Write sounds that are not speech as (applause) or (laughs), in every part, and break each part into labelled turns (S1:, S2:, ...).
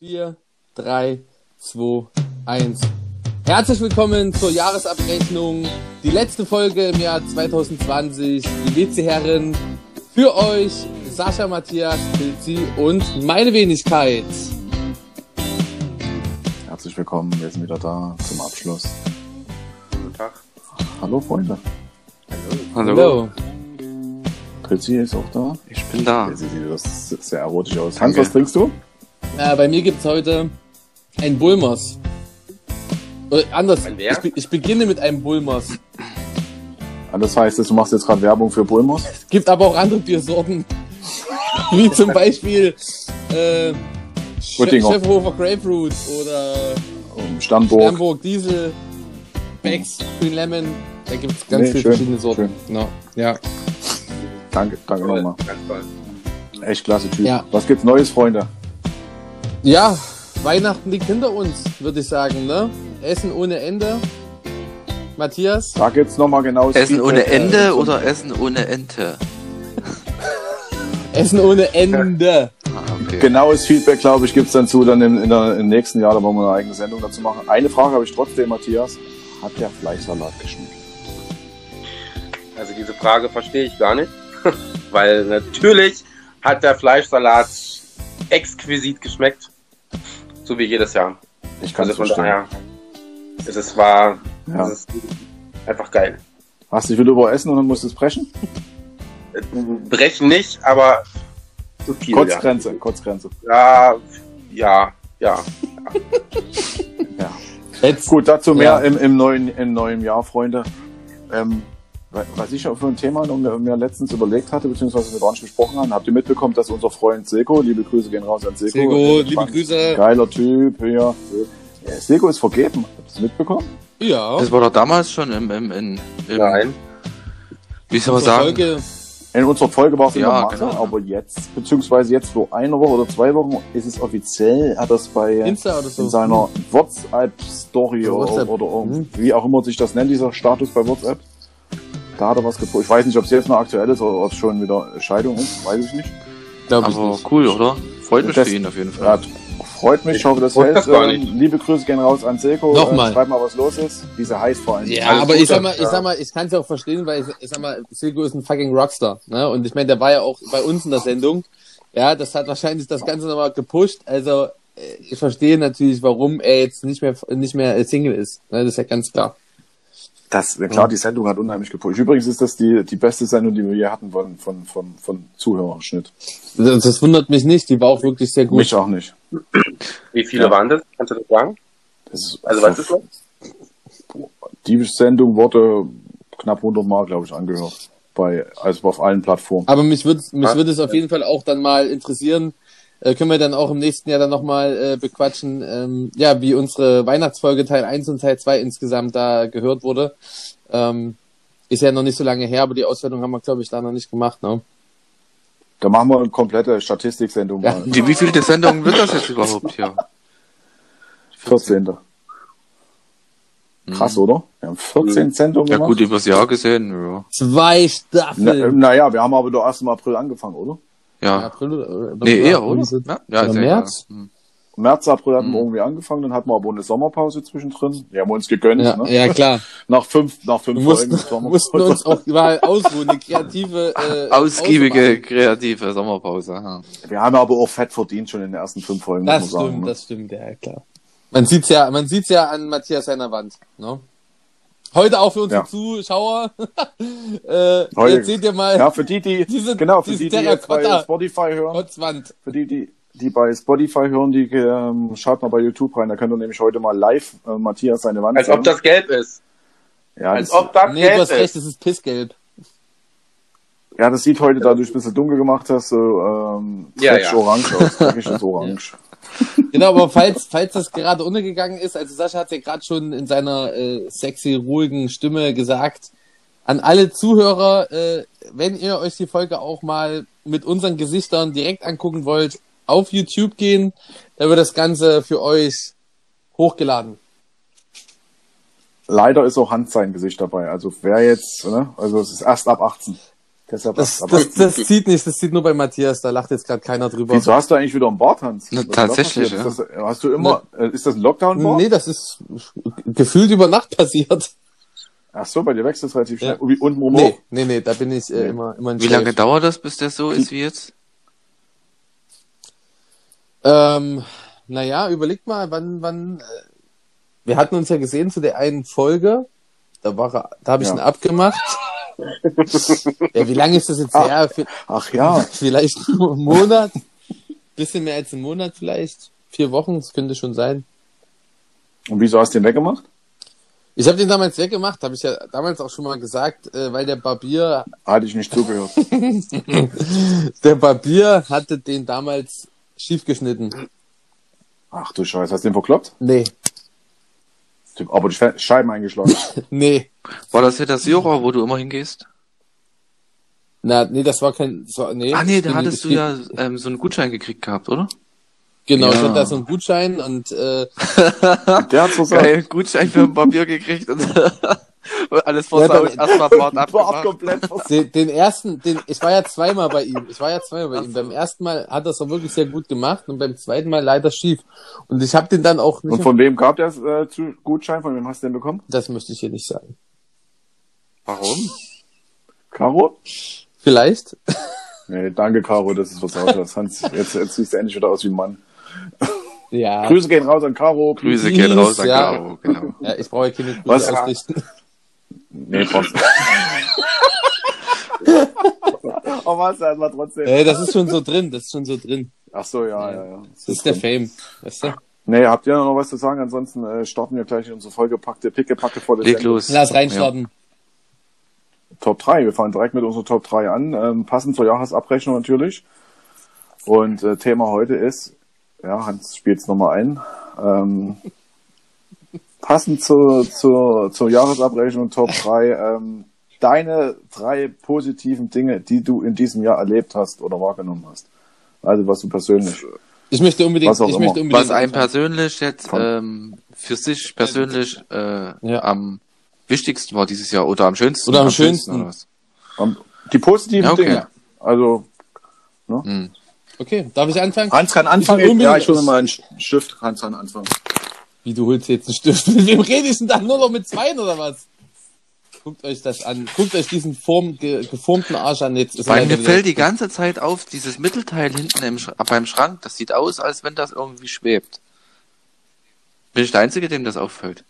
S1: 4, 3, 2, 1. Herzlich willkommen zur Jahresabrechnung. Die letzte Folge im Jahr 2020. Die WC-Herren für euch, Sascha Matthias, Pilzi und meine Wenigkeit.
S2: Herzlich willkommen, wir sind wieder da zum Abschluss.
S3: Guten Tag.
S2: Hallo Freunde,
S3: Hallo.
S1: Hallo.
S2: Chrissy ist auch da.
S3: Ich bin da.
S2: Sie sieht das sehr erotisch aus. Hans,
S3: Ah. Danke.
S2: was trinkst du?
S1: Äh, bei mir gibt's heute ein Bulmers. Oder anders,
S3: Ein wer?
S1: ich, be ich beginne mit einem Bulmers.
S2: Ah, Das heißt, du machst jetzt gerade Werbung für Bulmos.
S1: Es gibt aber auch andere Biersorten. (laughs) Wie zum Beispiel äh, Che-
S2: Oettinger.
S1: Chefhofer Grapefruit oder
S2: Um Sternburg.
S1: Hamburg Diesel, Becks, Green Lemon. Da gibt's ganz
S2: Nee,
S1: viele
S2: schön,
S1: verschiedene Sorten.
S2: schön.
S1: Genau. Ja.
S2: Danke, danke nochmal.
S3: Ganz toll.
S2: Echt klasse Typ.
S1: Ja.
S2: Was gibt's Neues, Freunde?
S1: ja, Weihnachten liegt hinter uns, würde ich sagen. Ne? Essen ohne Ende. Matthias,
S2: Sag jetzt nochmal genau das
S4: Essen
S2: Feedback,
S4: ohne
S2: äh,
S4: Ende
S2: zum-
S4: oder Essen ohne Ente?
S1: Essen ohne Ende.
S4: Ah, okay.
S2: Genaues Feedback, glaube ich, gibt's dann zu dann im, in der, im nächsten Jahr. Da wollen wir eine eigene Sendung dazu machen. Eine Frage habe ich trotzdem, Matthias. Hat der Fleischsalat geschmeckt?
S3: Also diese Frage verstehe ich gar nicht, (laughs) weil natürlich hat der Fleischsalat exquisit geschmeckt, so wie jedes Jahr.
S2: Ich kann es
S3: also
S2: verstehen.
S3: es ist war
S2: Ja.
S3: es ist einfach geil.
S2: Hast dich wieder überessen und dann musst du es brechen?
S3: Brechen nicht, aber zu viel. Ja,
S2: Kotzgrenze, Kotzgrenze.
S3: ja, ja. ja.
S1: Jetzt
S2: Gut, dazu mehr
S1: Ja.
S2: im, im, neuen, im neuen Jahr, Freunde. Ähm, wa- was ich auch für ein Thema noch mir, mir letztens überlegt hatte, beziehungsweise wir gar nicht besprochen haben, habt ihr mitbekommen, dass unser Freund Seko, liebe Grüße gehen raus an Seko.
S1: Seko,
S2: äh,
S1: liebe
S2: Frank,
S1: Grüße.
S2: Geiler Typ, ja. Äh, Seko ist vergeben, habt ihr es mitbekommen?
S1: Ja,
S4: Das war doch damals schon im, im, in, im
S3: Nein.
S4: wie soll man
S1: zur
S4: sagen?
S1: Folge
S2: In unserer Folge war es
S4: Ja,
S2: immer Masse,
S4: genau.
S2: aber jetzt, beziehungsweise jetzt vor einer Woche oder zwei Wochen, ist es offiziell, hat das bei...
S1: Insta oder so.
S2: in seiner WhatsApp-Story
S1: WhatsApp.
S2: oder, oder irgend- wie auch immer sich das nennt, dieser Status bei WhatsApp. Da hat er was gepostet. Ich weiß nicht, ob es jetzt noch aktuell ist oder ob es schon wieder Scheidung ist, weiß ich nicht.
S1: Glaub ich
S4: Aber
S1: nicht.
S4: cool, oder? Freut mich
S2: Das-
S4: für ihn auf jeden
S2: Ja,
S4: Fall.
S2: freut mich, ich hoffe, das
S3: Ich wusste
S2: hält.
S3: das gar
S2: Ähm, liebe Grüße gehen raus an Seko.
S1: Nochmal.
S2: Äh, schreib mal, was los ist, wie sie heißt vor allem. Also,
S1: Ja,
S3: Alles
S1: aber
S3: Gute.
S1: ich sag mal, ich
S3: Ja.
S1: sag mal, ich kann es ja auch verstehen, weil ich, ich sag mal, Silgo ist ein fucking Rockstar, ne? Und ich meine, der war ja auch bei uns in der Sendung. Ja, das hat wahrscheinlich das Ganze nochmal gepusht. Also äh, ich verstehe natürlich, warum er jetzt nicht mehr nicht mehr äh, Single ist. Ne? Das ist ja ganz klar.
S2: Das, ja klar, die Sendung hat unheimlich gepusht. Übrigens ist das die, die beste Sendung, die wir je hatten von, von, von, von Zuhörerschnitt.
S1: Das, das wundert mich nicht. Die war auch wirklich sehr gut.
S2: Mich auch nicht.
S3: Wie viele
S2: Ja.
S3: waren das? Kannst du das sagen?
S2: Das ist
S3: Also was ist das?
S2: Die Sendung wurde knapp 100 Mal, glaube ich, angehört. Bei, also auf allen Plattformen.
S1: Aber mich würde mich
S3: Was?
S1: würde es auf jeden Fall auch dann mal interessieren. Äh, können wir dann auch im nächsten Jahr dann nochmal äh, bequatschen, ähm, ja, wie unsere Weihnachtsfolge Teil 1 und Teil 2 insgesamt da gehört wurde. Ähm, ist ja noch nicht so lange her, aber die Auswertung haben wir, glaube ich, da noch nicht gemacht, ne?
S2: Da machen wir eine komplette Statistiksendung
S1: Ja.
S2: mal.
S4: Die, wie viele Sendungen wird das jetzt überhaupt hier?
S2: 14.
S1: Mhm.
S2: Krass, oder? Wir haben 14 Sendungen
S4: Ja
S2: gemacht.
S4: gut, übers Jahr gesehen, ja.
S1: Zwei
S2: Na, äh,
S4: ähm,
S1: Staffeln!
S2: naja, wir haben aber doch erst im April angefangen, oder?
S4: Ja.
S1: April oder, oder,
S4: Nee, eher, oder?
S1: Ja,
S4: ist
S1: oder
S4: ja egal.
S1: März?
S4: Hm.
S2: März, April hatten wir
S3: Mhm.
S2: irgendwie angefangen, dann hatten wir aber eine Sommerpause zwischendrin. Die haben wir uns gegönnt,
S1: Ja,
S2: ne?
S1: ja, klar.
S2: Nach fünf, nach
S1: Wir
S2: fünf
S1: mussten,
S2: ist Sommerpause.
S1: mussten uns auch mal ausruhen, eine kreative... Äh, Pause
S4: Hm. Ausgiebige,
S1: machen.
S4: kreative Sommerpause. Ja.
S2: (laughs) Wir haben aber auch fett verdient schon in den ersten fünf Folgen,
S1: Das
S2: muss
S1: stimmt,
S2: man sagen. ne?
S1: das stimmt, ja klar. Man sieht's ja, man sieht's ja an Matthias seiner Wand. Ne? Heute auch für unsere
S2: Ja.
S1: Zuschauer. (laughs) äh,
S2: Heute-
S1: jetzt seht ihr mal
S2: ja, für die, die,
S1: Diese-
S2: genau, für
S1: diese
S2: die, die jetzt bei
S1: Terracotta.
S2: Spotify hören,
S1: Kotzwand.
S2: Für die, die, die bei Spotify hören, die ähm, schaut mal bei YouTube rein. Da könnt ihr nämlich heute mal live äh, Matthias seine Wand
S3: Als
S2: sehen.
S3: ob das gelb ist.
S2: ja,
S3: Als
S2: das,
S3: ob das
S1: Nee, du
S3: gelb
S1: hast recht,
S3: ist.
S1: es ist pissgelb.
S2: ja, das sieht heute dadurch ein bisschen dunkel gemacht, dass so ähm,
S3: Ja,
S2: fresh
S3: ja.
S2: orange
S3: (laughs)
S2: aus. Wirklich ist orange.
S1: Genau, aber falls, falls das gerade untergegangen ist, also Sascha hat ja gerade schon in seiner äh, sexy, ruhigen Stimme gesagt, an alle Zuhörer, äh, wenn ihr euch die Folge auch mal mit unseren Gesichtern direkt angucken wollt, auf YouTube gehen, da wird das Ganze für euch hochgeladen.
S2: Leider ist auch Hans sein Gesicht dabei. Also wer jetzt, ne? Also es ist erst ab 18. Deshalb
S1: Das,
S2: aber
S1: das, das zieht nicht, das zieht nur bei Matthias, da lacht jetzt gerade keiner drüber.
S2: wieso hast du eigentlich wieder einen Bart, Hans?
S4: Na,
S2: Was ist das
S4: tatsächlich,
S2: denn jetzt? Ist das, hast du immer, äh, ist das ein Lockdown-Bart?
S1: Ne. Nee, das ist gefühlt über Nacht passiert.
S2: Ach so, bei dir wächst das relativ schnell.
S1: Ja.
S2: Wie Unten rum
S1: Nee,
S2: auch.
S1: nee, nee, da bin ich äh,
S2: Nee.
S1: immer, immer ein
S4: Wie lange dauert das, bis der so ist wie jetzt?
S1: Ähm, naja, überlegt mal, wann, wann. äh, Wir hatten uns ja gesehen zu der einen Folge. Da war er, da habe ich
S2: Ja.
S1: ihn abgemacht.
S2: (laughs)
S1: ja, wie lange ist das jetzt
S2: Ah.
S1: her? Vi-
S2: Ach ja,
S1: Vielleicht (laughs) einen Monat? Bisschen mehr als einen Monat vielleicht. Vier Wochen, das könnte schon sein.
S2: und wieso hast du den weggemacht?
S1: Ich habe den damals weggemacht, habe ich ja damals auch schon mal gesagt, äh, weil der Barbier, (laughs)
S2: Hatte ich nicht zugehört.
S1: der Barbier hatte den damals schief geschnitten.
S2: Ach du Scheiße, hast du den verkloppt?
S1: Nee,
S2: Du- Aber die Fe- Scheiben eingeschlagen.
S1: (laughs) (laughs) nee.
S4: War das hier das Jura, wo du immer hingehst?
S1: Na, nee, das war kein. Das war, nee,
S4: Ah nee,
S1: ich
S4: da
S1: bin-
S4: hattest
S1: ich
S4: du
S1: bin-
S4: ja ähm, so einen Gutschein gekriegt gehabt, oder?
S1: Genau, ich
S2: Ja.
S1: hatte da so einen Gutschein und äh,
S2: Der hat's versagt.
S4: Geil, Gutschein für ein Papier gekriegt und (laughs) alles
S1: Ja, dann-
S4: versaut,
S1: (laughs)
S4: erstmal Bart
S2: Bart
S4: abgemacht.
S2: komplett versagt.
S1: den, den ersten, den ich war ja zweimal bei ihm. Ich war ja zweimal bei ihm. Beim ersten Mal hat er es auch wirklich sehr gut gemacht und beim zweiten Mal leider schief. Und ich habe den dann auch nicht.
S2: Und von wem gab der äh, zu- Gutschein? Von wem hast du den bekommen?
S1: das möchte ich hier nicht sagen.
S4: Warum?
S2: Caro?
S1: Vielleicht.
S2: Nee, danke, Caro, dass du es versaut
S1: (laughs)
S2: hast. Hans, jetzt, jetzt siehst du endlich wieder aus wie ein Mann.
S1: Ja.
S2: Grüße gehen raus an Caro.
S4: Grüße gehen raus an
S1: Ja.
S4: Caro, genau.
S1: ja ich brauche ja keine Grüße
S2: Was?
S1: ausrichten. (laughs)
S2: Nee, brauchst du. Aber was, das war trotzdem.
S1: Äh, das ist schon so drin, das ist schon so drin.
S2: Ach so, ja, ja, ja.
S1: Das ist der Fame. Weißt du?
S2: Nee, habt ihr noch was zu sagen? Ansonsten äh, starten wir gleich in unsere vollgepackte, pickepacke volle
S4: Leg
S2: Sendung.
S4: los.
S1: Lass reinstarten.
S2: Top 3. Wir fangen direkt mit unserer Top 3 an, ähm, passend zur Jahresabrechnung natürlich. Und äh, Thema heute ist, ja, Hans spielt es nochmal ein, ähm, (laughs) passend zur, zur, zur Jahresabrechnung Top 3, ähm, deine drei positiven Dinge, die du in diesem Jahr erlebt hast oder wahrgenommen hast. Also was du persönlich.
S1: Ich möchte unbedingt,
S2: Was auch
S1: ich
S2: immer.
S1: möchte unbedingt.
S4: Was einem persönlich jetzt
S2: Komm.
S4: ähm, für sich persönlich äh,
S1: Ja.
S4: am wichtigsten war dieses Jahr oder am schönsten.
S1: Oder am schönsten.
S4: oder was?
S2: Ähm, Die positiven
S4: Ja, okay.
S2: Dinge. Also
S4: Hm.
S1: Okay, darf ich anfangen?
S2: Hans kann
S1: Ich will unbedingt-
S2: einen Stift. Hans kann anfangen.
S1: Wie, du holst jetzt einen Stift? (laughs) Mit wem rede ich denn da? Nur noch mit zweien oder was? Guckt euch das an. Guckt euch diesen Form, ge, geformten Arsch an. Jetzt ist
S4: Weil
S1: er
S4: mir
S1: wieder-
S4: fällt die ganze Zeit auf, dieses Mittelteil hinten im Sch beim Schrank, das sieht aus, als wenn das irgendwie schwebt. Bin ich der Einzige, dem das auffällt?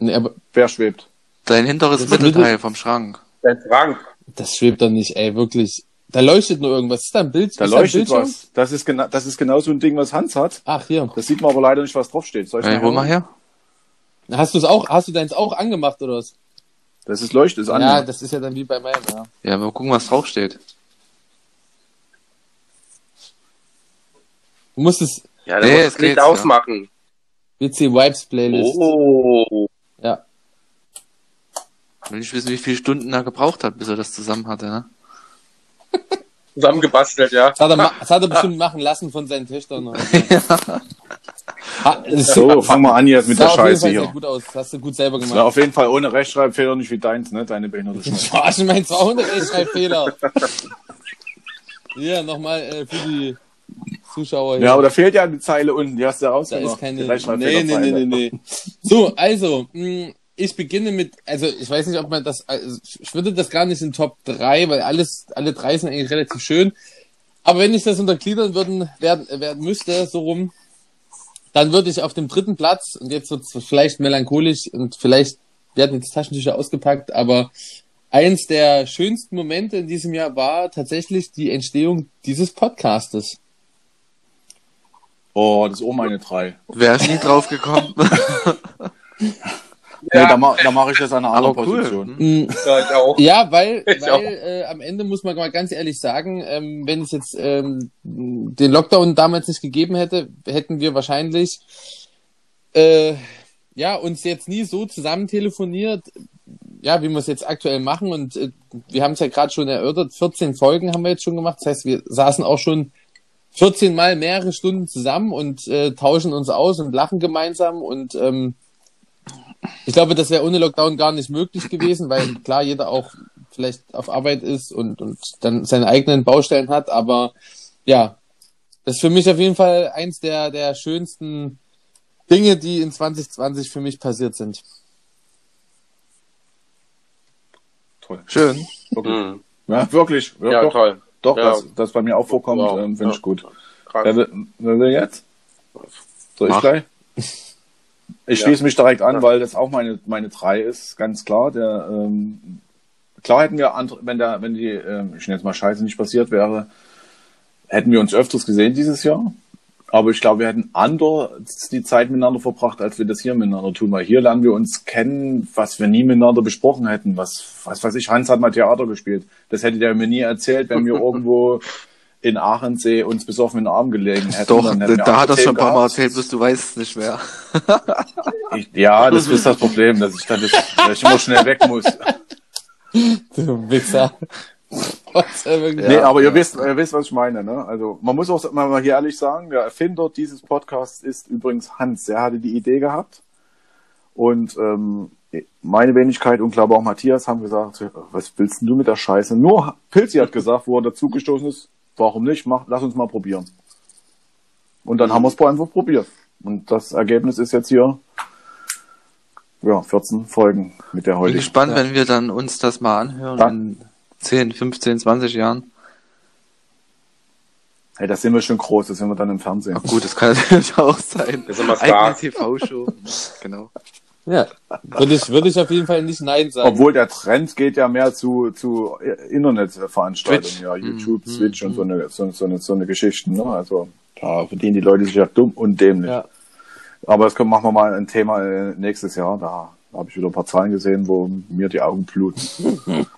S1: Nee, aber
S2: Wer schwebt?
S4: Dein hinteres
S1: Das ist
S4: Mittelteil vom Schrank.
S3: Der Frank.
S1: das schwebt doch nicht, ey, wirklich. Da leuchtet nur irgendwas. Ist da ein Bild?
S2: Da
S1: ist
S2: leuchtet
S1: ein Bildschirm?
S2: was. Das ist, genau, das ist genau so ein Ding, was Hans hat.
S1: Ach, hier.
S2: Das sieht man aber leider nicht, was draufsteht. Soll ich
S4: Äh,
S2: mal
S4: hol
S2: her?
S4: mal her.
S1: Hast du es auch, hast du deins auch angemacht oder was?
S2: Das ist Leuchte, ist
S1: Ja,
S2: an.
S1: das ist ja dann wie bei meinem, ja.
S4: Ja, mal gucken, was draufsteht.
S1: Du musst es
S3: Ja, da
S4: Nee,
S3: muss
S4: es
S3: das Licht
S4: geht's,
S3: ausmachen.
S1: WC Vibes Playlist.
S3: Oh.
S1: Ja.
S4: Will nicht wissen, wie viele Stunden er gebraucht hat, bis er das zusammen hatte, ne?
S3: Zusammengebastelt, ja.
S1: Das hat, er ma- das
S2: Ah.
S1: hat er bestimmt machen lassen von seinen Töchtern. Ha, das (laughs)
S2: So, fangen wir an jetzt mit
S1: sah
S2: der
S1: auf jeden
S2: Scheiße
S1: Fall sehr
S2: hier.
S1: gut aus. Das hast du gut selber
S2: Na,
S1: gemacht.
S2: auf jeden Fall ohne Rechtschreibfehler, nicht wie deins, ne? Deine behinderte Scheiße.
S1: Boah, ich mein, es (laughs) war auch ein
S2: (laughs)
S1: Rechtschreibfehler. Hier, nochmal äh, für die Zuschauer hier.
S2: Ja, aber da fehlt ja eine Zeile unten, die hast du ja
S1: da
S2: rausgemacht.
S1: ist keine.
S2: Die
S1: Nee, nee,
S2: Rechtschreibfehler-
S1: nee, nee, nee. So, also, mh, ich beginne mit, also ich weiß nicht, ob man das, also, ich würde das gar nicht in Top 3, weil alles, alle drei sind eigentlich relativ schön. Aber wenn ich das untergliedern würden, werden, werden müsste, so rum, dann würde ich auf dem dritten Platz, und jetzt wird's vielleicht melancholisch und vielleicht werden jetzt Taschentücher ausgepackt, aber eins der schönsten Momente in diesem Jahr war tatsächlich die Entstehung dieses Podcastes.
S2: Oh, das ist oben eine 3.
S4: Wäre ich nie drauf
S1: (laughs)
S4: gekommen.
S2: Nee, da, ma da mache ich das an einer anderen
S4: Aber
S2: Position.
S4: cool. Hm.
S1: Mm,
S3: (laughs) Ja, ich auch.
S1: Ja, weil,
S3: (laughs) Ich auch.
S1: weil äh, am Ende muss man mal ganz ehrlich sagen, ähm, wenn es jetzt ähm, den Lockdown damals nicht gegeben hätte, hätten wir wahrscheinlich äh, ja uns jetzt nie so zusammen telefoniert, ja, wie wir es jetzt aktuell machen. Und äh, wir haben es ja gerade schon erörtert, 14 Folgen haben wir jetzt schon gemacht. Das heißt, wir saßen auch schon 14 Mal mehrere Stunden zusammen und äh, tauschen uns aus und lachen gemeinsam und ähm, ich glaube, das wäre ohne Lockdown gar nicht möglich gewesen, weil klar jeder auch vielleicht auf Arbeit ist und, und dann seine eigenen Baustellen hat, aber ja, das ist für mich auf jeden Fall eins der, der schönsten Dinge, die in 2020 für mich passiert sind. (laughs)
S2: Toll.
S4: Schön.
S3: Mhm.
S2: Ja, wirklich. Ja,
S3: Ja,
S2: doch,
S3: toll.
S2: doch
S3: Ja.
S2: dass das bei mir auch vorkommt,
S3: Wow.
S2: ähm, finde
S3: Ja.
S2: ich gut.
S3: Krass.
S2: Wer will, wer will jetzt? Soll ich
S4: Mach.
S2: gleich? Ich
S3: Ja.
S2: schließe mich direkt an,
S3: Ja.
S2: weil das auch meine, meine drei ist, ganz klar. Der, ähm, klar hätten wir, andere, wenn, da, wenn die, ähm, ich nenne jetzt mal Scheiße, nicht passiert wäre, hätten wir uns öfters gesehen dieses Jahr. Aber ich glaube, wir hätten anders die Zeit miteinander verbracht, als wir das hier miteinander tun. Weil hier lernen wir uns kennen, was wir nie miteinander besprochen hätten. Was, was weiß ich, Hans hat mal Theater gespielt. Das hätte der mir nie erzählt, wenn
S4: (laughs)
S2: wir irgendwo in Aachensee uns besoffen in den Arm gelegen hätten.
S4: Doch,
S2: Dann hätten wir
S4: da hat er
S2: Themen
S4: schon ein paar Mal
S2: gehabt.
S4: erzählt, bloß du weißt es nicht mehr.
S2: Ich, ja, das ist das Problem, dass ich, dann das, dass ich immer schnell weg muss.
S1: Du Wichser. Was, äh, wirklich.
S2: nee, aber ihr, wisst, ihr wisst, was ich meine. Ne? Also man muss auch mal mal hier ehrlich sagen, der Erfinder dieses Podcasts ist übrigens Hans. Er hatte die Idee gehabt. Und ähm, meine Wenigkeit und glaube auch Matthias haben gesagt, was willst denn du mit der Scheiße? Nur Pilzi hat gesagt, wo er dazugestoßen ist, warum nicht? Mach, lass uns mal probieren. Und dann haben wir es einfach probiert. Und das Ergebnis ist jetzt hier ja, 14 Folgen mit der
S4: Bin
S2: heutigen.
S4: gespannt, wenn wir dann uns das mal anhören
S2: Dann-
S4: in 10, 15, 20 Jahren.
S2: Hey, das sind wir schon groß, das sind wir dann im Fernsehen.
S4: Gut, das kann (laughs) natürlich auch sein.
S3: Das ist immer
S4: Eigene
S3: Star.
S4: TV-Show. genau.
S1: Ja. Würde ich, würde ich auf jeden Fall nicht Nein sagen.
S2: Obwohl der Trend geht ja mehr zu, zu Internetveranstaltungen,
S1: Twitch.
S2: ja,
S4: Mhm.
S2: YouTube, Twitch und so eine, so, so eine, so eine Geschichten. Ne? Also da verdienen die Leute sich ja dumm und dämlich.
S1: ja.
S2: Aber das können, machen wir mal ein Thema äh, nächstes Jahr. Da habe ich wieder ein paar Zahlen gesehen, wo mir die Augen bluten.
S4: (laughs)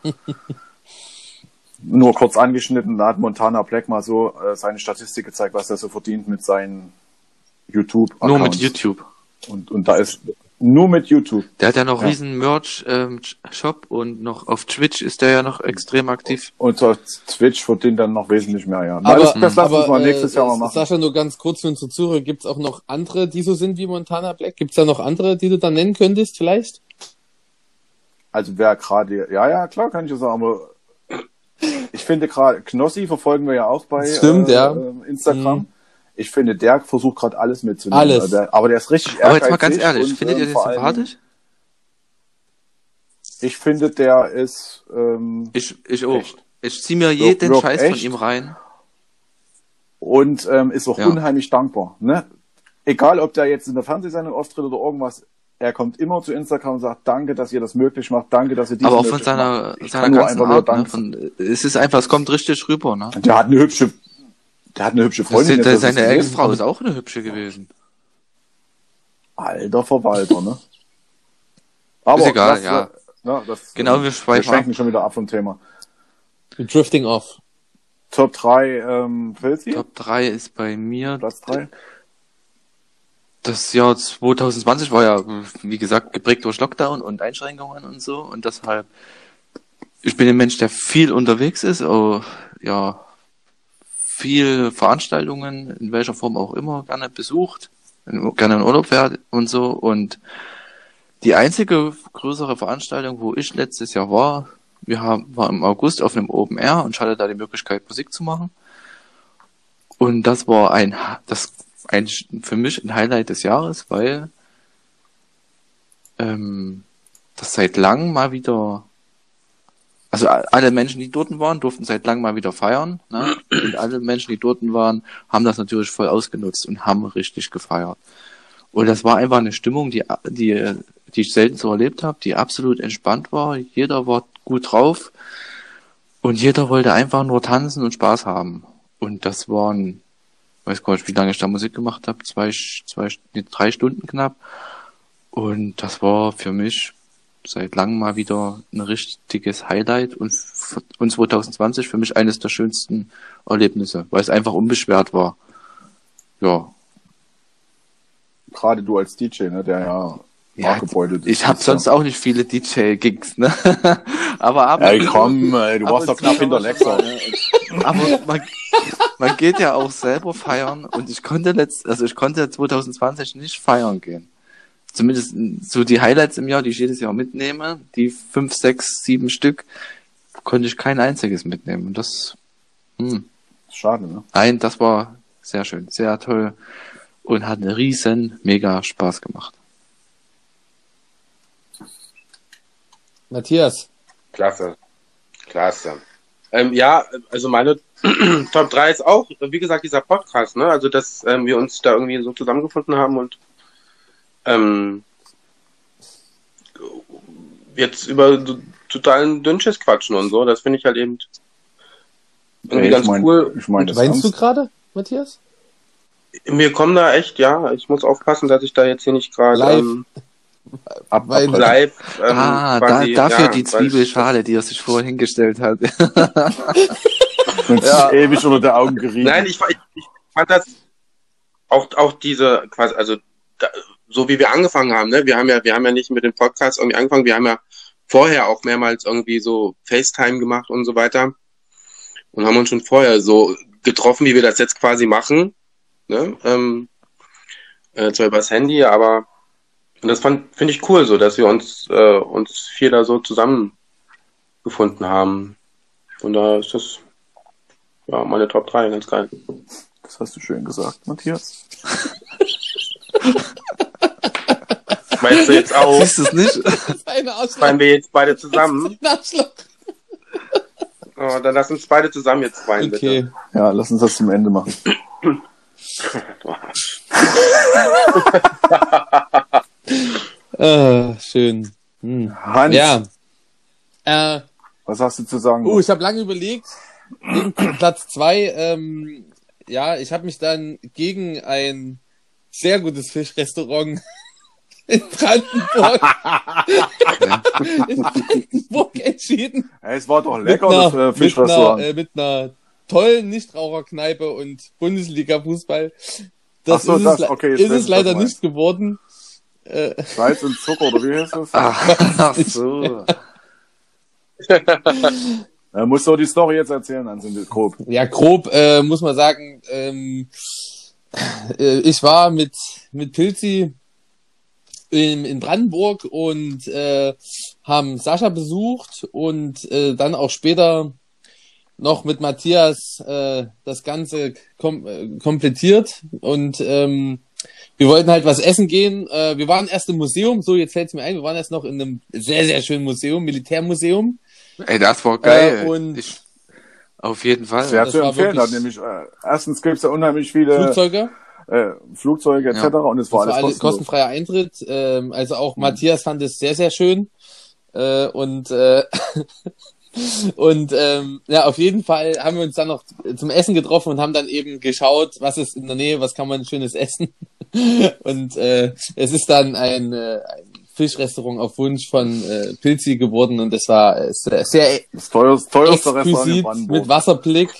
S2: Nur kurz angeschnitten, da hat Montana Black mal so äh, seine Statistik gezeigt, was er so verdient mit seinen YouTube. -Accounts.
S4: Nur mit YouTube.
S2: Und, und da ist nur mit YouTube.
S4: Der hat ja noch
S2: Ja.
S4: riesen Merch-Shop und noch auf Twitch ist der ja noch extrem aktiv.
S2: Und auf Twitch verdient dann noch wesentlich mehr, ja.
S1: Aber,
S2: Aber, das, das lassen wir
S1: aber,
S2: uns mal nächstes
S1: äh,
S2: Jahr mal machen.
S1: Sascha, nur ganz kurz für unsere Zuhörer, gibt's auch noch andere, die so sind wie Montana Black? Gibt's da noch andere, die du dann nennen könntest vielleicht?
S2: Also wer gerade, ja, ja, klar kann ich das sagen, aber ich finde gerade, Knossi verfolgen wir ja auch bei
S1: Stimmt, ja. Mhm.
S2: äh, Instagram. Ich finde, der versucht gerade alles mitzunehmen.
S1: Alles.
S2: Also der- aber der ist richtig
S4: Aber jetzt mal ganz
S2: ehrgeizig
S4: ehrlich,
S2: und,
S4: findet ihr
S2: ähm,
S4: den
S2: vor allen Dingen-
S4: sympathisch?
S2: Ich finde, der ist, ähm,
S4: Ich, ich auch.
S2: Echt?
S4: Ich zieh mir
S2: Wirkt-
S4: jeden
S2: wirkt
S4: Scheiß von
S2: echt?
S4: ihm rein.
S2: und ähm, ist auch
S4: Ja.
S2: unheimlich dankbar. Ne? Egal, ob der jetzt in der Fernsehsendung auftritt oder irgendwas, er kommt immer zu Instagram und sagt, danke, dass ihr das möglich macht, danke, dass ihr dies
S4: Aber auch von
S2: möglich
S4: seiner,
S2: macht. Ich
S4: seiner
S2: kann nur
S4: ganzen
S2: einfach nur
S4: Art. Ne?
S2: danken.
S4: Von, es ist einfach, es kommt richtig rüber. Ne?
S2: Der hat eine hübsche, der hat eine hübsche
S4: Das
S2: Freundin.
S4: sind,
S2: jetzt, das
S4: seine
S2: ist ein
S4: Ex-Frau ist auch eine hübsche gewesen.
S2: Alter Verwalter, ne? Aber
S4: Ist egal,
S2: das,
S4: ja.
S2: Na, das,
S4: Genau, wir schweifen
S2: schwenken schon wieder ab vom Thema.
S1: Drifting off.
S2: Top 3 ähm, Filzi,
S4: Top 3 ist bei mir.
S2: Platz 3.
S4: Das Jahr 2020 war ja, wie gesagt, geprägt durch Lockdown und Einschränkungen und so. Und deshalb, ich bin ein Mensch, der viel unterwegs ist. Oh, ja, viel Veranstaltungen, in welcher Form auch immer, gerne besucht, in- gerne in Urlaub fährt und so. Und die einzige größere Veranstaltung, wo ich letztes Jahr war, wir haben, war im August auf einem Open Air und ich hatte da die Möglichkeit, Musik zu machen. Und das war ein, Ha- das, ein, für mich ein Highlight des Jahres, weil, ähm, das seit langem mal wieder also a- alle Menschen, die dort waren, durften seit langem mal wieder feiern. Ne? Und alle Menschen, die dort waren, haben das natürlich voll ausgenutzt und haben richtig gefeiert. Und das war einfach eine Stimmung, die, a- die, die ich selten so erlebt habe, die absolut entspannt war. Jeder war gut drauf und jeder wollte einfach nur tanzen und Spaß haben. Und das waren, weiß gar nicht, wie lange ich da Musik gemacht habe, zwei, Sch- zwei, Sch- nee, drei Stunden knapp. Und das war für mich seit langem mal wieder ein richtiges Highlight und, f- und 2020 für mich eines der schönsten Erlebnisse, weil es einfach unbeschwert war. Ja.
S2: Gerade du als DJ, ne, der ja, ja gebeutelt
S4: ich habe sonst auch nicht viele DJ-Gigs, ne? (laughs) aber ab
S2: Ey, komm, ey, du
S4: ab
S2: warst
S4: und
S2: doch knapp
S4: zu
S2: hinter
S4: kann man
S2: Lexa.
S4: schon mal- Aber man, man geht ja auch selber feiern und ich konnte letzt, also ich konnte 2020 nicht feiern gehen. Zumindest so die Highlights im Jahr, die ich jedes Jahr mitnehme, die fünf, sechs, sieben Stück, konnte ich kein einziges mitnehmen. Und das, hm.
S2: Schade, ne?
S4: nein, das war sehr schön, sehr toll und hat einen riesen, mega Spaß gemacht.
S1: Matthias,
S3: Klasse. Klasse. Ähm, ja, also meine (clears throat) Top 3 ist auch, wie gesagt, dieser Podcast, ne? Also, dass ähm, wir uns da irgendwie so zusammengefunden haben und ähm, jetzt über so totalen Dünnschiss quatschen und so. Das finde ich halt eben irgendwie
S2: Ey,
S3: ganz
S2: ich mein,
S3: cool.
S2: Ich meine, das
S1: weinst du
S2: ernst.
S1: gerade, Matthias?
S3: Mir kommen da echt, ja, ich muss aufpassen, dass ich da jetzt hier nicht gerade
S1: Live.
S3: ähm,
S2: Ab,
S1: Weil-
S2: abbrechen.
S3: live. Ähm,
S4: ah,
S3: quasi,
S4: da, dafür
S3: ja,
S4: die
S3: weil-
S4: Zwiebelschale, die er sich vorher hingestellt hat.
S2: Sonst
S4: Ja.
S2: ist ewig unter der Augen gerieben.
S3: Nein, ich, ich, ich fand das auch, auch diese quasi, also da, so wie wir angefangen haben, ne? Wir haben ja, wir haben ja nicht mit dem Podcast irgendwie angefangen, wir haben ja vorher auch mehrmals irgendwie so FaceTime gemacht und so weiter. Und haben uns schon vorher so getroffen, wie wir das jetzt quasi machen. Ne? Ähm, äh, zwar übers Handy, aber und das fand finde ich cool so, dass wir uns, äh, uns vier da so zusammengefunden haben. Und da ist das ja meine Top 3, ganz geil.
S2: Das hast du schön gesagt, Matthias.
S3: Meinst du jetzt
S2: Oh.
S3: auch,
S4: Siehst du es
S2: (laughs)
S4: nicht?
S1: Eine Arschloch.
S3: feiern wir jetzt beide zusammen?
S1: Ein Arschloch.
S3: Oh, dann lass uns beide zusammen jetzt feiern,
S1: Okay.
S2: Ja, lass uns das zum Ende machen.
S3: bitte.
S1: Äh, schön. Hm.
S2: Hans,
S1: Ja. Äh,
S2: was hast du zu sagen?
S1: Oh, ich habe lange überlegt. Wegen Platz zwei. ähm, ja, ich habe mich dann gegen ein sehr gutes Fischrestaurant (laughs) in
S2: (laughs)
S1: Brandenburg, (laughs) in Brandenburg entschieden.
S2: Hey, es war doch lecker,
S1: mit einer,
S2: das äh,
S1: Mit
S2: Fischrestaurant.
S1: einer, äh, mit einer tollen Nichtraucherkneipe und Bundesliga-Fußball. Das
S2: Ach so,
S1: ist,
S2: das,
S1: es, le-
S2: okay, jetzt
S1: ist
S2: weiß
S1: es
S2: ich, was
S1: leider
S2: du meinst.
S1: nicht geworden. Äh,
S2: Salz und Zucker, oder wie heißt das?
S1: Ah.
S4: Ach so.
S2: Äh, musst du die Story jetzt erzählen, Hans grob.
S1: Ja, grob äh, muss man sagen, ähm, äh, ich war mit, mit Pilzi in, in Brandenburg und äh, haben Sascha besucht und äh, dann auch später noch mit Matthias äh, das Ganze kom äh, komplettiert und ähm, wir wollten halt was essen gehen. Äh, wir waren erst im Museum, so jetzt fällt's mir ein, wir waren erst noch in einem sehr, sehr schönen Museum, Militärmuseum.
S4: Ey, das war geil.
S1: Äh, und-
S4: ich, auf jeden Fall.
S2: Sehr
S1: das
S2: zu
S1: war
S2: empfehlen. Hat
S1: wirklich-
S2: nämlich, äh, erstens gibt es ja unheimlich viele
S1: Flugzeuge.
S2: äh, Flugzeuge etc.
S4: Ja.
S2: und es war
S1: Das war
S2: alles
S1: alles
S2: kostenlos.
S1: kostenfreier Eintritt. Ähm, also
S2: Hm.
S1: auch Matthias fand es sehr, sehr schön. Äh, und äh, (laughs) und ähm, ja, auf jeden Fall haben wir uns dann noch zum Essen getroffen und haben dann eben geschaut, was ist in der Nähe, was kann man schönes essen. (laughs) und äh, es ist dann ein, äh, ein Fischrestaurant auf Wunsch von äh, Pilzi geworden und es war äh, sehr, sehr
S2: Das teuerste, teuerste Restaurant in
S1: exquisit mit
S2: Brandenburg.
S1: Wasserblick.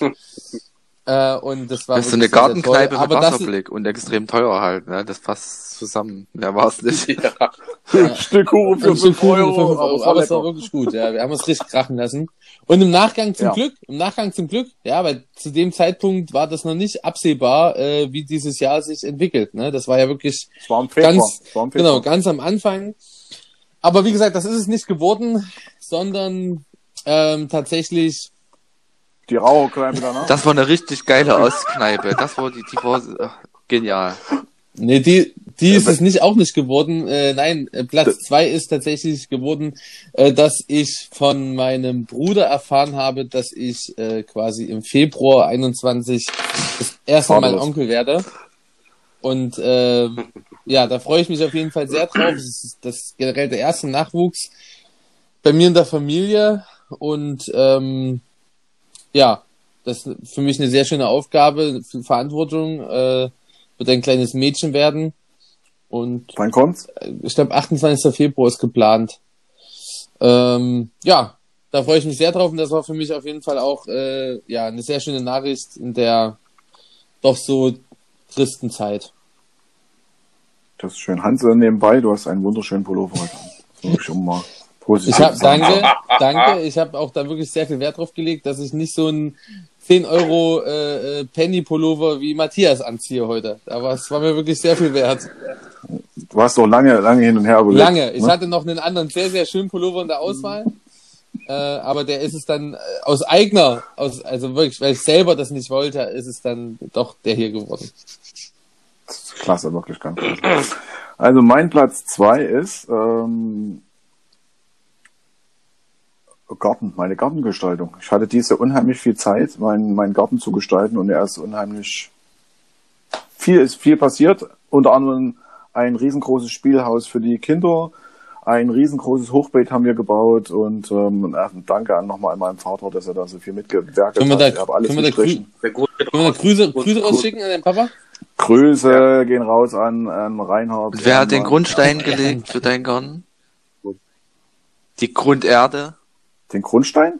S2: (laughs)
S1: äh, und das war
S4: Das ist so
S1: wirklich sehr, sehr
S4: eine
S1: toll.
S4: Gartenkneipe mit
S1: Aber das,
S4: Wasserblick und extrem teuer halt, ne? Das passt zusammen. Wer war
S1: (laughs)
S4: es nicht?
S3: Ja.
S2: Ein (laughs) Stück Kuchen für
S1: Ein Stück
S2: 5
S1: Kuchen
S2: Euro,
S1: für Also fünf Euro.
S2: aber es war
S1: Aber es war
S2: lecker.
S1: wirklich gut, ja. Wir haben es richtig krachen lassen. Und im Nachgang zum
S2: Ja.
S1: Glück, im Nachgang zum Glück, ja, weil zu dem Zeitpunkt war das noch nicht absehbar, äh, wie dieses Jahr sich entwickelt. Ne? Das war ja wirklich
S2: Es war im Februar.
S1: ganz,
S2: es war im Februar.
S1: genau, ganz am Anfang. Aber wie gesagt, das ist es nicht geworden, sondern ähm, tatsächlich
S2: Die Raucherkneipe danach.
S4: Das war eine richtig geile Ostkneipe. Das war die, die war ach, genial.
S1: Nee, die, die ist es nicht auch nicht geworden. Äh, nein, äh, Platz zwei ist tatsächlich geworden, äh, dass ich von meinem Bruder erfahren habe, dass ich äh, quasi im Februar 21 das erste Mal
S2: Vaterlos.
S1: Onkel werde. Und äh, ja, da freue ich mich auf jeden Fall sehr drauf. Das ist, das ist generell der erste Nachwuchs bei mir in der Familie. Und ähm, ja, das ist für mich eine sehr schöne Aufgabe, viel Verantwortung. Äh, wird ein kleines Mädchen werden. Und
S2: Wann kommt's?
S1: ich glaube, 28. Februar ist geplant. Ähm, ja, da freue ich mich sehr drauf und das war für mich auf jeden Fall auch äh, ja, eine sehr schöne Nachricht in der doch so tristen Zeit.
S2: Das ist schön. Hans, äh, nebenbei, du hast einen wunderschönen Pullover
S1: (laughs)
S2: heute. an. Muss ich um mal positiv
S1: Ich hab,
S2: sagen.
S1: danke, danke. Ich habe auch da wirklich sehr viel Wert drauf gelegt, dass ich nicht so einen 10 Euro äh, äh, Penny-Pullover wie Matthias anziehe heute. Aber es war mir wirklich sehr viel wert.
S2: Du hast doch lange, lange hin und her überlegt.
S1: Lange. Ich
S2: ne?
S1: hatte noch einen anderen sehr, sehr schönen Pullover in der Auswahl. Äh, aber der ist es dann äh, aus eigener, aus, also wirklich, weil ich selber das nicht wollte, ist es dann doch der hier geworden.
S2: Klasse, wirklich ganz klasse. Also mein Platz zwei ist ähm, Garten, meine Gartengestaltung. Ich hatte diese unheimlich viel Zeit, meinen meinen Garten zu gestalten und er ist unheimlich viel ist viel passiert. Unter anderem ein riesengroßes Spielhaus für die Kinder, ein riesengroßes Hochbeet haben wir gebaut und ähm, äh, danke an nochmal an meinen Vater, dass er da so viel mitgewerkelt
S1: Können wir
S2: hat.
S1: da-
S2: ich habe alles
S1: können wir da
S2: gestrichen.
S3: Der Gute
S1: Können wir noch Grüße,
S3: Gut,
S1: Grüße
S3: gut.
S1: rausschicken an deinen Papa?
S2: Grüße gehen raus an, an Reinhard.
S4: Wer hat den
S2: Ehrenmann.
S4: Grundstein gelegt für deinen Garten? Die Grunderde.
S2: Den Grundstein?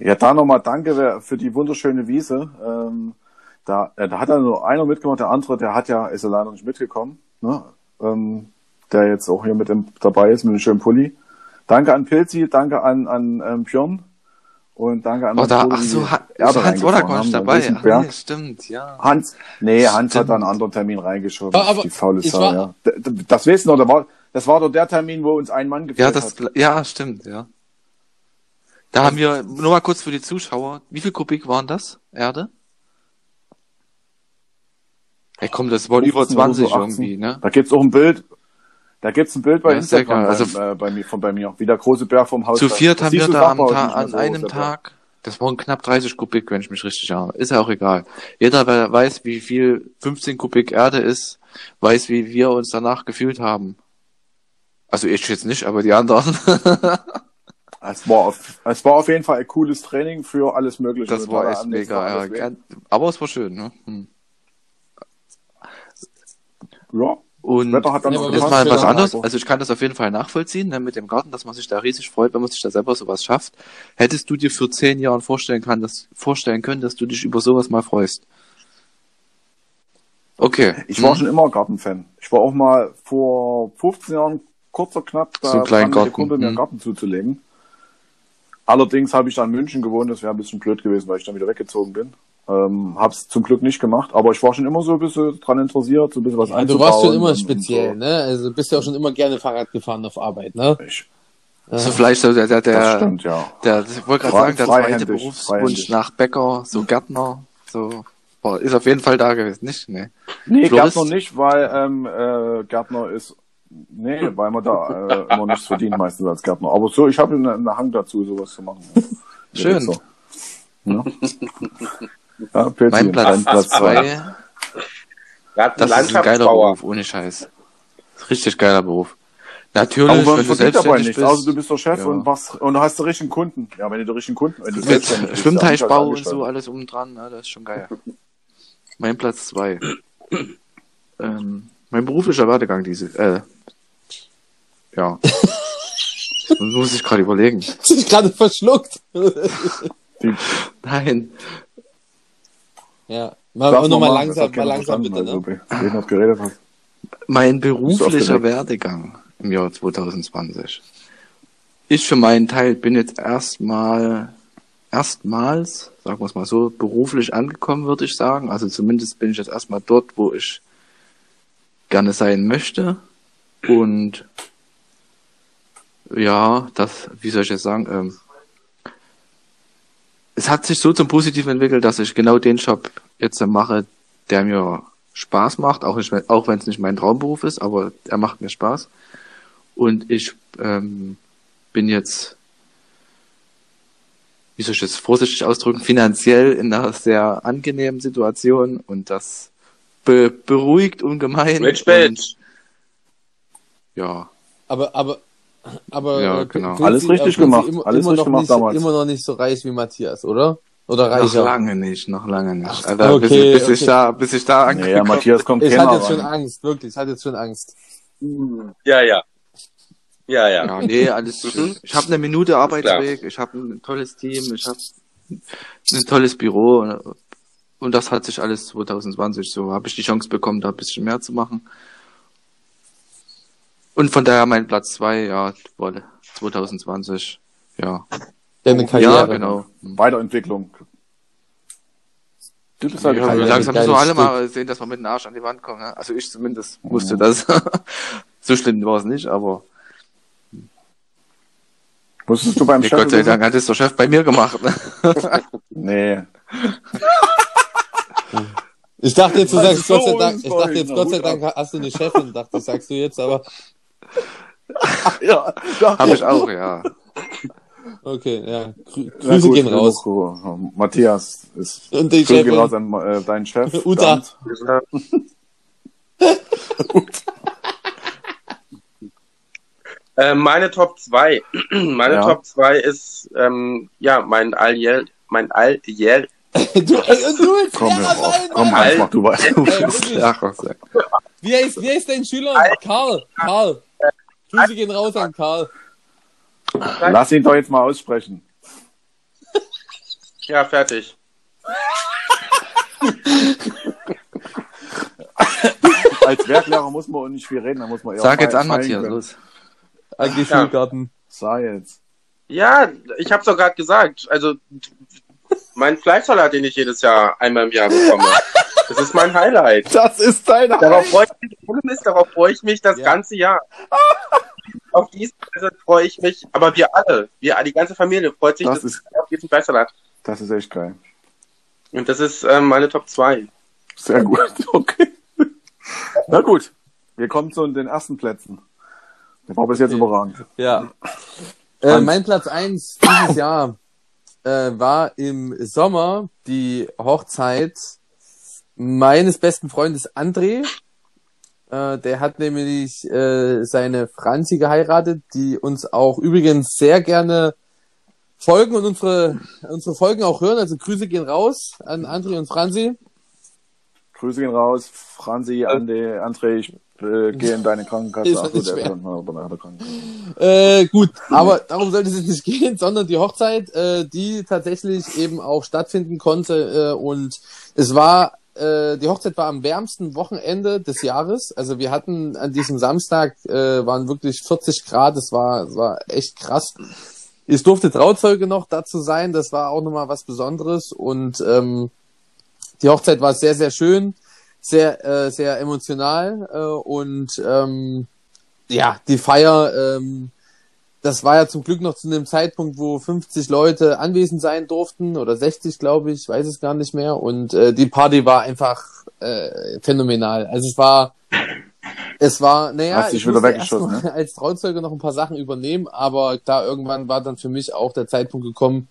S2: Ja, da nochmal danke wer- für die wunderschöne Wiese. Ähm, da, äh, da hat ja nur einer mitgemacht, der andere, der hat ja, ist ja leider nicht mitgekommen, ne? ähm, der jetzt auch hier mit dem, dabei ist, mit dem schönen Pulli. Danke an Pilzi, danke an, an ähm, Björn und danke an
S4: Oh, da,
S2: Bruder,
S4: ach
S2: die
S4: so, Ha-
S2: Erde
S4: so Hans Wodak war
S2: reingefahren
S4: nicht
S2: haben,
S4: dabei.
S2: den
S4: Ach, nee,
S2: Berg.
S4: stimmt, ja.
S2: Hans, nee, Hans hat
S4: Stimmt.
S2: da einen anderen Termin reingeschoben.
S1: Ja, aber
S2: die faule
S1: ich
S2: Sau,
S1: war-
S2: ja. D- d- Das weißt du noch, da war, das war doch der Termin, wo uns ein Mann gefehlt
S4: Ja,
S2: hat. Also
S4: das, ja, stimmt, ja. Da haben wir, nur mal kurz für die Zuschauer, wie viel Kubik waren das? Erde? Ey, komm, das waren über
S2: 15 oder
S4: 20
S2: so, 18.
S4: irgendwie, ne?
S2: Da gibt's auch ein Bild. Da gibt's ein Bild bei
S4: Ja, ist ja
S2: Instagram
S4: klar. Also-
S2: bei, äh, bei mir, von bei mir, wie der große Bär vom Haus.
S4: Zu
S2: stand.
S4: viert
S2: Das
S4: haben
S2: siehst du
S4: wir da am
S2: Sachbau
S4: Ta
S2: nicht mehr
S4: an
S2: so,
S4: einem
S2: der Bär.
S4: Tag, das waren knapp 30 Kubik, wenn ich mich richtig erinnere. Ist ja auch egal. Jeder, wer weiß, wie viel 15 Kubik Erde ist, weiß, wie wir uns danach gefühlt haben. Also ich jetzt nicht, aber die anderen. (laughs)
S2: Es war, auf, es war auf jeden Fall ein cooles Training für alles Mögliche.
S4: Das
S2: Wir
S4: war
S2: waren
S4: echt
S2: am nächsten
S4: mega,
S2: Tag
S4: ja.
S2: alles weg.
S4: Ganz- Aber es war schön, ne? Hm.
S2: ja.
S4: Und
S2: Wetter hat dann
S1: Ja,
S2: noch
S1: aber
S2: genau.
S4: jetzt
S1: gepasst
S4: mal
S1: für
S4: was
S1: den
S4: anderes. Also ich kann das auf jeden Fall nachvollziehen, ne, mit dem Garten, dass man sich da riesig freut, wenn man sich da selber sowas schafft. Hättest du dir für zehn Jahren vorstellen, kann, dass, vorstellen können, dass du dich über sowas mal freust? Okay.
S2: Ich war
S4: Hm.
S2: schon immer Gartenfan. Ich war auch mal vor 15 Jahren kurzer knapp
S4: So einen
S2: da dran,
S4: kleinen
S2: mit
S4: Garten,
S2: dem Kumpel mir einen
S4: hm.
S2: Garten zuzulegen. Allerdings habe ich dann in München gewohnt, das wäre ein bisschen blöd gewesen, weil ich dann wieder weggezogen bin. Ähm, hab's zum Glück nicht gemacht, aber ich war schon immer so ein bisschen dran interessiert, so ein bisschen was
S1: Ja, Also, du warst schon
S2: anzubauen und-
S1: immer
S2: und
S1: speziell,
S2: so.
S1: ne? Also bist ja auch schon immer gerne Fahrrad gefahren auf Arbeit, ne? (laughs)
S2: Ich,
S4: so Also vielleicht so der, der,
S2: das
S4: der,
S2: stimmt, ja.
S4: der ich wollte
S2: Frei-
S4: gerade sagen, der zweite
S2: freihändig,
S4: Berufswunsch
S2: freihändig.
S4: nach Bäcker, so Gärtner, so, boah, ist auf jeden Fall da gewesen, nicht? Nee.
S2: Nee,
S4: Florist?
S2: Gärtner nicht, weil ähm, äh, Gärtner ist. Nee, weil man da äh, immer nichts verdient meistens als Gärtner. Aber so, ich habe einen, einen Hang dazu, sowas zu machen. Ja,
S4: (laughs) Schön.
S2: ist so. Ja, ja Pilzi,
S4: Mein Platz
S2: dein Platz zwei.
S4: zwei.
S3: Garten-
S4: Das ist ein geiler
S3: Landschaftsbauer.
S4: Beruf, ohne Scheiß. Richtig geiler Beruf. Natürlich,
S2: Aber man
S4: wenn du
S2: verdient dabei
S4: selbstständig
S2: nichts.
S4: bist.
S2: Außer du bist der Chef
S4: Ja.
S2: und, machst, und hast den richtigen Kunden. Ja, wenn du den richtigen Kunden. Wenn du
S4: mit
S2: selbstständig bist, ja, nicht
S4: Schwimmteichbau und
S2: als
S4: so,
S2: Angestellter.
S4: alles um dran, ne, das ist schon geil. mein Platz zwei. (clears throat) ähm, mein beruflicher Werdegang diese, äh, (laughs) ja. Das muss ich gerade überlegen.
S1: Hast du dich gerade verschluckt? (laughs)
S4: Nein.
S1: ja. Mal,
S2: Darf
S1: auch
S2: man
S1: nochmal
S2: machen,
S1: langsam,
S2: das hat
S1: mal
S2: keiner
S1: langsam
S2: verstanden,
S1: bitte, ne?
S2: weil du Reden hat geredet hast.
S1: (laughs)
S4: Mein
S2: Bist du
S4: beruflicher
S2: aufgeregt?
S4: Werdegang im Jahr 2020. Ich für meinen Teil bin jetzt erstmal, erstmals, sagen wir es mal so, beruflich angekommen, würde ich sagen. Also zumindest bin ich jetzt erstmal dort, wo ich gerne sein möchte. Und ja, das, wie soll ich jetzt sagen, ähm, es hat sich so zum Positiven entwickelt, dass ich genau den Job jetzt mache, der mir Spaß macht, auch, nicht, wenn- auch wenn es nicht mein Traumberuf ist, aber er macht mir Spaß. Und ich ähm, bin jetzt, wie soll ich das vorsichtig ausdrücken, finanziell in einer sehr angenehmen Situation und das be beruhigt ungemein.
S3: Mensch,
S4: Und,
S3: Mensch.
S4: ja,
S1: Aber, aber, aber,
S4: Ja,
S1: äh, Pilzi-
S4: genau.
S2: also. Alles
S1: aber
S2: richtig
S1: Pilzi
S2: gemacht,
S1: Immer,
S2: alles
S1: immer
S2: richtig
S1: noch
S2: gemacht
S1: nicht,
S2: damals.
S1: Immer noch nicht so reich wie Matthias, oder? Oder
S4: noch
S1: reicher?
S4: lange nicht, noch lange nicht. Alter, bis,
S1: okay,
S4: bis ich
S1: okay.
S4: da, bis ich da
S2: Nee, ja,
S4: angekommen
S2: Matthias kommt
S1: ich
S2: keiner
S1: hatte jetzt schon
S2: ran.
S1: Angst, wirklich, ich hatte jetzt schon Angst.
S3: Ja, ja. Ja, ja.
S4: Ja, nee, alles schön. Ich habe eine Minute Arbeitsweg,
S3: Klar.
S4: ich habe ein tolles Team, ich habe ein tolles Büro und- und das hat sich alles 2020 so habe ich die Chance bekommen, da ein bisschen mehr zu machen. Und von daher mein Platz zwei, ja, Wolle, 2020. Ja.
S1: Deine Karriere.
S4: Ja, genau.
S2: Weiterentwicklung. Du bist halt
S4: Ja,
S1: Karriere,
S4: langsam müssen wir
S1: geiles
S4: alle
S1: Stück.
S4: mal sehen, dass wir mit dem Arsch an die Wand kommen. Ne? Also ich zumindest (laughs) musste das. so schlimm war es nicht, aber
S2: Musstest du beim
S4: Nee,
S2: Chef...
S4: Gott sei
S2: wissen?
S4: Dank hat es der Chef bei mir gemacht. ne? (laughs)
S2: Nee.
S1: Ich dachte jetzt, du
S2: Also
S1: sagst
S2: so
S1: Gott sei Dank, ich dachte
S2: unfreundlich,
S1: jetzt,
S2: na,
S1: Gott sei
S2: Hut
S1: Dank hast du eine Chefin, dachte ich, sagst du jetzt, aber
S2: Ja, da
S4: Habe ich auch, ja.
S1: okay, ja. Grü
S2: Na
S1: Grüße
S2: gut,
S1: gehen
S2: Grüße
S1: raus.
S2: gehen- Matthias ist
S1: Und die
S2: Grüße gehen
S1: Chefin.
S2: raus an äh, deinen Chef.
S4: (laughs)
S1: Uta.
S2: Bernd.
S3: Äh, meine Top 2. (clears throat) meine
S2: Ja.
S3: Top 2 ist ähm, ja mein alljähr mein alljähr
S1: (laughs) Du, ey, und du willst
S2: Komm, hör
S1: Lehrer
S2: auf.
S1: sein,
S2: Komm,
S1: Mann.
S2: Hans, mach du
S4: (laughs)
S2: weiter. (laughs)
S1: wirklich.
S4: Ach, Gott sei Dank.
S1: Wie heißt, wie heißt dein Schüler? Karl, Karl. Grüße gehen raus an Karl.
S2: Lass ihn doch jetzt mal aussprechen.
S3: ja fertig.
S2: Als Werklehrer muss man auch nicht viel reden, da muss man eher
S4: Sag jetzt
S2: fe-
S4: an,
S2: feilen
S4: Matthias,
S2: können.
S4: los.
S1: AG
S3: Ja.
S1: Schulgarten.
S2: Sag jetzt.
S3: Ja, ich habe doch gerade gesagt. Also mein Fleischsalat, den ich jedes Jahr einmal im Jahr
S4: (laughs)
S3: bekomme. Das ist mein Highlight.
S2: Das ist deine
S3: Darauf freue ich mich, ohne Mist, darauf freue ich mich das
S1: Ja.
S3: ganze Jahr. Auf diese Weise freue ich mich, aber wir alle, wir, die ganze Familie freut sich
S2: Das
S3: dass-
S2: ist-
S3: auf diesen Fleischsalat.
S2: Das ist echt geil.
S3: Und das ist ähm, meine Top 2.
S2: Sehr gut. (laughs) Okay. Na gut. Wir kommen zu den ersten Plätzen. Der war bis jetzt
S1: Okay.
S2: überragend.
S1: Ja. Äh,
S2: Und-
S1: mein Platz eins dieses Jahr äh, war im Sommer die Hochzeit meines besten Freundes André. Äh, der hat nämlich äh, seine Franzi geheiratet, die uns auch übrigens sehr gerne folgen und unsere, unsere Folgen auch hören. Also Grüße gehen raus an André und Franzi.
S2: Grüße gehen raus. Franzi, Ande, André, ich äh, gehe in deine Krankenkasse.
S1: Ist
S2: Ach,
S1: doch
S2: so,
S1: nicht
S2: der
S1: schwer.
S2: ist schon mal bei der Krankenkasse.
S1: Äh, gut, aber darum sollte es jetzt nicht gehen, (laughs) sondern die Hochzeit, äh, die tatsächlich eben auch stattfinden konnte. Äh, und es war, äh, die Hochzeit war am wärmsten Wochenende des Jahres. Also wir hatten an diesem Samstag, äh, waren wirklich 40 Grad, es war, es war echt krass. Ich durfte Trauzeuge noch dazu sein, das war auch nochmal was Besonderes. Und ähm, die Hochzeit war sehr, sehr schön, sehr, äh, sehr emotional äh, und ähm, ja, die Feier, ähm, das war ja zum Glück noch zu einem Zeitpunkt, wo 50 Leute anwesend sein durften oder 60, glaube ich, weiß es gar nicht mehr. Und äh, die Party war einfach äh, phänomenal. Also es war, es war, naja,
S2: Hast dich
S1: ich
S2: wieder
S1: musste
S2: weggeschossen, ne?
S1: erst mal (laughs) als Trauzeuge noch ein paar Sachen übernehmen, aber da irgendwann war dann für mich auch der Zeitpunkt gekommen,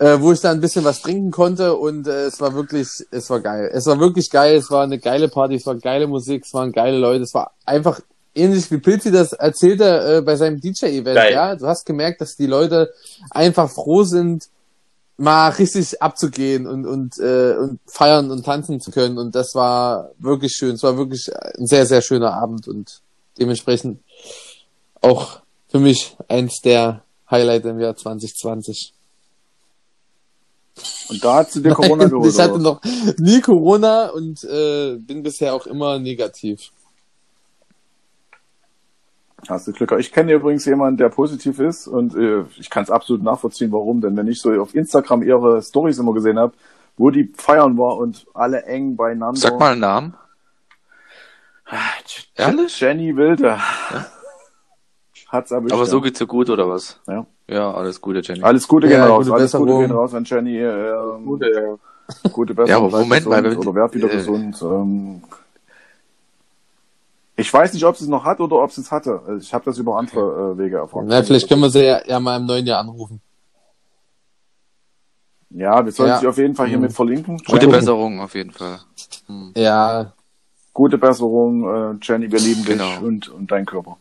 S1: äh, wo ich da ein bisschen was trinken konnte und äh, es war wirklich, es war geil. Es war wirklich geil, es war eine geile Party, es war geile Musik, es waren geile Leute, es war einfach ähnlich wie Pilzi das erzählte äh, bei seinem DJ-Event,
S3: Geil.
S1: ja. Du hast gemerkt, dass die Leute einfach froh sind, mal richtig abzugehen und, und, äh, und feiern und tanzen zu können und das war wirklich schön. Es war wirklich ein sehr, sehr schöner Abend und dementsprechend auch für mich eins der Highlight im Jahr 2020.
S2: Und da hat sie dir Corona geholt.
S1: ich hatte
S2: oder?
S1: noch nie Corona und äh, bin bisher auch immer negativ.
S2: Hast du Glück. Ich kenne übrigens jemanden, der positiv ist und äh, ich kann es absolut nachvollziehen, warum. Denn wenn ich so auf Instagram ihre Stories immer gesehen habe, wo die feiern war und alle eng beieinander.
S4: Sag mal einen Namen. Ehrlich?
S2: Jenny Wilde. Hat's erwischt.
S4: Aber so
S2: ja.
S4: geht's dir gut, oder was?
S2: Ja. Also,
S4: Ja, alles Gute, Jenny.
S2: Alles Gute
S1: Ja,
S2: gehen raus.
S1: gute
S2: Alles Gute
S1: Besserung.
S2: gehen raus an Jenny. Ähm,
S3: Gute, äh, ja.
S2: Gute Besserung.
S4: Ja, aber
S2: bleib
S4: Moment mal,
S2: gesund,
S4: wenn-
S2: Oder werd wieder
S4: äh,
S2: gesund. Ähm, ich weiß nicht, ob sie es noch hat oder ob sie es hatte. Also, Ich habe das über andere äh, Wege erfahren.
S1: Na, vielleicht können wir sie ja, ja mal im neuen Jahr anrufen.
S2: Ja, wir sollen
S1: Ja. Mhm.
S2: sie auf jeden Fall hiermit verlinken.
S4: Gute
S2: Jenny.
S4: Besserung auf jeden Fall.
S1: Ja,
S2: Gute Besserung, äh, Jenny, wir lieben dich
S4: Genau.
S2: und, und dein Körper.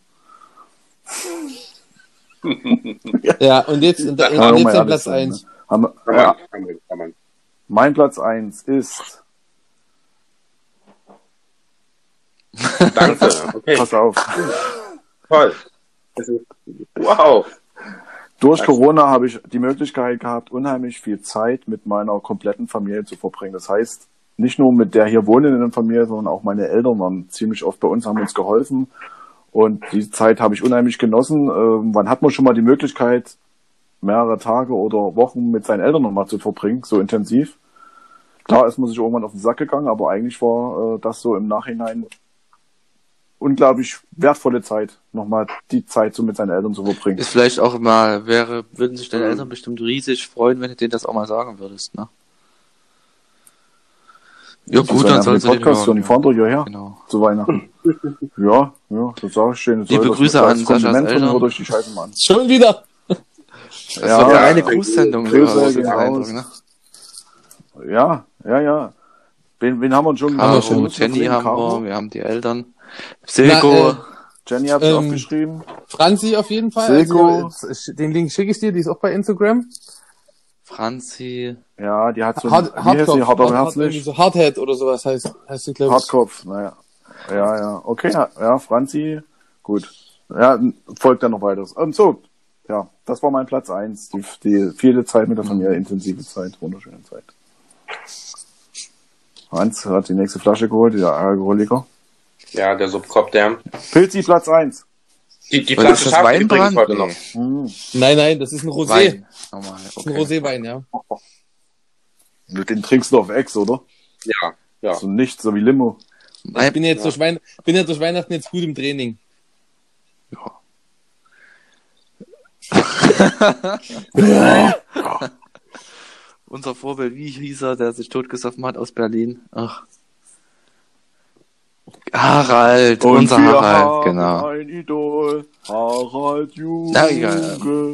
S1: ja, und jetzt, und, und jetzt
S2: Kann man
S3: Ja,
S2: mal
S1: der
S2: ehrlich
S1: Genau, Platz
S2: sein,
S1: eins.
S2: ne? Haben,
S3: Kann
S2: wir-
S3: man,
S2: ja,
S3: kann man, kann man.
S2: mein Platz eins ist, (laughs)
S3: Danke. Okay,
S2: pass auf,
S3: toll. Das ist- Wow.
S2: durch Corona habe ich die Möglichkeit gehabt, unheimlich viel Zeit mit meiner kompletten Familie zu verbringen. Das heißt, nicht nur mit der hier wohnenden Familie, sondern auch meine Eltern waren ziemlich oft bei uns, haben uns geholfen. Und die Zeit habe ich unheimlich genossen. Ähm, wann hat man schon mal die Möglichkeit, mehrere Tage oder Wochen mit seinen Eltern nochmal zu verbringen, so intensiv? Klar ist man sich irgendwann auf den Sack gegangen, aber eigentlich war äh, das so im Nachhinein unglaublich wertvolle Zeit, nochmal die Zeit so mit seinen Eltern zu verbringen.
S4: Ist vielleicht auch mal, wäre, würden sich deine
S2: Mhm.
S4: Eltern bestimmt riesig freuen, wenn du denen das auch mal sagen würdest, ne? Ja,
S2: Die
S4: gut,
S2: sollen
S4: dann
S2: einfach
S4: sollen sie
S2: den Podcast hören.
S4: hören,
S2: Die fahren doch hierher
S4: Genau.
S2: zu Weihnachten. ja, ja, das sage ich denen.
S4: Liebe Grüße an Saschas Eltern.
S2: Hört euch die Scheiße mal an.
S1: Schon wieder.
S4: Das ist doch eine
S2: Ja,
S4: reine
S2: ja.
S4: Grußsendung.
S2: Grüße
S4: oder was,
S2: gehen
S4: der
S2: raus.
S4: Eindruck, ne?
S2: Ja, ja, ja. Wen, wen haben wir schon?
S1: wir
S2: gemacht?
S1: schon.
S4: Caro, Jenny haben wir, wir haben die Eltern.
S1: Na,
S4: Silko,
S1: äh,
S2: Jenny hat es
S1: Ähm,
S2: aufgeschrieben.
S1: Franzi auf jeden Fall.
S2: Silko.
S1: Also, den Link schicke ich dir, die ist auch bei Instagram.
S4: Franzi,
S2: Ja, die hat so ein,
S1: Hard,
S2: wie heißt die? Hard, aber herzlich.
S1: so Hardhead oder sowas heißt, heißt die, glaube ich.
S2: Hardkopf, naja. Ja, ja. Okay, ja, ja, Franzi, gut. Ja, folgt dann noch weiteres. Ähm, so, ja, das war mein Platz eins. Die, die viele Zeit mit der
S4: Mhm.
S2: Familie, intensive Zeit, wunderschöne Zeit. Hans hat die nächste Flasche geholt, der Alkoholiker.
S3: Ja, der Subkopf, der.
S2: Pilzi, Platz eins.
S3: Die, die
S4: Was ist
S3: Flasche
S4: das,
S3: schafft ihr übrigens
S4: Weinbrand?
S3: heute
S4: Nee.
S3: noch.
S2: Hm.
S1: Nein, nein, das ist ein Rosé.
S4: Wein. Nochmal,
S1: Das ist ein
S4: okay.
S1: Roséwein, ja.
S2: Den trinkst du auf Ex, oder?
S3: Ja, ja.
S2: So nicht, so wie Limo.
S1: Ich bin
S4: Nein,
S1: jetzt, durch, Wein bin jetzt durch Weihnachten jetzt gut im Training.
S4: unser Vorbild, wie hieß er, der sich totgesoffen hat aus Berlin? Ach. Harald, unser
S2: wir
S4: Harald,
S2: haben
S4: genau.
S2: Ein Idol, Harald Junke.
S4: Na, egal.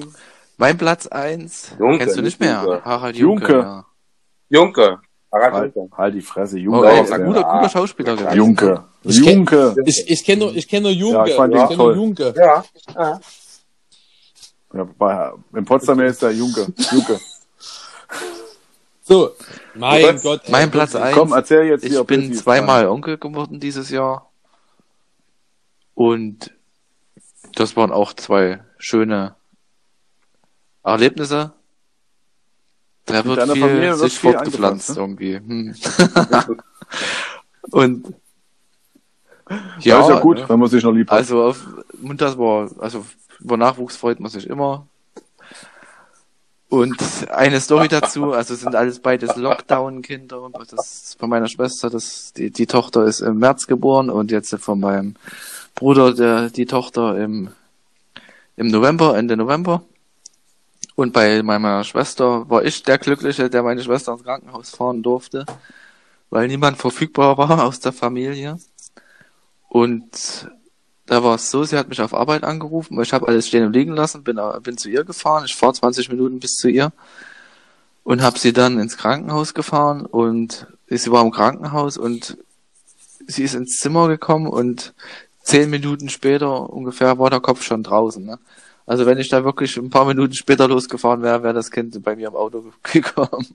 S4: Mein Platz eins
S3: Junke,
S4: kennst du nicht
S3: nicht
S4: mehr.
S3: Junke.
S4: Harald Junke.
S2: Junke.
S4: Ja.
S3: Junke.
S2: Halt,
S3: Junke.
S2: halt die Fresse,
S4: Oh,
S2: Junke.
S4: ey,
S2: ist
S4: ist ein
S2: der.
S4: guter,
S3: Ja.
S4: guter Schauspieler gewesen.
S2: Junke.
S1: Ich kenn-
S2: Junke.
S1: Ich, ich kenne nur, ich kenn nur Junge.
S2: Ja, ich fand den
S1: kenn nur
S2: toll.
S1: Junge.
S3: Ja. ja.
S2: Ja, bei, in Potsdam ist der Junke.
S4: (laughs)
S2: Junke.
S1: So. Mein
S3: Platz-
S1: Gott. ey.
S4: Mein Platz eins
S2: Komm, erzähl jetzt hier.
S4: Ich bin
S2: Pilzi.
S4: zweimal Onkel geworden dieses Jahr. Und das waren auch zwei schöne Erlebnisse. Da wird
S2: deiner
S4: viel
S2: Familie wird
S4: sich
S2: viel ne?
S4: fortgepflanzt
S2: angepflanzt,
S4: irgendwie.
S2: (laughs)
S4: Hm. Und
S2: Ja,
S4: ja,
S2: ist ja gut,
S4: ne?
S2: wenn man sich noch lieb hat.
S4: also auf, und das war, also über Nachwuchs freut man sich immer. Und eine Story dazu, also es sind alles beides Lockdown-Kinder. Das von meiner Schwester, das, die, die Tochter ist im März geboren und jetzt von meinem Bruder, der, die Tochter im, im November, Ende November. Und bei meiner Schwester war ich der Glückliche, der meine Schwester ins Krankenhaus fahren durfte, weil niemand verfügbar war aus der Familie. Und da war es so, sie hat mich auf Arbeit angerufen, weil ich habe alles stehen und liegen lassen, bin, bin zu ihr gefahren, ich fahre 20 Minuten bis zu ihr und habe sie dann ins Krankenhaus gefahren und sie war im Krankenhaus und sie ist ins Zimmer gekommen und zehn Minuten später ungefähr war der Kopf schon draußen. Ne? Also wenn ich da wirklich ein paar Minuten später losgefahren wäre, wäre das Kind bei mir im Auto (laughs) gekommen.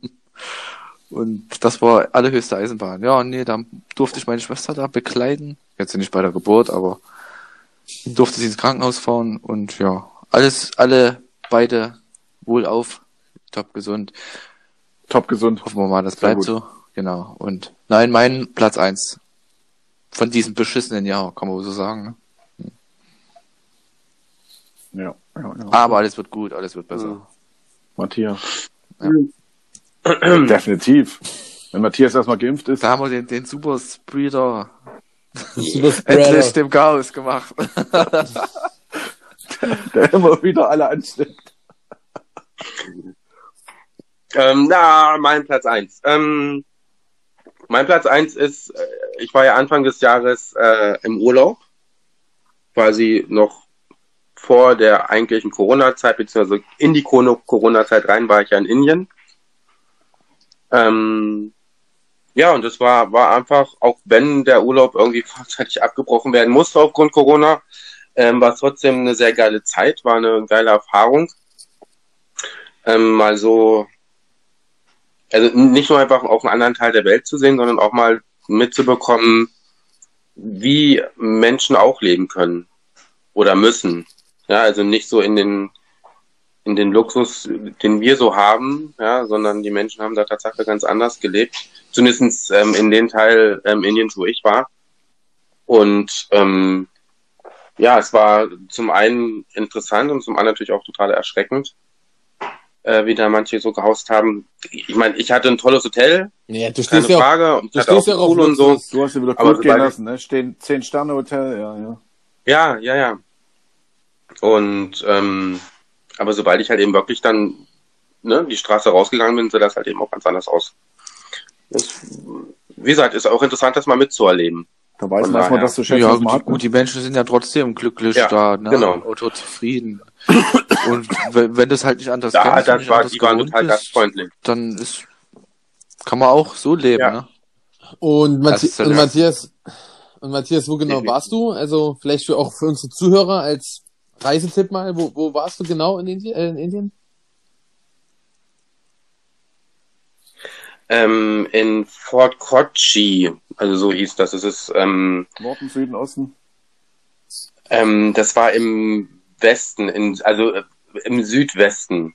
S4: Und das war allerhöchste Eisenbahn. Ja, nee, dann durfte ich meine Schwester da bekleiden. Jetzt nicht bei der Geburt, aber durfte sie ins Krankenhaus fahren und ja, alles, alle beide wohlauf, top gesund.
S2: Top gesund.
S4: Hoffen wir mal, das
S2: Sehr
S4: bleibt
S2: gut.
S4: so. Genau. Und nein, mein Platz eins von diesem beschissenen Jahr, kann man so sagen. Ne?
S2: Ja, ja, ja.
S4: Aber alles wird gut, alles wird besser.
S2: Matthias. Definitiv. Wenn Matthias erstmal geimpft ist,
S4: Da haben wir den, den Super Spreader
S1: Super
S4: endlich
S1: Spreader.
S4: dem
S3: (laughs)
S4: Chaos gemacht.
S2: der immer wieder alle ansteckt.
S3: Ähm, na, mein Platz eins. Ähm, mein Platz eins ist, äh, ich war ja Anfang des Jahres äh, im Urlaub, quasi noch vor der eigentlichen Corona-Zeit, beziehungsweise in die Corona- Corona-Zeit rein war ich ja in Indien. Ähm, ja, und das war, war einfach, auch wenn der Urlaub irgendwie (laughs) vorzeitig abgebrochen werden musste aufgrund Corona, ähm, war es trotzdem eine sehr geile Zeit, war eine geile Erfahrung. Ähm, mal so also nicht nur einfach auf einen anderen Teil der Welt zu sehen, sondern auch mal mitzubekommen, wie Menschen auch leben können oder müssen. Ja, also nicht so in den in den Luxus, den wir so haben, ja, sondern die Menschen haben da tatsächlich ganz anders gelebt. Zumindest ähm, in dem Teil ähm, Indiens, wo ich war. Und ähm, ja, es war zum einen interessant und zum anderen natürlich auch total erschreckend. äh, wie da manche so gehaust haben. Ich meine, ich hatte ein tolles Hotel,
S1: Ja, du
S3: keine
S1: stehst ja auch,
S3: Frage, und
S1: du
S3: hatte auch
S1: stehst ja auch
S3: cool und so.
S1: Luxus.
S2: Du hast dir wieder
S3: Aber
S2: gut gehen
S3: sobald ich-
S2: lassen, ne? Stehen zehn Sterne Hotel, ja, ja.
S3: Ja, ja, ja. Und ähm, aber sobald ich halt eben wirklich dann ne, die Straße rausgegangen bin, sah das halt eben auch ganz anders aus. Das, wie gesagt, ist auch interessant, das mal mitzuerleben.
S2: Da weiß
S3: Von
S2: man erstmal,
S3: daher.
S2: dass du schätzt,
S4: Ja,
S2: was man
S4: gut,
S2: hat.
S4: gut,
S2: Ne?
S4: die Menschen sind ja trotzdem glücklich
S3: Ja,
S4: da, ne?
S3: genau.
S4: Oder zufrieden. (coughs) Und wenn, wenn du es halt nicht anders
S3: Da,
S4: kennst, und
S3: das
S4: nicht
S3: war,
S4: anders
S3: die waren
S4: gewohnt
S3: total
S4: bist,
S3: gastfreundlich.
S4: dann ist, kann man auch so leben,
S3: Ja.
S4: ne?
S1: Und, Mathi
S4: Das ist so
S1: und
S4: der-
S1: Matthias, und Matthias, wo genau
S3: Definitiv.
S1: warst du? Also vielleicht für, auch für unsere Zuhörer als Reisetipp mal, wo, wo warst du genau in Indien? Äh, in Indien?
S3: Ähm, in Fort Kochi, also so hieß das. Es ist, ähm,
S2: Norden, Süden, Osten.
S3: ähm, das war im Westen, in, also äh, im Südwesten.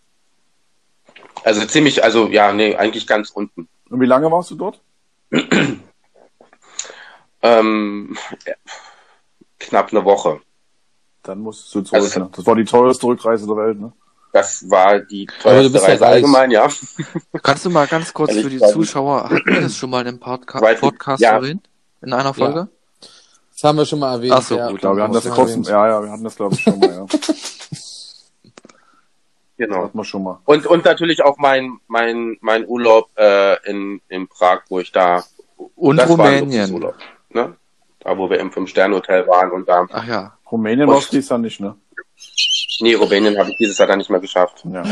S3: Also ziemlich, also ja, nee, eigentlich ganz unten.
S2: Und wie lange warst du dort?
S3: Ähm, ja, knapp eine Woche.
S2: Dann musstest du zurück.
S3: Also es-
S2: ne? Das war die teuerste Rückreise der Welt, ne?
S3: Das war die
S1: Aber du
S3: teuerste
S1: bist ja
S3: Reise
S1: reich.
S3: allgemein, ja. (laughs)
S4: Kannst du mal ganz kurz
S3: Also
S4: für
S3: ich
S4: die
S3: glaub-
S4: Zuschauer, hatten wir das schon mal im Podca
S3: Weil-
S4: Podcast
S3: ja.
S4: erwähnt? In einer Folge?
S1: Das haben wir schon mal erwähnt.
S4: Ach so,
S1: ja.
S4: gut.
S2: Ich glaube, wir hatten das
S1: Ja,
S2: trotzdem.
S1: sehen.
S2: Ja, ja, wir hatten das, glaube ich, schon
S4: (laughs)
S2: mal, ja.
S3: Genau.
S2: Hatten wir schon mal.
S3: Und, und natürlich auch mein, mein, mein Urlaub äh, in, in Prag, wo ich da.
S4: Und
S3: das war ein
S4: Rumänien.
S3: Luxusurlaub, ne? Da, wo wir im Fünf-Sterne-Hotel waren und da.
S4: Ach ja.
S2: Rumänien
S3: Und-
S2: warst du dies Jahr nicht, ne?
S3: Nee, Rumänien habe ich dieses Jahr dann nicht mehr geschafft.
S2: Ja.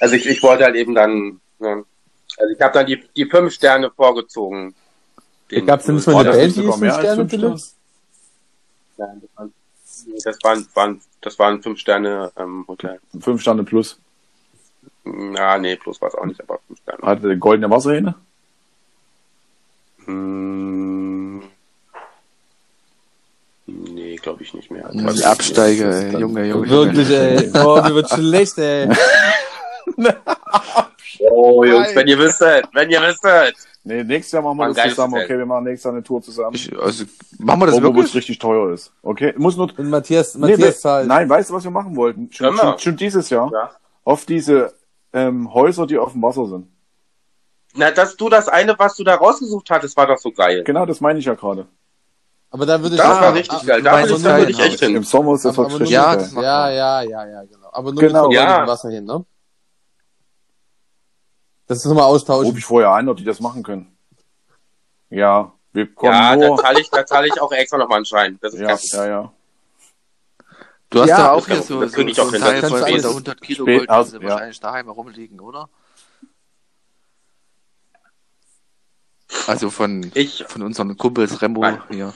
S3: Also ich, ich wollte halt eben dann. Ne? Also ich habe dann die, die Fünf-Sterne vorgezogen.
S1: Da gab es nicht mal
S2: War
S1: eine
S2: das
S1: Band,
S2: nicht
S1: die
S2: sogar
S1: hieß
S2: mehr
S1: fünf
S2: als
S1: Sterne,
S2: fünf Sterne?
S1: Philipp?
S3: Nein, Das waren, nee, das waren, waren, das waren Fünf-Sterne-Hotel.
S2: Fünf Sterne plus.
S3: ja, nee, plus war es auch nicht, aber Fünf-Sterne.
S2: Hatte eine goldene Wasserhähne?
S3: Hm. Nee, glaube Also ich nicht mehr.
S4: Die Absteiger,
S2: das ist
S4: ey.
S2: dann-
S4: Junge, Junge.
S1: Wirklich, ey. Oh, mir wird schlecht, ey.
S3: Oh, Jungs, wenn ihr wüsstet, wenn ihr wüsstet.
S2: Nee, nächstes Jahr machen wir
S3: War ein
S2: das
S3: geiles
S2: zusammen.
S3: Hotel.
S2: Okay, wir machen nächstes Jahr eine Tour zusammen.
S4: Ich, also, machen wir das
S2: Obwohl es
S4: wirklich?
S2: richtig teuer ist. Okay, muss nur.
S1: Und Matthias,
S2: Nee,
S1: Matthias halt.
S2: we-
S1: zahlt.
S2: nein, weißt du, was wir machen wollten? Schon,
S3: Können wir.
S2: schon, schon dieses Jahr.
S3: Ja.
S2: Auf diese ähm, Häuser, die auf dem Wasser sind.
S3: Na, dass du das eine, was du da rausgesucht hattest, war doch so geil.
S2: Genau, das meine ich ja gerade.
S1: Aber da würde ich
S3: Das
S1: sagen, ah,
S3: war richtig geil. Da
S4: meinst
S3: würde ich,
S4: du
S3: da würde ich
S4: Steinhaus?
S3: echt
S2: Im
S3: hin.
S2: Sommer ist das
S1: aber, aber
S2: wirklich
S1: nur mit,
S2: richtig
S4: Ja,
S1: ja,
S2: geil.
S4: das macht
S1: ja,
S4: man.
S1: ja, ja, ja, genau. Aber nur
S2: Genau.
S1: mit vergoldetem
S3: Ja.
S1: Wasser hin, ne? Das ist nochmal austauschen. (laughs)
S2: Ruf ich vorher an, ob die das machen können. Ja, wir kommen
S3: Ja, da
S2: nur.
S3: zahle ich, da zahle ich auch extra nochmal einen Schein. Das ist
S2: Ja,
S3: kein Problem.
S2: ja, ja.
S4: Du hast
S1: Ja,
S4: da auch
S3: das
S4: hier so,
S3: kann- das
S4: so,
S3: könnte ich
S4: so
S3: auch
S4: einen
S3: hin,
S4: Teil
S1: das
S4: von
S1: kannst du
S4: jeder
S1: alles
S4: 100 Kilo
S2: spät-
S4: Gold, also,
S2: ja.
S4: wahrscheinlich daheim herumliegen, oder? Also von,
S3: Ich,
S4: von unseren Kumpels Rembo
S3: Nein.
S4: hier.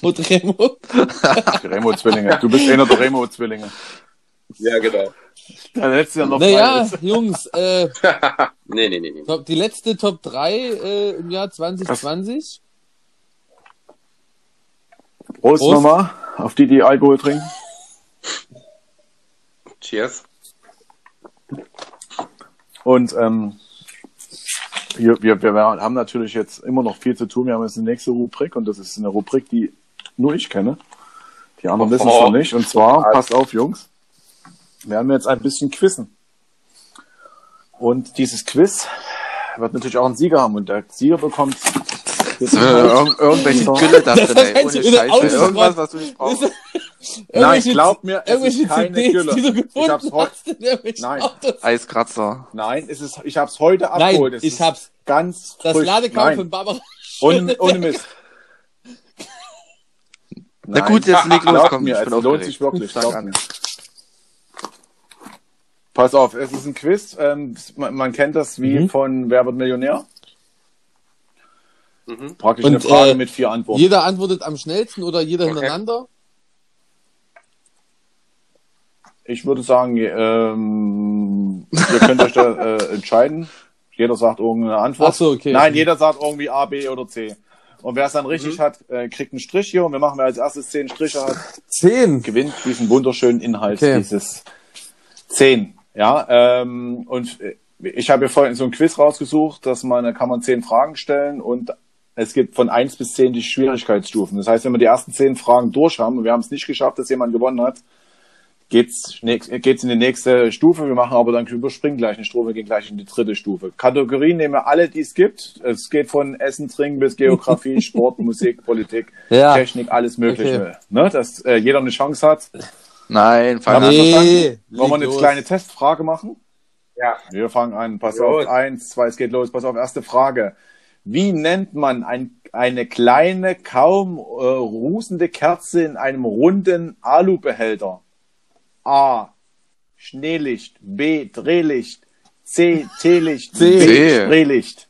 S1: Und Remo.
S2: Die Remo-Zwillinge. Du bist einer der Remo-Zwillinge.
S3: ja, genau.
S2: Der letzte Jahr noch
S1: Naja, Jungs, äh,
S3: nee, nee, nee, nee.
S1: Top, die letzte Top 3 äh, im Jahr 2020.
S2: Prost,
S1: Prost.
S2: nochmal. Auf die, die Alkohol trinken.
S3: Cheers.
S2: Und ähm, wir, wir, wir haben natürlich jetzt immer noch viel zu tun. Wir haben jetzt eine nächste Rubrik und das ist eine Rubrik, die nur ich kenne. Die anderen wissen es
S3: Oh.
S2: noch nicht. Und zwar, passt auf, Jungs, wir haben jetzt ein bisschen Quizzen. Und dieses Quiz wird natürlich auch einen Sieger haben und der Sieger bekommt
S4: Das
S3: Äh,
S4: sind irg irgendwelche
S2: So.
S4: Gülle da
S3: (laughs)
S4: drin, ey.
S1: kannst
S4: Ohne
S1: du wieder
S4: Scheiße.
S1: ausrotten.
S4: Irgendwas, was du nicht brauchst.
S2: Nein,
S1: Irgendwelche-
S2: glaub mir, es
S1: irgendwelche
S2: ist keine
S1: CDs,
S2: Gülle.
S1: die du gefunden
S2: Ich hab's heute-
S1: hast in irgendwelchen
S2: Nein.
S1: Autos.
S4: Eiskratzer.
S2: Nein, es ist, ich habe es heute
S1: Nein,
S2: abgeholt. es
S1: ich
S2: ist
S1: hab's.
S2: Ganz
S1: Das
S2: frisch.
S1: Ladekabel
S2: Nein.
S1: von Barbara. (laughs)
S2: Ohne, ohne Mist.
S4: Na gut, jetzt leg los,
S2: Glaubt
S4: komm,
S2: Ah, mir,
S4: ich
S2: es
S4: bin
S2: lohnt
S4: aufgeregt.
S2: sich wirklich.
S4: Fang
S2: Glaubt
S4: an.
S2: mir. Pass auf, es ist ein Quiz. Ähm, man, man kennt das wie
S1: Mhm.
S2: von Wer wird Millionär? Praktisch
S1: Und,
S2: eine Frage
S1: äh,
S2: mit vier Antworten.
S1: Jeder antwortet am schnellsten oder jeder
S3: Okay.
S1: hintereinander.
S2: Ich würde sagen, ähm, ihr könnt euch
S1: (laughs)
S2: da äh, entscheiden. Jeder sagt irgendeine Antwort.
S1: Ach so, okay.
S2: Nein,
S1: Mhm.
S2: jeder sagt irgendwie A, B oder C. Und wer es dann richtig hat, äh, kriegt einen Strich hier. Und wir machen, wer als erstes zehn Striche hat,
S1: Zehn.
S2: gewinnt diesen wunderschönen Inhalt
S1: Okay.
S2: dieses 10. Ja, ähm, und äh, ich habe hier vorhin so ein Quiz rausgesucht, dass man, da kann man zehn Fragen stellen und es gibt von 1 bis 10 die Schwierigkeitsstufen. Das heißt, wenn wir die ersten zehn Fragen durch haben und wir haben es nicht geschafft, dass jemand gewonnen hat, geht's, nächst, geht's in die nächste Stufe. Wir machen aber dann überspringen gleich eine Stufe, gehen gleich in die dritte Stufe. Kategorien nehmen wir alle, die es gibt. Es geht von Essen, Trinken
S1: (laughs)
S2: bis Geografie, Sport, Musik, Politik,
S1: Ja.
S2: Technik, alles Mögliche.
S1: Okay.
S2: Ne? Dass äh, jeder eine Chance hat.
S4: Nein, fang
S2: Ja,
S4: an.
S1: Nee,
S2: Wollen wir eine
S1: leg los.
S2: kleine Testfrage machen?
S3: Ja.
S2: Wir fangen an. Pass
S3: Jawohl.
S2: auf. Eins, zwei, es geht los. Pass auf. Erste Frage. Wie nennt man ein, eine kleine, kaum äh, rußende Kerze in einem runden Alubehälter? A. Schneelicht. B. Drehlicht. C. Teelicht.
S1: C.
S2: D.
S4: C.
S2: Spreelicht.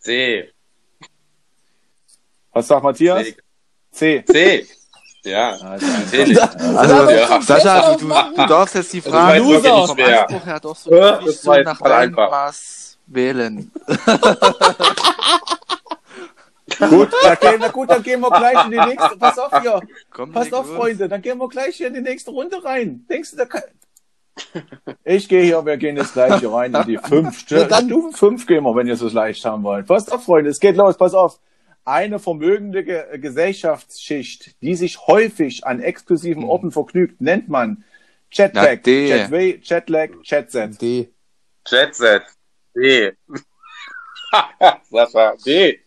S3: C.
S2: Was sagt Matthias?
S3: C.
S2: C.
S3: C. Ja.
S2: Also,
S3: C. nicht.
S4: Also,
S1: Sag doch
S4: ja.
S1: schon
S4: Sascha,
S1: besser
S4: du,
S1: machen.
S4: du darfst jetzt die
S3: Das war
S4: Frage
S3: jetzt
S1: wirklich
S4: vom
S3: schwer.
S4: Anspruch her doch so,
S3: Ja,
S4: wirklich
S3: das war
S4: so
S3: jetzt
S4: nach
S3: voll
S4: deinem
S3: einfach.
S4: Maß wählen.
S2: gut, dann gehen, na gut, dann gehen wir gleich
S4: (laughs)
S2: in die nächste. Pass auf hier.
S4: Komm,
S2: Passt
S4: leg
S2: auf,
S4: los.
S2: Freunde, dann gehen wir gleich hier in die nächste Runde rein. Denkst du, da kann... Ich gehe hier, wir gehen jetzt gleich hier rein in die
S4: (laughs)
S2: fünfte.
S1: Na dann-
S2: Stufe fünf gehen wir, wenn ihr es so leicht haben wollt. Passt auf, Freunde, es geht los, pass auf. Eine vermögende Ge Gesellschaftsschicht, die sich häufig an exklusiven Orten vergnügt, nennt man
S4: Hm. Na,
S2: Jetpack,
S4: D.
S2: Jetway, Jetlag, Jetset.
S1: D.
S3: Jet Set. D. (laughs) Sascha. D.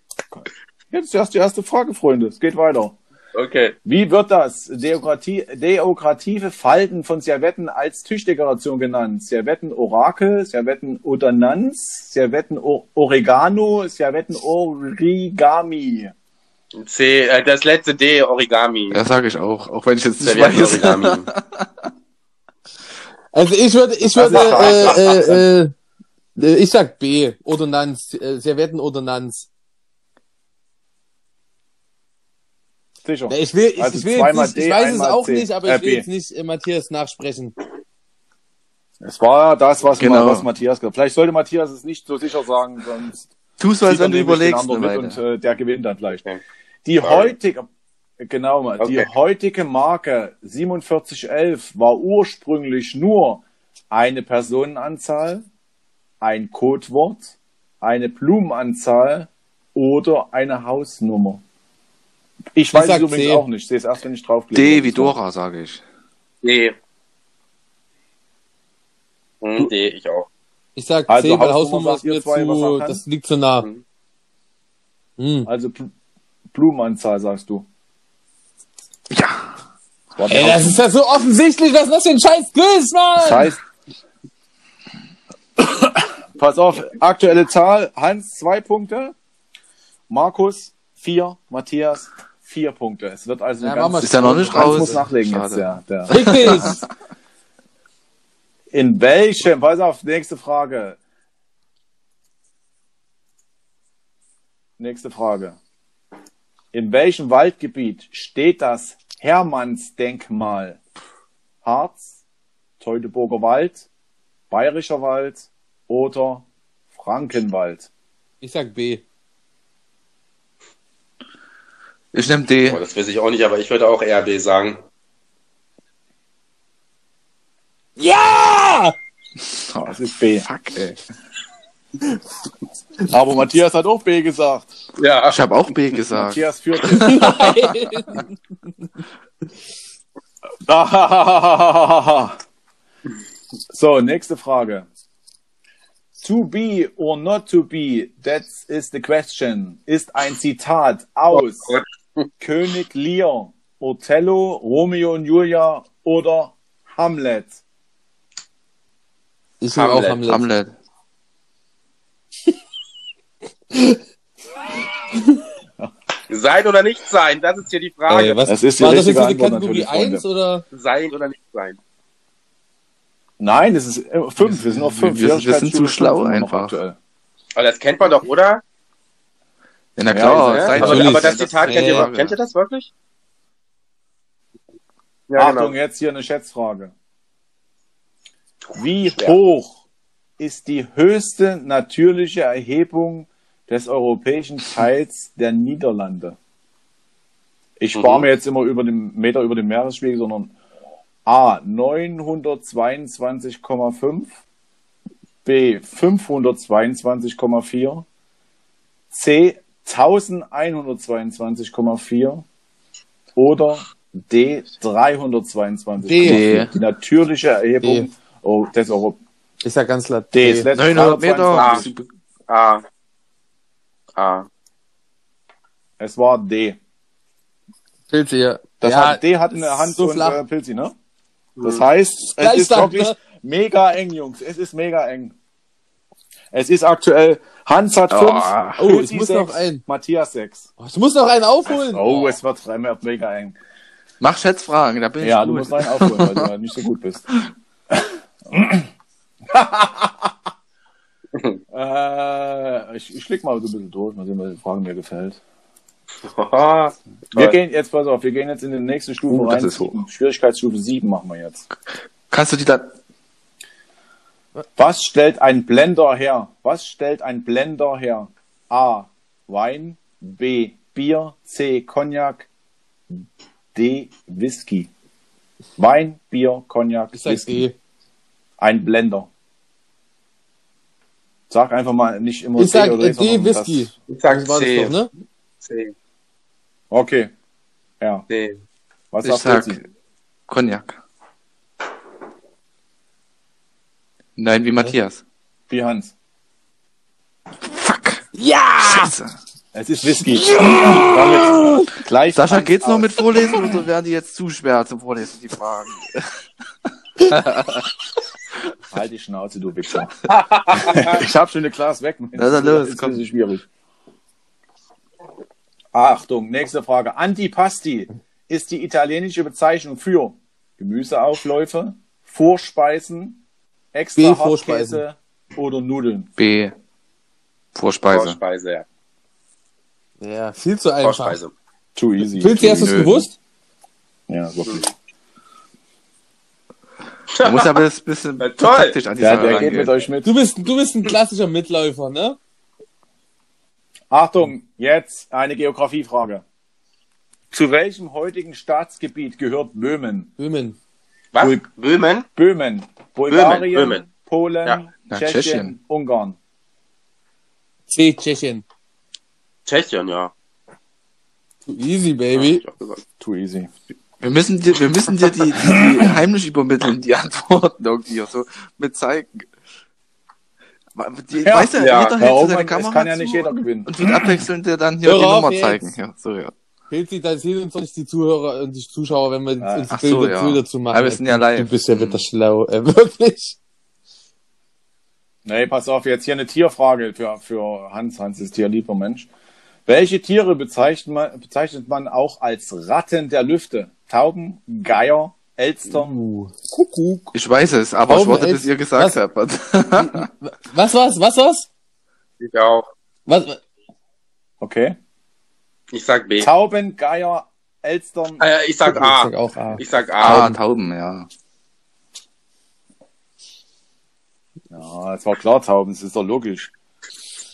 S2: Jetzt erst die erste Frage, Freunde. Es geht weiter.
S3: Okay.
S2: Wie wird das Deokratie, deokrative Falten von Servetten als Tischdekoration genannt? Servetten Orakel, Servetten Odonanz, Servetten o Oregano, Servetten Origami.
S3: C. Äh, das letzte D. Origami.
S4: Ja, sage ich auch, auch wenn ich jetzt nicht weiß.
S3: Servietten-Origami.
S1: Also ich würde, ich würde, äh, äh, äh, äh, ich sag B, Ordonnanz, äh, Servettenordonnanz.
S2: Sicher.
S1: Ja, Ich will, ich,
S2: Also
S1: ich will jetzt
S2: zweimal
S1: nicht,
S2: D,
S1: ich weiß es
S2: einmal
S1: auch
S2: C.
S1: nicht, aber
S2: Äh,
S1: ich will
S2: B.
S1: jetzt nicht äh, Matthias nachsprechen.
S2: Es war das, was,
S4: Genau.
S2: was Matthias gesagt hat. Vielleicht sollte Matthias es nicht so sicher sagen, sonst
S4: Tu so, als
S2: zieht er
S4: wenn du
S2: nämlich den
S4: überlegst. ne,
S2: anderen
S4: eine
S2: mit
S4: Weile.
S2: und äh, der gewinnt dann vielleicht.
S3: Okay.
S2: Die
S3: Sorry.
S2: heutige, genau, mal, die
S3: Okay.
S2: heutige Marke 4711 war ursprünglich nur eine Personenanzahl, ein Codewort, eine Blumenanzahl oder eine Hausnummer. Ich weiß es
S1: sag
S2: übrigens
S1: C.
S2: auch nicht. Ich sehe es erst, wenn ich draufklicke.
S4: D wie Dora, sage ich.
S3: D. Hm, D. Ich auch.
S1: Ich sag
S2: Also
S1: C, weil
S2: Hausnummer
S1: Hausnummer ist
S2: sagt ihr
S1: mir
S2: zwei, was
S1: zu,
S2: er kann?
S1: das liegt zu nah.
S3: Mhm.
S1: Hm.
S2: Also Bl- Blumenanzahl sagst du.
S4: Ja.
S2: War die
S1: Ey, das ist ja so offensichtlich, was ist das für ein scheiß Quiz,
S2: Das
S1: Mann!
S2: heißt, pass auf, aktuelle Zahl, Hans zwei Punkte, Markus vier, Matthias vier Punkte. Es wird also
S1: Ja,
S2: eine
S1: machen
S2: ganz,
S1: wir's.
S4: Ist ja noch nicht
S2: Hans
S4: raus.
S2: muss nachlegen
S4: Schade.
S2: jetzt, ja. Der.
S1: Richtig!
S2: In welchem, pass auf, nächste Frage. Nächste Frage. In welchem Waldgebiet steht das Hermannsdenkmal? Harz, Teutoburger Wald, Bayerischer Wald oder Frankenwald?
S1: Ich sag B.
S4: Ich nehme D.
S3: Oh, das weiß ich auch nicht, aber ich würde auch eher B sagen.
S1: Ja!
S2: Das ist B.
S4: Fuck, ey.
S2: Aber Matthias hat auch B gesagt.
S3: Ja.
S4: Ich habe auch B gesagt.
S2: Matthias
S4: (laughs)
S2: führt.
S1: Nein.
S2: (laughs) so, nächste Frage. To be or not to be, that is the question, ist ein Zitat aus
S4: Oh,
S3: Gott.
S2: König Lear, Othello, Romeo und Julia oder Hamlet.
S1: Ich nehme auch
S3: Hamlet.
S1: Hamlet.
S4: Hamlet.
S3: Sein oder nicht sein, das ist hier die Frage.
S1: Ey, Äh, was,
S2: Das ist die
S1: war das jetzt
S2: richtige
S1: eine
S2: Antwort
S1: Kategorie
S2: natürlich, Freunde.
S1: 1 oder?
S3: Sein oder nicht sein.
S2: Nein, es ist äh, fünf, wir sind auf fünf.
S4: wir- wir sind
S2: Schwierigkeitsstufe
S4: zu
S2: fünf
S4: schlau
S2: immer noch
S4: einfach.
S2: aktuell.
S3: Aber das kennt man doch, oder?
S4: Ja, na
S2: Ja,
S4: klar,
S2: ja,
S4: ja,
S3: aber,
S1: natürlich.
S3: aber das Zitat kennt ihr,
S1: Ja,
S3: doch. kennt ihr das wirklich?
S2: Achtung,
S3: genau.
S2: jetzt hier eine Schätzfrage. Wie
S3: Schwer.
S2: hoch ist die höchste natürliche Erhebung des europäischen Teils der Niederlande? Ich spare
S3: Mhm.
S2: mir jetzt immer über den Meter über dem Meeresspiegel, sondern A 922,5, B 522,4, C 1122,4 oder D322.
S1: D.
S2: Die natürliche Erhebung
S1: D.
S2: oh, des Euro
S1: Ich sag ganz laut. D.
S2: D. ist letztes
S4: 900 Meter.
S2: 322.
S4: Bist du be-
S3: A.
S1: (laughs)
S3: A.
S2: Es war D.
S1: Pilze hier.
S2: Das
S1: ja,
S2: hat, D hat eine Hand
S1: so
S2: und
S1: flach.
S2: äh, Pilzi, ne? Das heißt, es ist
S1: Gleichstand,
S2: wirklich
S1: ne?
S2: mega eng, Jungs. Es ist mega eng. Es ist aktuell Hans hat 5,
S4: Ah.
S1: Oh, ich muss noch ein.
S2: Matthias 6.
S1: Oh, ich muss noch einen aufholen.
S2: Oh, es wird dreimal mega eng.
S4: Mach Schätzfragen, da bin ich
S2: Ja, du
S4: gut.
S2: musst einen aufholen, weil du halt nicht so gut bist. äh, ich, ich schläg mal so ein bisschen durch, mal sehen, welche Fragen mir gefällt.
S3: Haha.
S2: Wir
S3: Toll.
S2: gehen jetzt, pass auf, wir gehen jetzt in die nächste Stufe
S4: Uh, das
S2: rein.
S4: ist hoch.
S2: Schwierigkeitsstufe 7 machen wir jetzt.
S4: Kannst du die dann.
S2: Was stellt ein Blender her? Was stellt ein Blender her? A. Wein. B. Bier. C. Cognac. D. Whisky. Wein, Bier, Cognac,
S1: Ich sag
S2: Whisky.
S1: D.
S2: Ein Blender. Sag einfach mal nicht immer
S1: Ich sag
S2: oder E,
S1: äh, D,
S2: sondern
S1: Whisky.
S2: Das.
S3: Ich sag
S1: Das war das
S3: C.
S1: doch, ne?
S3: C.
S2: Okay. Ja.
S3: C.
S2: Was
S4: Ich
S2: sagt
S4: sag
S2: Pilzi?
S4: Cognac. Nein, wie Matthias.
S2: Wie Hans?
S4: Fuck.
S1: Ja!
S4: Scheiße.
S2: Es ist Whisky. Damit gleich
S4: Sascha,
S2: Hans
S4: geht's noch
S2: aus.
S4: mit Vorlesen oder werden die jetzt zu schwer zum Vorlesen, die Fragen?
S2: Halt die Schnauze, du
S4: (laughs)
S2: Wichser. ich hab schon eine Glas weg. Mensch.
S4: Na, dann los,
S2: ist ein
S4: komm.
S2: bisschen schwierig. Achtung, nächste Frage. Antipasti ist die italienische Bezeichnung für Gemüseaufläufe, Vorspeisen, extra
S1: B-Vorspeisen.
S2: Hartkäse oder Nudeln.
S4: B. Vorspeise.
S3: Vorspeise, ja.
S1: Ja, viel zu einfach.
S3: Vorspeise.
S2: Too easy.
S1: Pilze, hast du es
S4: Nö.
S1: gewusst?
S2: Ja, wirklich.
S4: Man muss aber ein bisschen
S3: Na, toll.
S4: taktisch an die
S2: Ja,
S4: Sache
S2: der geht mit
S4: rangehen.
S2: euch mit.
S1: Du bist, du bist ein klassischer Mitläufer, ne?
S2: Achtung, jetzt eine Geografiefrage. Zu welchem heutigen Staatsgebiet gehört Böhmen?
S1: Böhmen.
S3: Was?
S2: Ui.
S3: Böhmen?
S2: Böhmen, Bulgarien,
S3: Böhmen.
S2: Polen,
S3: Ja.
S4: Ja,
S2: Tschechien,
S4: Tschechien.
S2: Ungarn.
S1: C, Tschechien.
S3: Tschechien, ja.
S1: Too easy,
S3: Hab
S1: baby.
S3: ich auch gesagt.
S2: Too easy.
S4: Wir müssen dir, wir müssen dir die, die, die heimlich übermitteln, die Antworten irgendwie auch so mit zeigen. Die,
S2: Ja.
S4: weißt du,
S3: Ja.
S4: jeder hält
S2: Ja,
S4: so
S2: oh
S4: seine
S2: Mann,
S4: Kamera
S2: es kann ja
S4: zu
S2: nicht jeder Mhm.
S4: und-
S2: gewinnen.
S4: Und wird abwechselnd dir dann hier
S1: Hör
S4: die
S1: auf
S4: Nummer
S1: jetzt.
S4: zeigen. Ja, so, ja.
S1: Pilzi, da sehen uns doch nicht die Zuhörer und die Zuschauer, wenn wir
S2: Ah,
S1: uns
S4: ach so,
S1: Bilder,
S4: ja.
S1: Bilder zu machen.
S4: Aber wir sind ja
S1: du,
S4: live.
S1: Du bist ja
S4: Hm.
S1: wieder schlau. Äh, (laughs) wirklich.
S2: Nee, pass auf, jetzt hier eine Tierfrage für, für Hans. Hans ist tierlieber Mensch. Welche Tiere bezeichnet man, bezeichnet man auch als Ratten der Lüfte? Tauben, Geier, Elster,
S1: Uh, Kuckuck.
S4: Ich weiß es, aber ich
S1: Warum
S4: warte,
S1: als-
S4: bis ihr
S1: was?
S4: gesagt habt.
S1: Was war's? Was war's?
S3: Ich auch.
S1: Was?
S2: okay?
S3: Ich sag B.
S2: Tauben, Geier, Elstern.
S3: Äh, ich sag
S1: Ich
S3: A.
S1: sag auch A.
S3: Ich sag A.
S4: (laughs) ah, Tauben, ja.
S2: Ja, es war klar, Tauben, es ist doch logisch.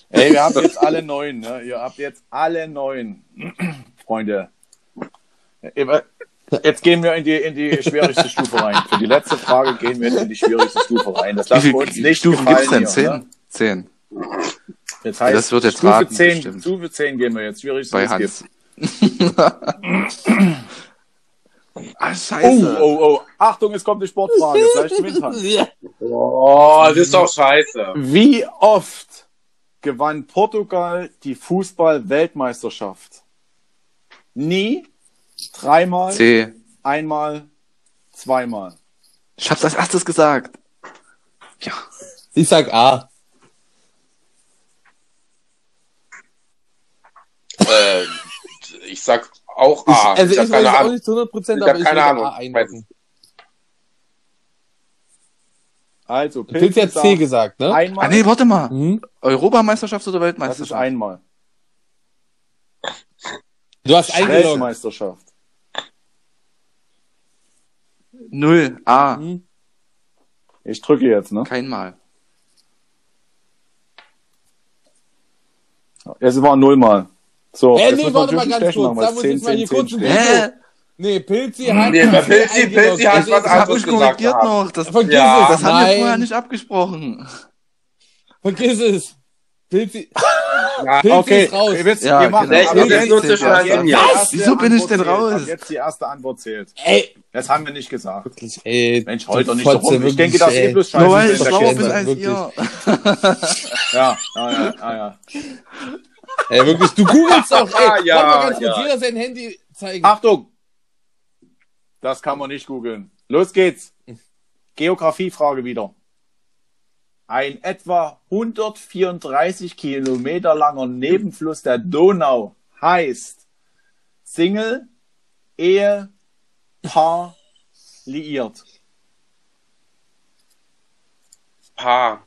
S2: Ey, wir haben jetzt alle neun, ne? Ihr habt jetzt alle neun, (clears throat) Freunde. Äh, Jetzt gehen wir in die, in die schwierigste Stufe rein. Für die letzte Frage gehen wir jetzt in die schwierigste Stufe rein. Das
S4: Wie
S2: lassen
S4: viel
S2: wir uns nicht
S4: Stufen
S2: gefallen
S4: gibt's denn?
S2: hier,
S4: Zehn?
S2: ne?
S4: Zehn.
S2: Das heißt,
S4: Das wird jetzt
S2: Stufe,
S4: raten,
S2: 10,
S4: bestimmt.
S2: Stufe 10 gehen wir jetzt. Schwierigste
S4: Bei
S2: es gibt.
S4: Hans. ah,
S2: Oh,
S4: scheiße.
S2: oh, oh. Achtung, es kommt eine Sportfrage. Vielleicht gewinnt Hans.
S1: Ja.
S3: Oh, das ist doch scheiße.
S1: (laughs)
S2: Wie oft gewann Portugal die Fußball-Weltmeisterschaft? Nie, dreimal,
S4: C.
S2: einmal, zweimal.
S4: Ich hab's als erstes gesagt. Ja.
S1: Ich sag A.
S3: äh, ich sag auch
S1: Ich,
S3: A.
S1: also ich,
S3: hab
S1: weiß es auch nicht zu 100
S3: Ich
S1: Prozent,
S3: hab
S1: aber ich
S3: keine
S1: würde
S3: Ahnung.
S1: A einloggen.
S2: Also,
S1: Pilz hat C
S2: sagt
S1: gesagt, ne?
S2: Einmal,
S4: Ah, nee, warte mal.
S1: Hm?
S4: Europameisterschaft
S2: das
S4: oder
S2: ist
S4: Weltmeisterschaft?
S2: einmal.
S1: Du hast eingeloggt.
S2: Weltmeisterschaft.
S4: Null. A.
S1: Hm?
S2: Ich drücke jetzt, ne?
S4: Kein Mal.
S2: Es war nullmal. So,
S1: Äh,
S2: jetzt
S1: nee,
S2: müssen wir
S1: warte mal
S2: natürlich
S1: ganz
S2: Stechen
S1: kurz.
S2: machen,
S1: Da
S2: weil
S1: muss ich
S2: 10,
S1: jetzt mal
S2: 10,
S1: hier kurz
S2: 10
S1: ein
S2: steht.
S1: Veto. Nee, Pilzi hat.
S3: Nee,
S1: hat
S3: Pilzi-
S1: eingeloggt.
S3: Pilzi hat
S1: Ich-
S3: was
S4: Ich hab
S3: anderes
S4: mich
S3: gesagt
S4: korrigiert
S3: gehabt.
S4: noch. Das,
S1: Vergiss
S3: Ja.
S1: es.
S4: das haben wir
S1: Nein,
S4: vorher nicht abgesprochen.
S1: Vergiss es. Pilzi,
S3: Ja,
S1: Pilzi
S2: okay.
S1: ist raus.
S2: Ihr wisst,
S4: Ja,
S2: wir machen
S4: genau.
S2: ab
S3: Nee, ich
S2: jetzt
S3: bin nur zwischen
S2: die erste
S3: den Linien.
S2: Antwort
S4: Was? Wieso bin ich denn
S2: zählt. Ab
S4: raus?
S2: Jetzt die erste Antwort zählt.
S1: Ey,
S2: Das haben wir nicht gesagt.
S1: wirklich, ey.
S2: Mensch,
S1: du
S2: heult doch nicht so
S1: Fotze,
S2: rum. Ich
S1: wirklich,
S2: denke, dass
S1: ey.
S2: ihr bloß
S4: Nur
S2: scheiße
S4: weil ich
S2: seid, der
S4: schlauer
S1: Scheiße,
S2: Käse.
S4: bin als
S1: wirklich.
S4: ihr.
S2: Ja, ja, ja, ja, ja.
S1: Ey, wirklich, du googelst auch,
S3: (laughs)
S1: ey.
S3: Ah, Ja,
S1: ja, Warte mal ganz
S3: ja.
S1: kurz, jeder sein Handy zeigen.
S2: Achtung! Das kann man nicht googeln. Los geht's. Geografiefrage wieder. Ein etwa 134 Kilometer langer Nebenfluss der Donau heißt Single, Ehe, Paar, liiert.
S3: Paar.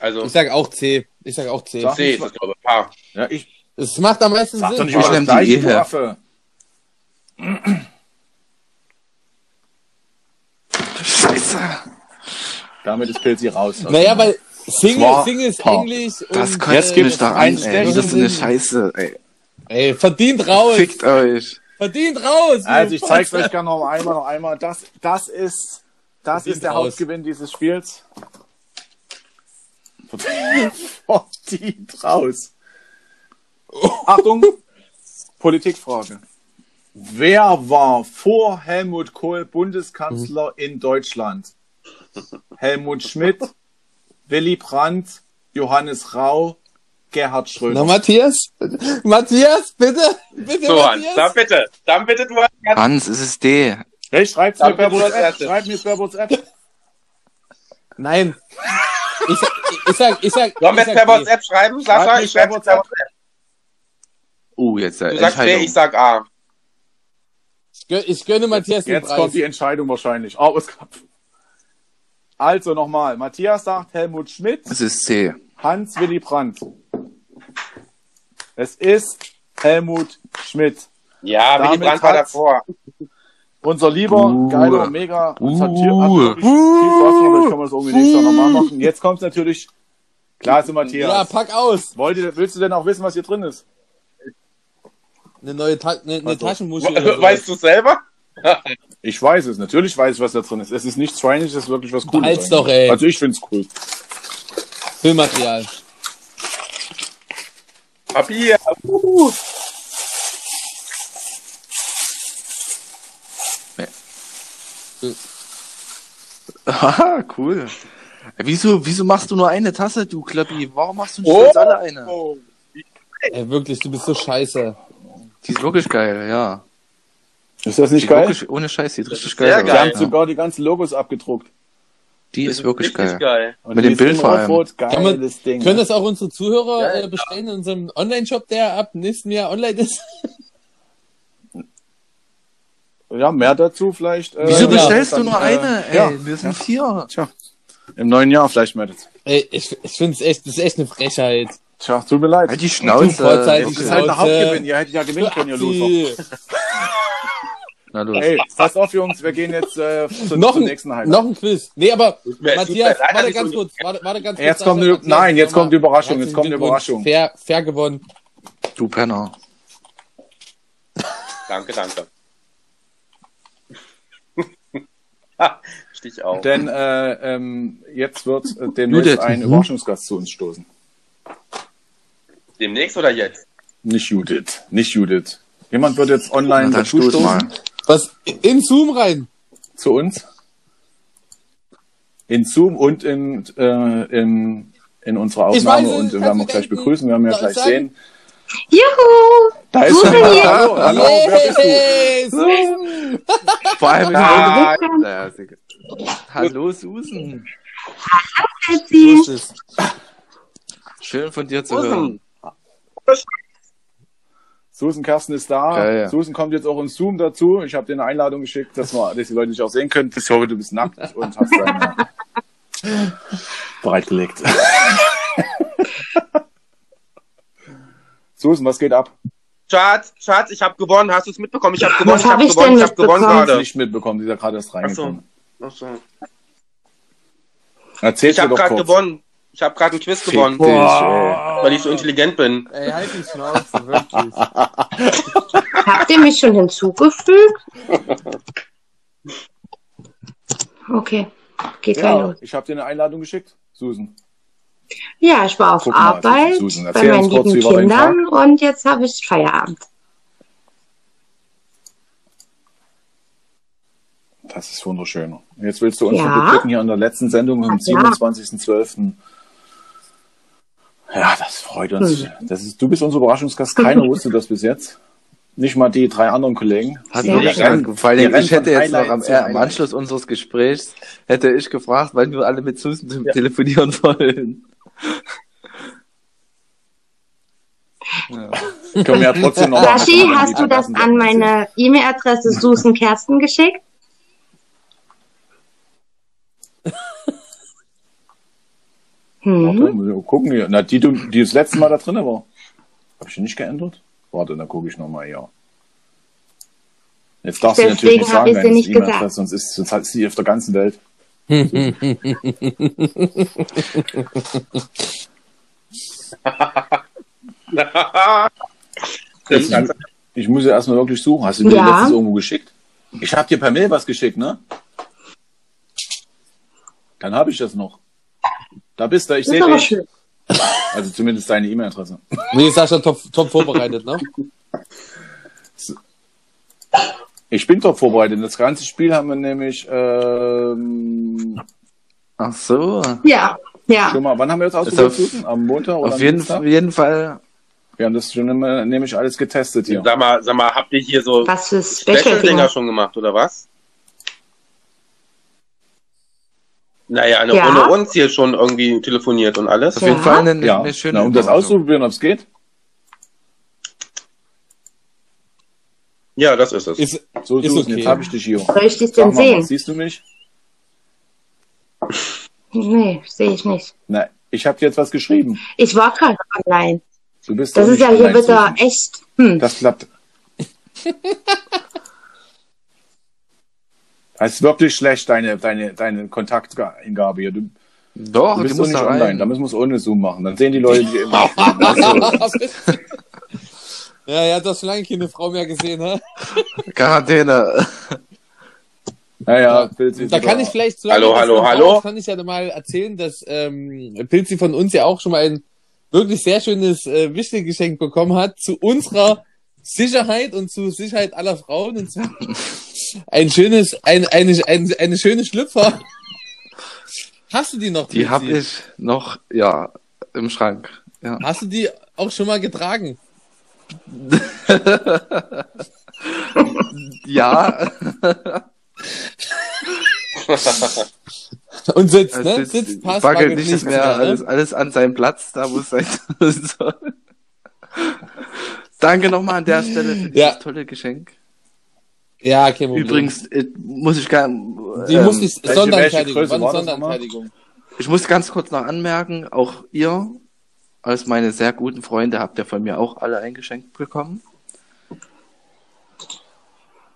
S3: Also,
S1: Ich sag auch C. Ich sag auch C.
S2: Sag-
S3: C ist es, glaube ich, Paar.
S2: Ja, ich
S1: Es macht am meisten
S2: sag doch
S1: Sinn.
S2: nicht
S4: Ich
S2: immer das
S4: nehm die
S2: gleiche,
S4: Ehe.
S2: du Affe.
S4: Scheiße.
S2: Damit ist Pilzi raus.
S1: naja, weil Single,
S2: Zwar-
S1: Single ist
S2: Paar.
S1: Englisch und
S4: Das
S1: äh,
S4: kotzt mich doch an,
S2: ein
S4: ey. Das ist
S1: Stechen-
S4: eine Scheiße, ey.
S1: Ey, verdient raus.
S4: Fickt euch.
S1: Verdient raus.
S2: Also
S1: ihr
S2: ich zeig's
S1: Fotze.
S2: euch gerne noch einmal, noch einmal. Das, das ist, das
S1: Verdient
S2: ist der
S1: raus.
S2: Hauptgewinn dieses Spiels. (laughs) Verdient raus. Achtung, Politikfrage. Wer war vor Helmut Kohl Bundeskanzler in Deutschland? Helmut Schmidt, Willy Brandt, Johannes Rau,
S1: Na,
S2: Gerhard Schröder.
S1: Matthias? Matthias, bitte? Bitte,
S3: So, Hans,
S1: Matthias?
S3: dann bitte. Dann bitte, du hast ganz
S4: Hans, es ist D.
S2: Hey, schreibt's mir
S3: Damit
S2: per
S3: du als
S2: WhatsApp.
S3: Erstes.
S2: Schreibt mir's per WhatsApp.
S1: Nein. Ich, ich sag, ich sag.
S3: Sollen wir
S1: ich sag
S3: jetzt per
S1: B.
S3: WhatsApp schreiben, Sascha?
S2: Schreib
S3: Ich
S2: nicht per
S3: schreibe per
S2: WhatsApp.
S3: WhatsApp.
S4: Oh, jetzt äh,
S3: Du sagst B,
S4: Entscheidung.
S3: ich sag A.
S1: Ich gönne, ich gönne Matthias den
S2: Jetzt
S1: Preis.
S2: kommt die Entscheidung wahrscheinlich. Aber es gab. Also nochmal. Matthias sagt Helmut Schmidt,
S4: Es ist C.
S2: Hans Willy Brandt. Es ist Helmut Schmidt.
S3: Ja, Willy
S2: Damit
S3: Brandt war
S2: hat's-
S3: davor.
S2: Unser lieber,
S1: Uh.
S4: Buh.
S2: geiler, mega. Es hat hier,
S4: Buh.
S2: hat wirklich viel Spaß gemacht. Vielleicht können wir das irgendwie nächstes Jahr nochmal machen. Jetzt kommt natürlich. Klasse, Matthias.
S1: Uh. ja, pack aus.
S2: Wollt ihr, willst du denn auch wissen, was hier drin ist?
S1: Eine neue Ta ne, eine, eine
S2: Also,
S1: Taschenmuschel. oder sowas.
S3: (laughs) Weißt du selber?
S2: Ich weiß es. Natürlich weiß ich, was da drin ist. Es ist nichts Schweiniges, es ist wirklich was Cooles.
S1: Beeil's
S2: eigentlich.
S1: doch, ey.
S2: Also ich find's cool.
S1: Filmmaterial.
S3: Papier.
S4: Haha, cool. Äh, Wieso, wieso machst du nur eine Tasse, du Klöppi? Warum machst du nicht
S3: Oh.
S4: jetzt alle eine?
S3: Oh.
S1: Ey, wirklich, du bist so scheiße.
S4: Die ist wirklich geil, ja.
S2: Ist das
S4: Die
S2: nicht
S4: ist
S2: geil?
S4: Wirklich, ohne Scheiß, die ist richtig
S3: ist sehr
S4: geil.
S2: Wir haben
S3: geil.
S4: Ja.
S2: sogar die ganzen Logos abgedruckt.
S4: Die ist wirklich geil.
S3: Richtig geil.
S2: Und
S4: Mit
S2: die
S4: dem
S2: ist
S4: Bild
S2: in
S4: vor allem.
S2: Rot-Rot,
S1: Kann man-
S2: Geiles Ding. ne?
S1: Können das auch unsere Zuhörer
S3: Ja, ja.
S1: äh, bestellen in unserem Online-Shop, der ab nächsten Jahr online ist?
S2: ja, mehr dazu vielleicht. äh,
S4: Wieso
S1: Ja,
S4: bestellst
S2: dann,
S4: du nur
S2: äh,
S4: eine? Ey,
S2: Ja,
S4: wir sind vier.
S2: im neuen Jahr vielleicht mehr dazu.
S1: (laughs) Ey, ich, ich finde es echt, das ist echt eine Frechheit.
S2: Tja, tut mir leid.
S4: Halt die
S1: Du Vollzeit-
S4: Schnauze.
S2: das ist halt der
S1: Schnauze.
S2: Hauptgewinn. Ihr hättet ja gewinnen können, ihr Loser.
S1: Ach,
S2: (laughs)
S4: Na los.
S2: Ey, pass auf, Jungs. Wir gehen jetzt
S1: (laughs)
S2: äh, zu,
S1: noch,
S2: zum
S1: ein,
S2: nächsten Highlight.
S1: noch ein Quiz. Nee, aber
S3: mir- tut mir
S1: Matthias,
S3: leider
S1: warte
S3: nicht
S1: ganz
S3: so-
S1: kurz. Warte, warte ganz kurz
S2: Jetzt kommt
S1: Sascha,
S2: eine-
S1: Matthias,
S2: nein, jetzt
S1: nochmal.
S2: kommt die Überraschung, jetzt kommt die
S1: Herzlichen Glückwunsch.
S2: Überraschung.
S1: Fair, fair gewonnen.
S4: Du Penner.
S3: Danke, danke. (laughs) Stich auf.
S2: Denn äh, ähm, jetzt wird äh, demnächst
S4: Judith,
S2: ein
S4: mhm.
S2: Überraschungsgast zu uns stoßen.
S3: Demnächst oder jetzt?
S2: Nicht Judith. Nicht Judith. Jemand wird jetzt
S4: Na,
S2: online
S4: dann
S2: dazu
S4: stoß mal.
S2: stoßen.
S1: Was? In Zoom rein.
S2: Zu uns. In Zoom und in, äh, in, in unserer
S1: Ich weiß
S2: Aufnahme.
S1: es, Also
S2: und wir
S1: kannst
S2: werden
S1: du
S2: auch gleich
S1: denken.
S2: begrüßen. Wir werden ja
S1: Soll ich
S2: gleich
S1: sagen?
S2: sehen.
S5: Juhu!
S2: Da ist schon jemand. Hallo, hallo, wer bist du?
S1: Yes!
S4: Vor allem.
S3: Ah.
S4: Ja, Digga. Hallo Susan.
S5: Fritzi!
S4: Schön von dir zu hören.
S3: Susan.
S2: Susan Kersten ist da.
S4: Ja, ja.
S2: Susan kommt jetzt auch in Zoom dazu. Ich habe dir eine Einladung geschickt, dass, wir, dass die Leute dich auch sehen können. Ich hoffe, du bist nackt und hast deine
S4: (laughs)
S2: bereitgelegt. (laughs) Susan, was geht ab?
S3: Schatz, Schatz, ich habe gewonnen. Hast du es mitbekommen? Ich habe gewonnen,
S5: Was
S3: ich habe
S5: hab ich
S3: gewonnen,
S5: denn
S3: ich habe
S5: nicht
S3: gewonnen
S5: bekommen?
S2: Ich
S3: gerade.
S2: nicht mitbekommen, dieser gerade erst
S3: Ach so.
S2: reingekommen.
S3: Ach so.
S2: Erzähl
S3: Ich
S2: dir
S3: habe
S2: doch
S3: gerade
S2: kurz.
S3: gewonnen. Ich habe gerade einen Quiz
S4: Fick
S3: gewonnen,
S4: dich, ey.
S3: weil ich so intelligent bin.
S1: Ey, halt die Schnauze, wirklich.
S5: Habt ihr mich
S2: (laughs)
S5: schon hinzugefügt? Okay, geht
S2: Ja,
S5: gleich los.
S2: ich habe dir eine Einladung geschickt, Susan.
S5: Ja, ich war auf
S2: Guck mal,
S5: Arbeit
S2: Susan,
S5: bei
S2: erzähl
S5: meinen
S2: uns kurz
S5: lieben
S2: über deinen
S5: Kindern und jetzt habe ich Feierabend.
S2: Das ist wunderschön. Und Jetzt willst du uns
S5: Ja.
S2: noch beglücken hier in der letzten Sendung am
S5: Ja.
S2: 27.12. Ja, das freut uns.
S5: Hm.
S2: Das ist, du bist unser Überraschungsgast.
S5: (laughs)
S2: Keiner wusste das bis jetzt. Nicht mal die drei anderen Kollegen.
S4: Hat
S5: Ja.
S4: mir
S5: Wir
S4: wirklich angefallen.
S2: wir rennen
S4: ich hätte
S2: von
S4: jetzt noch
S2: Highlight
S4: am,
S2: zu
S4: äh, am
S2: Highlight.
S4: Anschluss unseres Gesprächs hätte ich gefragt, wann wir alle mit Susan te- telefonieren wollen.
S2: Können wir ja trotzdem
S5: (laughs)
S2: noch mal
S5: Saschi,
S2: machen,
S5: hast
S2: die
S5: du das
S2: verpassen.
S5: an meine
S2: (laughs)
S5: E-Mail-Adresse susenkersten geschickt?
S2: Warte,
S5: Hm.
S2: muss ich gucken hier. Na, die, du- die das letzte Mal da drin war. Habe ich die nicht geändert? Warte, dann gucke ich nochmal hier. Jetzt darfst du natürlich
S5: Deswegen
S2: nicht
S5: hab
S2: sagen,
S5: ich sie
S2: deine
S5: nicht
S2: E-Mail-Adresse,
S5: gesagt.
S2: sonst ist sonst hat sie auf der ganzen Welt.
S3: Das ist-
S2: Ich muss ja erstmal wirklich suchen. Hast du mir
S5: Ja.
S2: die letztes irgendwo geschickt? Ich habe dir per Mail was geschickt, ne? Dann habe ich das noch. Da bist du, ich
S5: Das
S2: sehe
S5: ist aber
S2: dich.
S5: schön.
S2: Also zumindest deine E-Mail-Adresse.
S1: Nee, Sascha, top, top vorbereitet, ne?
S2: Ich bin doch vorbereitet. Das ganze Spiel haben wir nämlich ähm,
S4: Ach so.
S5: Ja, ja.
S2: schon mal. Wann haben wir das
S4: Ah. auf-
S2: ausgesucht? Am Montag oder
S4: Auf
S2: am
S4: jeden,
S2: Dienstag?
S4: auf jeden Fall.
S2: Wir haben das schon immer, nämlich alles getestet hier.
S3: Sag mal, sag mal, habt ihr hier so
S5: Was für
S3: Special-Dinger
S5: Special-Dinger.
S3: schon gemacht, oder was? Naja, eine
S5: Ja.
S3: ohne uns hier schon irgendwie telefoniert und alles.
S4: Auf jeden
S5: Ja.
S4: Fall eine,
S2: Ja,
S4: eine schöne
S2: Na, um das
S4: Überraschung.
S2: auszuprobieren, ob es geht.
S3: Ja, das ist es.
S1: Ist, (laughs)
S2: So,
S1: Ist
S2: Susan,
S1: okay.
S2: jetzt habe ich dich hier.
S5: Soll ich dich
S2: Sag
S5: denn
S2: mal,
S5: sehen?
S2: Siehst du mich?
S5: Nee, sehe ich nicht.
S2: Na, ich habe dir jetzt was geschrieben.
S5: Ich war gerade online.
S2: Du bist
S5: Das
S2: doch
S5: ist
S2: nicht
S5: ja hier
S2: online,
S5: wieder
S2: Susan.
S5: echt. Hm.
S2: Das
S4: (laughs)
S2: klappt. Das ist wirklich schlecht, deine, deine, deine Kontakteingabe hier. Du, du
S4: Doch, du
S2: bist doch
S4: musst
S2: nicht
S4: da
S2: online. Da
S4: rein.
S2: müssen wir es ohne Zoom machen. Dann sehen die Leute
S4: (laughs)
S2: die immer.
S1: ja, er hat das schon lange keine Frau mehr gesehen, ne?
S4: (laughs) Quarantäne.
S2: Naja, Pilz ist
S1: Da kann
S2: wieder-
S1: ich vielleicht solange
S3: Hallo,
S1: das
S3: hallo,
S1: noch
S3: hallo.
S1: dauert, kann ich ja mal erzählen, dass ähm, Pilzi von uns ja auch schon mal ein wirklich sehr schönes äh, Wichtelgeschenk bekommen hat zu unserer Sicherheit und zur Sicherheit aller Frauen. Und
S3: (laughs)
S1: zwar ein schönes, ein, eine, ein, eine schöne Schlüpfer. Hast du die noch?
S4: Die
S1: Pilzi?
S4: habe ich noch, ja, im Schrank. Ja.
S1: Hast du die auch schon mal getragen?
S4: ja.
S1: Und sitzt,
S4: Es
S1: ne?
S4: sitzt-
S1: Sitzt, passt,
S4: wackelt nicht, mehr,
S1: ne?
S4: alles, alles an seinem Platz, da wo es sein (laughs) soll. Danke nochmal an der Stelle für dieses
S1: Ja.
S4: tolle Geschenk.
S1: Ja, kein Problem.
S4: Übrigens, äh, muss ich gar,
S1: die
S4: ähm,
S1: muss ich,
S2: welche- welche
S1: Sonderanfertigung,
S2: Größe
S1: wann
S2: war das
S1: Sonderanfertigung?
S4: ich muss ganz kurz noch anmerken, auch ihr, als meine sehr guten Freunde, habt ihr von mir auch alle ein Geschenk bekommen.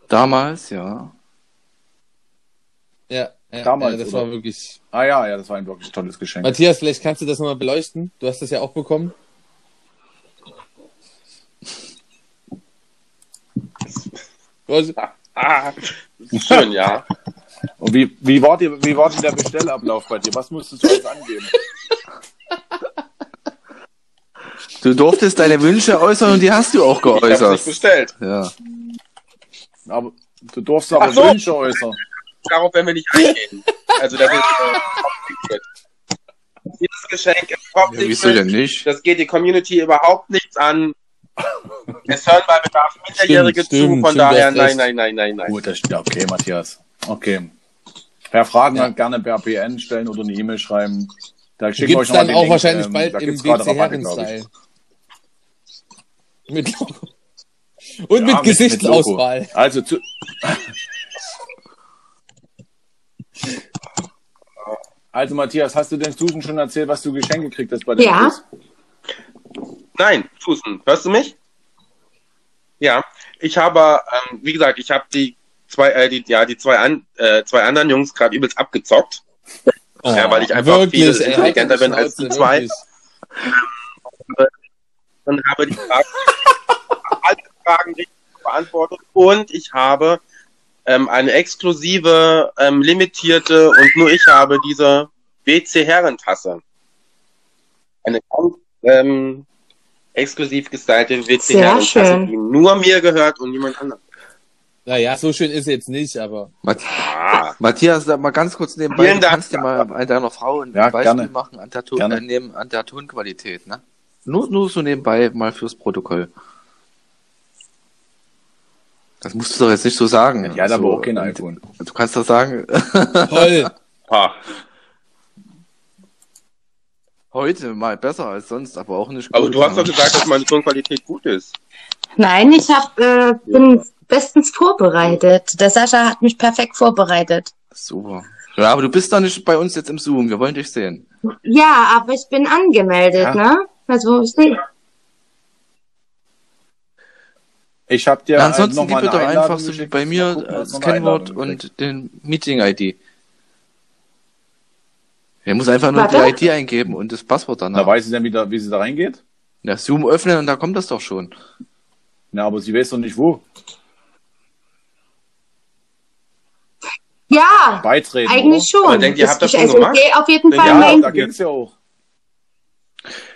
S4: Damals, ja.
S1: Ja, ja,
S2: Damals,
S1: ja, das
S2: oder?
S1: war wirklich
S2: Ah ja, ja, das war ein wirklich tolles Geschenk.
S1: Matthias, vielleicht kannst du das nochmal beleuchten. Du hast das ja auch bekommen. Also,
S3: Ah, schön,
S4: (laughs)
S3: ja.
S2: Und wie, wie, war die, wie war denn der Bestellablauf bei dir? Was musstest du jetzt angeben?
S4: Du durftest deine Wünsche äußern und die hast du auch
S3: Ich hab's nicht
S4: geäußert.
S3: bestellt.
S4: Ja.
S2: Aber, du durfst aber
S3: Ach so.
S2: Wünsche äußern.
S3: Darauf werden wir nicht eingehen. Also das
S4: (laughs)
S3: ist äh, dieses Geschenk ist überhaupt
S4: ja
S3: nicht
S4: wieso
S3: mit.
S4: denn nicht?
S3: Das geht die Community überhaupt nichts an. Es hören bei Bedarf Minderjährige
S1: Stimmt, stimmt,
S3: zu, von
S1: stimmt, du
S3: daher
S1: hast
S3: nein,
S1: recht.
S3: nein, nein, nein, nein.
S2: Gut, das ja, okay, Matthias. Okay. Wer Fragen hat, gerne per PN stellen oder eine E-Mail schreiben. Da schicken wir
S1: Gibt's
S2: euch nochmal
S1: dann
S2: den
S1: auch
S2: Link.
S1: wahrscheinlich
S2: Ähm,
S1: bald
S2: da
S1: im
S2: gibt's gerade
S1: BC
S2: Rabatte, glaube
S1: Herren-Style.
S2: ich.
S1: Mit Logo. Und
S2: Ja,
S1: mit (laughs) Gesichtsauswahl.
S2: Logo. also zu, also Matthias, hast du den Susan schon erzählt, was du geschenkt gekriegt hast bei dem
S5: Ja.
S2: Quiz?
S3: Nein, Susan, hörst du mich? Ja, ich habe, ähm, wie gesagt, ich habe die zwei, äh, die, ja, die zwei, an, äh, zwei anderen Jungs gerade übelst abgezockt. ja, weil ich einfach
S1: Oh, wirklich,
S3: viel
S1: ey,
S3: intelligenter
S1: halt die
S3: bin als die
S1: Schnauze,
S3: zwei.
S1: wirklich.
S3: und habe die Fragen, (laughs) alle Fragen richtig beantwortet und ich habe ähm, eine exklusive, ähm, limitierte und nur ich habe diese WC Herrentasse. eine ganz ähm, exklusiv gestylte
S5: Sehr
S3: WC-Herrenkasse,
S5: schön.
S3: die nur mir gehört und niemand anderem.
S1: Naja, so schön ist jetzt nicht, aber.
S4: Matt
S3: Ah,
S4: Matthias, sag mal ganz kurz nebenbei,
S3: Vielen
S4: du
S3: Dank.
S4: kannst dir mal an deiner Frau ein
S2: Ja,
S4: Beispiel
S2: gerne.
S4: machen an der, Tu-
S2: Gerne.
S4: äh, neben, an der Tonqualität, ne? Nur, nur so nebenbei mal fürs Protokoll. Das musst du doch jetzt nicht so sagen.
S2: Die hat aber
S4: Also,
S2: auch kein
S4: und-
S2: iPhone.
S4: Du kannst doch sagen, (laughs)
S1: Toll!
S3: ah.
S4: heute mal besser als sonst, aber auch nicht
S3: Aber
S4: gut,
S3: du hast
S4: ne?
S3: doch gesagt, dass meine Tonqualität gut ist.
S5: Nein, ich hab, äh, bin bestens vorbereitet. Der Sascha hat mich perfekt vorbereitet.
S4: Super. Ja, aber du bist doch nicht bei uns jetzt im Zoom. Wir wollen dich sehen.
S5: Ja, aber ich bin angemeldet,
S2: Ja.
S5: ne? Also ich sehe.
S2: Ich habe dir
S4: Ja, ansonsten gib
S2: nochmal
S4: mir doch
S2: eine Einladung
S4: einfach so wie
S2: geschickt.
S4: bei
S2: Mal
S4: mir äh,
S2: gucken,
S4: das
S2: ob noch eine
S4: Kennwort
S2: Einladung kriegt.
S4: und den Meeting-ID. Er muss einfach nur
S5: Warte.
S4: die ID eingeben und das Passwort
S2: Na,
S4: danach.
S2: weiß sie denn wieder, wie sie da reingeht?
S4: Ja, Zoom öffnen und da kommt das doch schon.
S2: Na, aber sie weiß doch nicht wo.
S5: Ja,
S2: Beitreten.
S5: eigentlich schon.
S3: Aber denkt ihr, habt das
S5: ich,
S3: schon
S5: also, ich
S3: gemacht?
S5: gehe auf jeden
S3: Denkt
S5: Fall
S3: ihr,
S2: oder? Ja,
S5: mein.
S2: da ging's ja auch.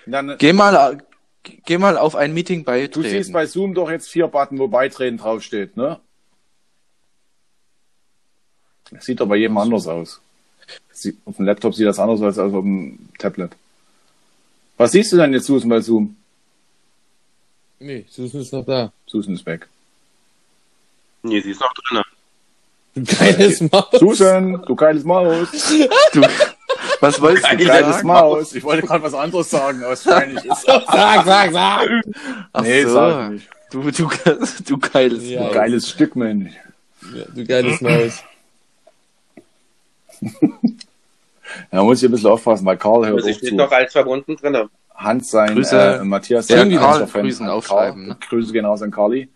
S2: Dann,
S4: Geh mal, geh mal auf ein Meeting
S2: du siehst
S4: beitreten.
S2: bei Zoom doch jetzt vier Button, wo Beitreten draufsteht, ne? Das sieht doch bei jedem anders aus. Sie, auf dem Laptop sieht das anders aus als auf dem Tablet. Was siehst du denn jetzt, Susan, bei Zoom?
S1: Nee, Susan ist noch da.
S2: Susan ist weg.
S3: Nee, sie ist noch drin.
S1: Du geiles Maus.
S2: Susan, du geiles Maus.
S4: Du, was wolltest du
S2: Du
S4: sagen?
S2: geiles Maus. Ich wollte gerade was anderes sagen, aber es wahrscheinlich ist.
S1: (laughs) Sag, sag, sag!
S4: Ach
S2: Nee,
S4: so.
S2: sag ich nicht.
S4: Du, du, (laughs) du geiles
S1: Ja.
S4: Maus.
S2: Geiles Stück, Mensch.
S1: Ja, du geiles Maus.
S2: Da muss ich ein bisschen aufpassen, weil Karl hört
S3: Sie
S2: auch
S3: Also steht
S2: zu.
S3: noch als verbunden drin.
S2: Hans sein
S4: Grüße.
S2: äh, Matthias
S4: Ja,
S2: sein
S4: Karl,
S2: großer Fan.
S4: Grüßen
S2: Hans
S4: aufschreiben,
S2: Karl,
S4: ne?
S2: Grüße gehen raus an Carly.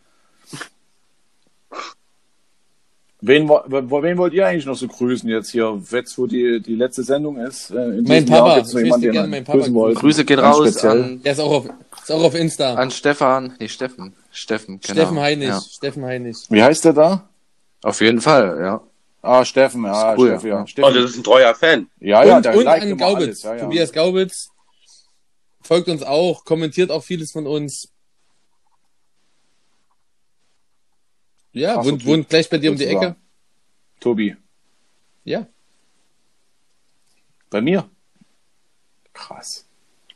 S2: Wen, wo, wo, wen wollt ihr eigentlich noch so grüßen jetzt hier? Jetzt, wo die, die letzte Sendung ist. Äh, in
S1: Mein
S2: diesem
S1: Papa.
S2: Jahr gibt's noch
S1: Ich
S2: jemanden,
S1: möchte
S2: den
S1: gerne
S2: ihr
S1: meinen Papa
S2: grüßen wollt.
S4: Grüßen gehen
S2: Ganz
S4: raus
S2: speziell.
S4: an,
S1: Der ist auch auf, ist auch auf Insta.
S4: an Stefan. Nee, Steffen. Steffen, genau.
S1: Steffen Heinig.
S4: Ja.
S1: Steffen Heinig.
S2: Wie heißt der da?
S4: Auf jeden Fall, ja.
S2: Ah, Steffen, ja,
S4: Ist cool,
S2: Steffen, ja.
S4: ja.
S3: Oh,
S2: Steffen.
S3: das ist ein treuer Fan.
S2: ja, Ah ja,
S1: und
S2: der
S1: und
S2: liked
S1: an
S2: immer
S1: Gaubitz.
S2: alles, ja, ja.
S1: Tobias Gaubitz folgt uns auch, kommentiert auch vieles von uns. Ja,
S2: Ach so,
S1: wohnt,
S2: Typ.
S1: wohnt gleich bei dir um die
S2: Sozusagen.
S1: Ecke.
S2: Tobi,
S1: Ja.
S2: bei mir? Krass.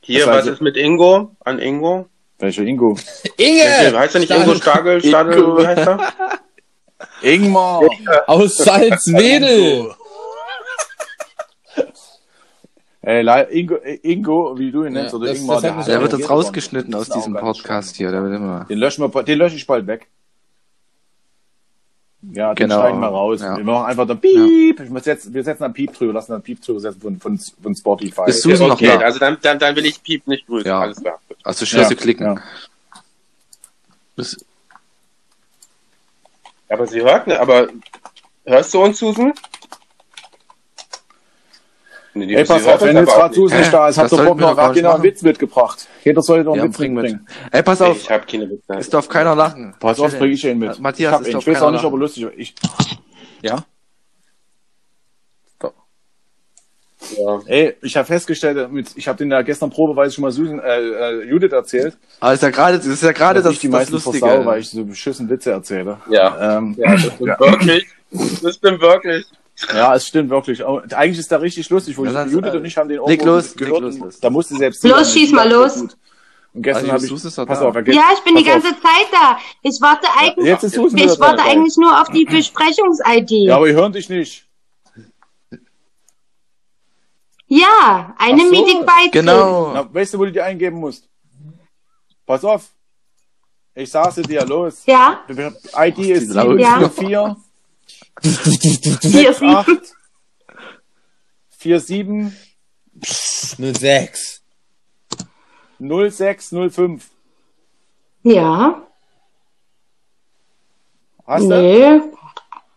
S3: Hier,
S2: Das heißt-
S3: was ist mit Ingo? An Ingo?
S2: Welcher Ingo? Äh,
S1: Inge!
S3: Äh, heißt er nicht Ingo Stagel? Stadel,
S4: Ingo.
S3: wie heißt
S4: (laughs)
S3: er?
S2: Ingmar!
S3: (laughs)
S1: Aus Salzwedel!
S2: Ey, Äh, Le- Ingo, Ingo, wie du ihn nennst,
S1: Ja,
S2: oder
S1: das-
S2: Ingmar,
S1: das hat mich
S2: hat
S4: Der wird
S2: auch
S4: jetzt
S2: jeder
S4: rausgeschnitten
S2: Bock.
S4: aus
S2: Das Also ist
S4: diesem
S2: auch ganz
S4: Podcast
S2: schlimm.
S4: hier. Der wird immer.
S2: Den löschen, wir, den lösche ich bald weg. Ja, den
S4: Genau.
S2: schneiden wir raus.
S4: Ja.
S2: Wir machen einfach dann Piep. Ich muss jetzt, wir setzen einen Piep drüber, lassen einen Piep drüber setzen von, von, von Spotify.
S4: Ist Susan noch
S3: okay,
S4: da?
S3: also dann, dann, dann will ich Piep nicht grüßen.
S4: Ja.
S3: Alles klar.
S4: Also Schlüssel klicken.
S2: Ja.
S4: Das,
S3: Aber sie hört, ne? Aber hörst du uns, Susan? Nee, die,
S2: Ey,
S3: sie
S2: pass
S3: hört
S2: auf, wenn jetzt
S3: uns aber auch
S2: gerade Susan
S4: nicht.
S2: nicht da ist,
S4: Das
S2: habt ihr
S4: sollten
S2: Bock
S4: wir
S2: noch,
S4: doch gar
S2: habt ihr
S4: nicht
S2: noch einen
S4: machen.
S2: Witz mitgebracht. Jeder soll noch
S4: wir
S2: einen
S4: haben
S2: Witz
S4: bringen mit.
S2: mitbringen.
S4: Ey, pass
S3: nicht. Ich
S4: auf.
S3: habe keine Witze.
S4: Ist darf keiner lachen.
S2: Pass auf,
S4: Chill.
S2: bring ich ihn mit.
S4: Matthias,
S2: ich, hab
S4: ist
S2: ihn.
S4: doch
S2: ich weiß auch
S4: keiner
S2: nicht, ob er
S4: lachen.
S2: lustig ist. Ich,
S4: Ja?
S3: Ja.
S2: ey, ich habe festgestellt, mit, ich habe den ja gestern probeweise schon mal Susan, äh, äh, Judith erzählt,
S4: Aber Ah, ist ja gerade, das ist ja gerade
S2: dass
S4: das,
S2: ich Also die
S4: das
S2: meisten
S4: Lustige.
S2: versau, weil ich so beschissen Witze erzähle.
S3: Ja.
S2: Ähm,
S3: ja, das stimmt wirklich. Das stimmt wirklich.
S2: (laughs) Ja, es stimmt wirklich. Aber Eigentlich ist da richtig lustig, wo
S4: Ja,
S2: ich
S4: dann,
S2: Judith
S4: äh,
S2: und ich haben den
S4: leg
S2: irgendwo
S4: los,
S2: gehört.
S4: leg los,
S2: und
S4: los.
S2: Da musste selbst.
S5: Los,
S2: jeder-
S5: schieß mal los.
S2: Gut. Und gestern
S4: Also,
S2: habe ich.
S4: Jesus ist doch
S2: pass
S4: da.
S2: auf, er geht-
S5: Ja, ich bin die
S2: pass auf.
S5: ganze Zeit da. Ich warte eigentlich,
S2: Jetzt ist Susan wieder
S5: ich warte
S2: dabei.
S5: eigentlich nur auf die Besprechungs-ID.
S2: Ja, aber wir hören dich nicht.
S5: Ja, eine
S2: Ach so.
S5: Meeting beitreten.
S4: Genau.
S2: Na, weißt du, wo du die eingeben musst? Pass auf. Ich sag's dir, los.
S5: Ja,
S2: ID ist
S4: Laute.
S2: 744
S5: hier ist sie.
S2: 8 47
S1: Nur sechs.
S2: 06 05.
S5: Ja,
S2: Hast du?
S5: nee.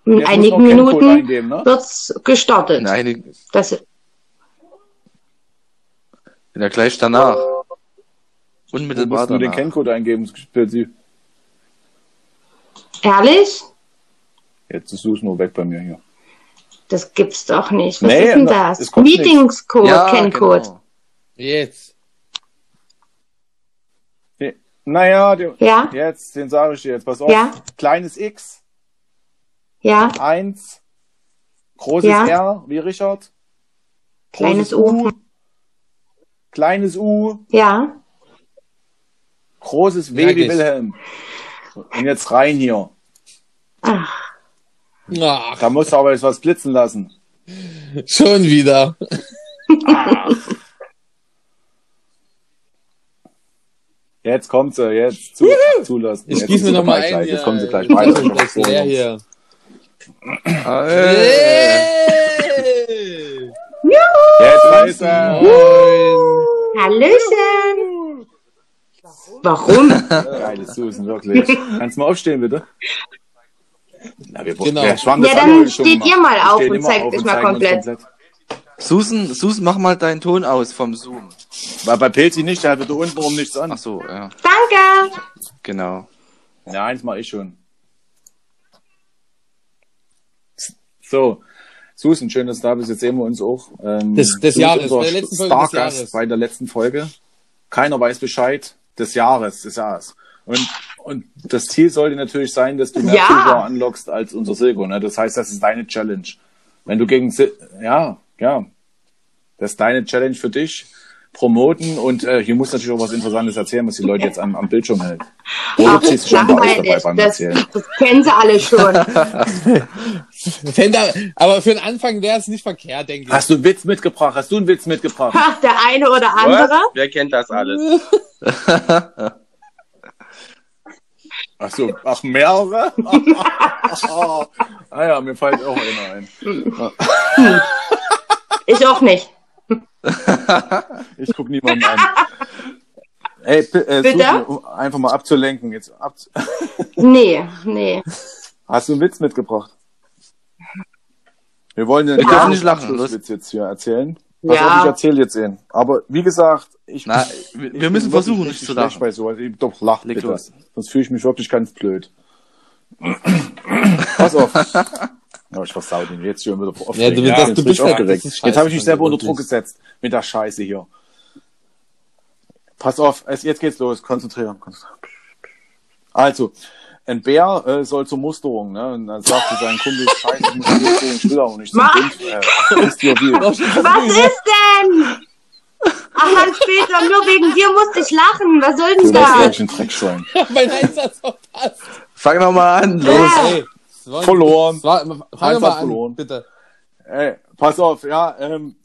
S5: In
S2: Jetzt muss
S5: einigen
S2: noch Kencode
S5: Minuten
S2: eingeben, ne?
S5: wird's gestartet.
S4: Nein, ich-
S5: Das,
S4: bin ja gleich danach.
S2: Du
S4: Unmittelbar
S2: musst nur den
S4: danach.
S2: Kenncode eingeben, spielt sie.
S5: ehrlich?
S2: Jetzt ist Susan nur weg bei mir hier.
S5: Das gibt's doch nicht. Was
S2: Nee,
S5: ist denn
S2: na,
S5: das?
S2: es kommt
S5: Meetingscode, Kenncode.
S4: genau.
S1: Jetzt.
S2: Naja, den,
S5: Ja?
S2: jetzt, den sage ich dir jetzt. Pass auf.
S5: Ja.
S2: Kleines X,
S5: Ja?
S2: eins, großes
S5: Ja.
S2: R wie Richard,
S5: Kleines
S2: großes
S5: U.
S2: U, kleines U,
S5: Ja?
S2: großes W
S1: Ja,
S2: wie
S1: geht's.
S2: Wilhelm. So, Und jetzt rein hier.
S5: Ach,
S1: Ach,
S2: Da musst du aber jetzt was blitzen lassen.
S1: schon wieder.
S2: Jetzt kommt sie, jetzt zu, zulassen.
S1: Ich
S2: jetzt
S1: gieße mir
S2: sind sie
S1: nochmal
S2: gleich
S1: ein.
S2: Jetzt kommen sie gleich
S1: weiter.
S2: weiter.
S1: Jetzt äh, ist leer hier.
S4: Ah, Äh,
S1: Hey!
S2: Jetzt weiß er.
S1: Moin.
S5: Hallöchen!
S2: (laughs)
S5: Warum?
S2: Geile Susan, wirklich.
S5: (laughs)
S2: Kannst du mal aufstehen, bitte? Na, wir
S1: Genau.
S2: wir schwammen
S5: Ja,
S2: das
S5: dann
S2: alle schon
S5: steht ihr mal
S2: Wir
S5: auf
S2: stehen
S5: und
S2: immer
S5: zeigt
S2: auf
S5: euch
S2: und
S5: mal
S2: zeigen uns
S5: komplett.
S4: Susan, Susan, mach mal deinen Ton aus vom Zoom.
S2: Weil bei Pilzi nicht, der hat bitte untenrum nichts an.
S4: Ach so, ja,
S5: Danke!
S4: genau.
S2: Ja, eins mache ich schon. So, Susan, schön, dass du da bist. Jetzt sehen wir uns auch. Ähm,
S1: Des- des
S2: du bist
S1: Jahres,
S2: unser
S1: der letzten Folge des
S2: Stargast
S1: Jahres.
S2: Bei der letzten Folge. Keiner weiß Bescheid. Des Jahres, des Jahres. Und, und das Ziel sollte natürlich sein, dass du mehr
S5: Ja.
S2: Zuschauer anlockst als unser Silko. Ne? Das heißt, das ist deine Challenge. Wenn du gegen Sil ja, ja. Das ist deine Challenge für dich. Promoten und äh, hier muss natürlich auch was Interessantes erzählen, was die Leute jetzt am, am Bildschirm hält. Oder ziehst du schon bei euch dabei
S5: langweilig.
S2: beim
S5: Das,
S2: Erzählen?
S5: das kennen sie alle
S2: (laughs)
S5: schon.
S1: Fender, aber für den Anfang wäre es nicht verkehrt, denke ich. (laughs)
S2: Hast du einen Witz mitgebracht? Hast du einen Witz mitgebracht?
S5: Ach, Der eine oder andere.
S3: Was? Wer kennt das alles?
S2: Ach so, ach, mehrere? (laughs) ah ja, mir fällt auch einer ein.
S5: Ich auch nicht.
S2: Ich guck niemanden
S5: (laughs)
S2: an. Ey, P- äh,
S5: Bitte?
S2: Susi, um einfach mal abzulenken. Jetzt ab
S5: Nee, nee.
S2: Hast du einen Witz mitgebracht? Wir wollen den
S4: Wir dürfen nicht lachen,
S2: Abschlusswitz jetzt hier erzählen.
S5: Ja.
S2: Pass auf, ich erzähle jetzt einen. Aber wie gesagt, ich,
S4: Na,
S2: ich
S4: wir-
S2: bin
S4: wir
S2: wirklich
S4: müssen versuchen,
S2: richtig
S4: nicht zu
S2: schlecht
S4: lachen.
S2: Bei sowas. Ich- Doch, lach
S4: Leg
S2: bitte.
S4: los.
S2: Sonst fühle ich mich wirklich ganz blöd. Pass
S4: (laughs)
S2: auf. Aber ich versau den jetzt schon wieder auf.
S1: Ja, du bist- du bist halt-
S2: aufgeregt.
S1: das ist scheiße
S2: Jetzt habe ich mich
S1: von
S2: selber
S1: dir,
S2: unter Druck
S1: wirklich.
S2: gesetzt mit der Scheiße hier. Pass auf, es, jetzt geht's los. Konzentrieren. konzentrieren. Also, ein Bär äh, soll zur Musterung, ne? Und dann sagt er seinen Kumpel, Scheiße, ich muss hier stehen, ich will auch nicht. So ein Hund, äh, ist hier wie. (laughs)
S5: Was ist denn? Ach, Hans Peter, nur wegen dir musste ich lachen. Was soll
S2: Du
S5: denn
S2: lässt
S5: das?
S2: wirklich einen Dreck schreien.
S1: mein Einsatz verpasst.
S4: Fang doch mal
S2: (laughs)
S4: an, los.
S5: Ah.
S1: Ey, es war-
S2: Verloren.
S1: es war- Fang doch
S2: Einsatz
S1: mal an,
S2: verloren.
S1: bitte. (laughs)
S2: Ey, pass auf, ja, ähm,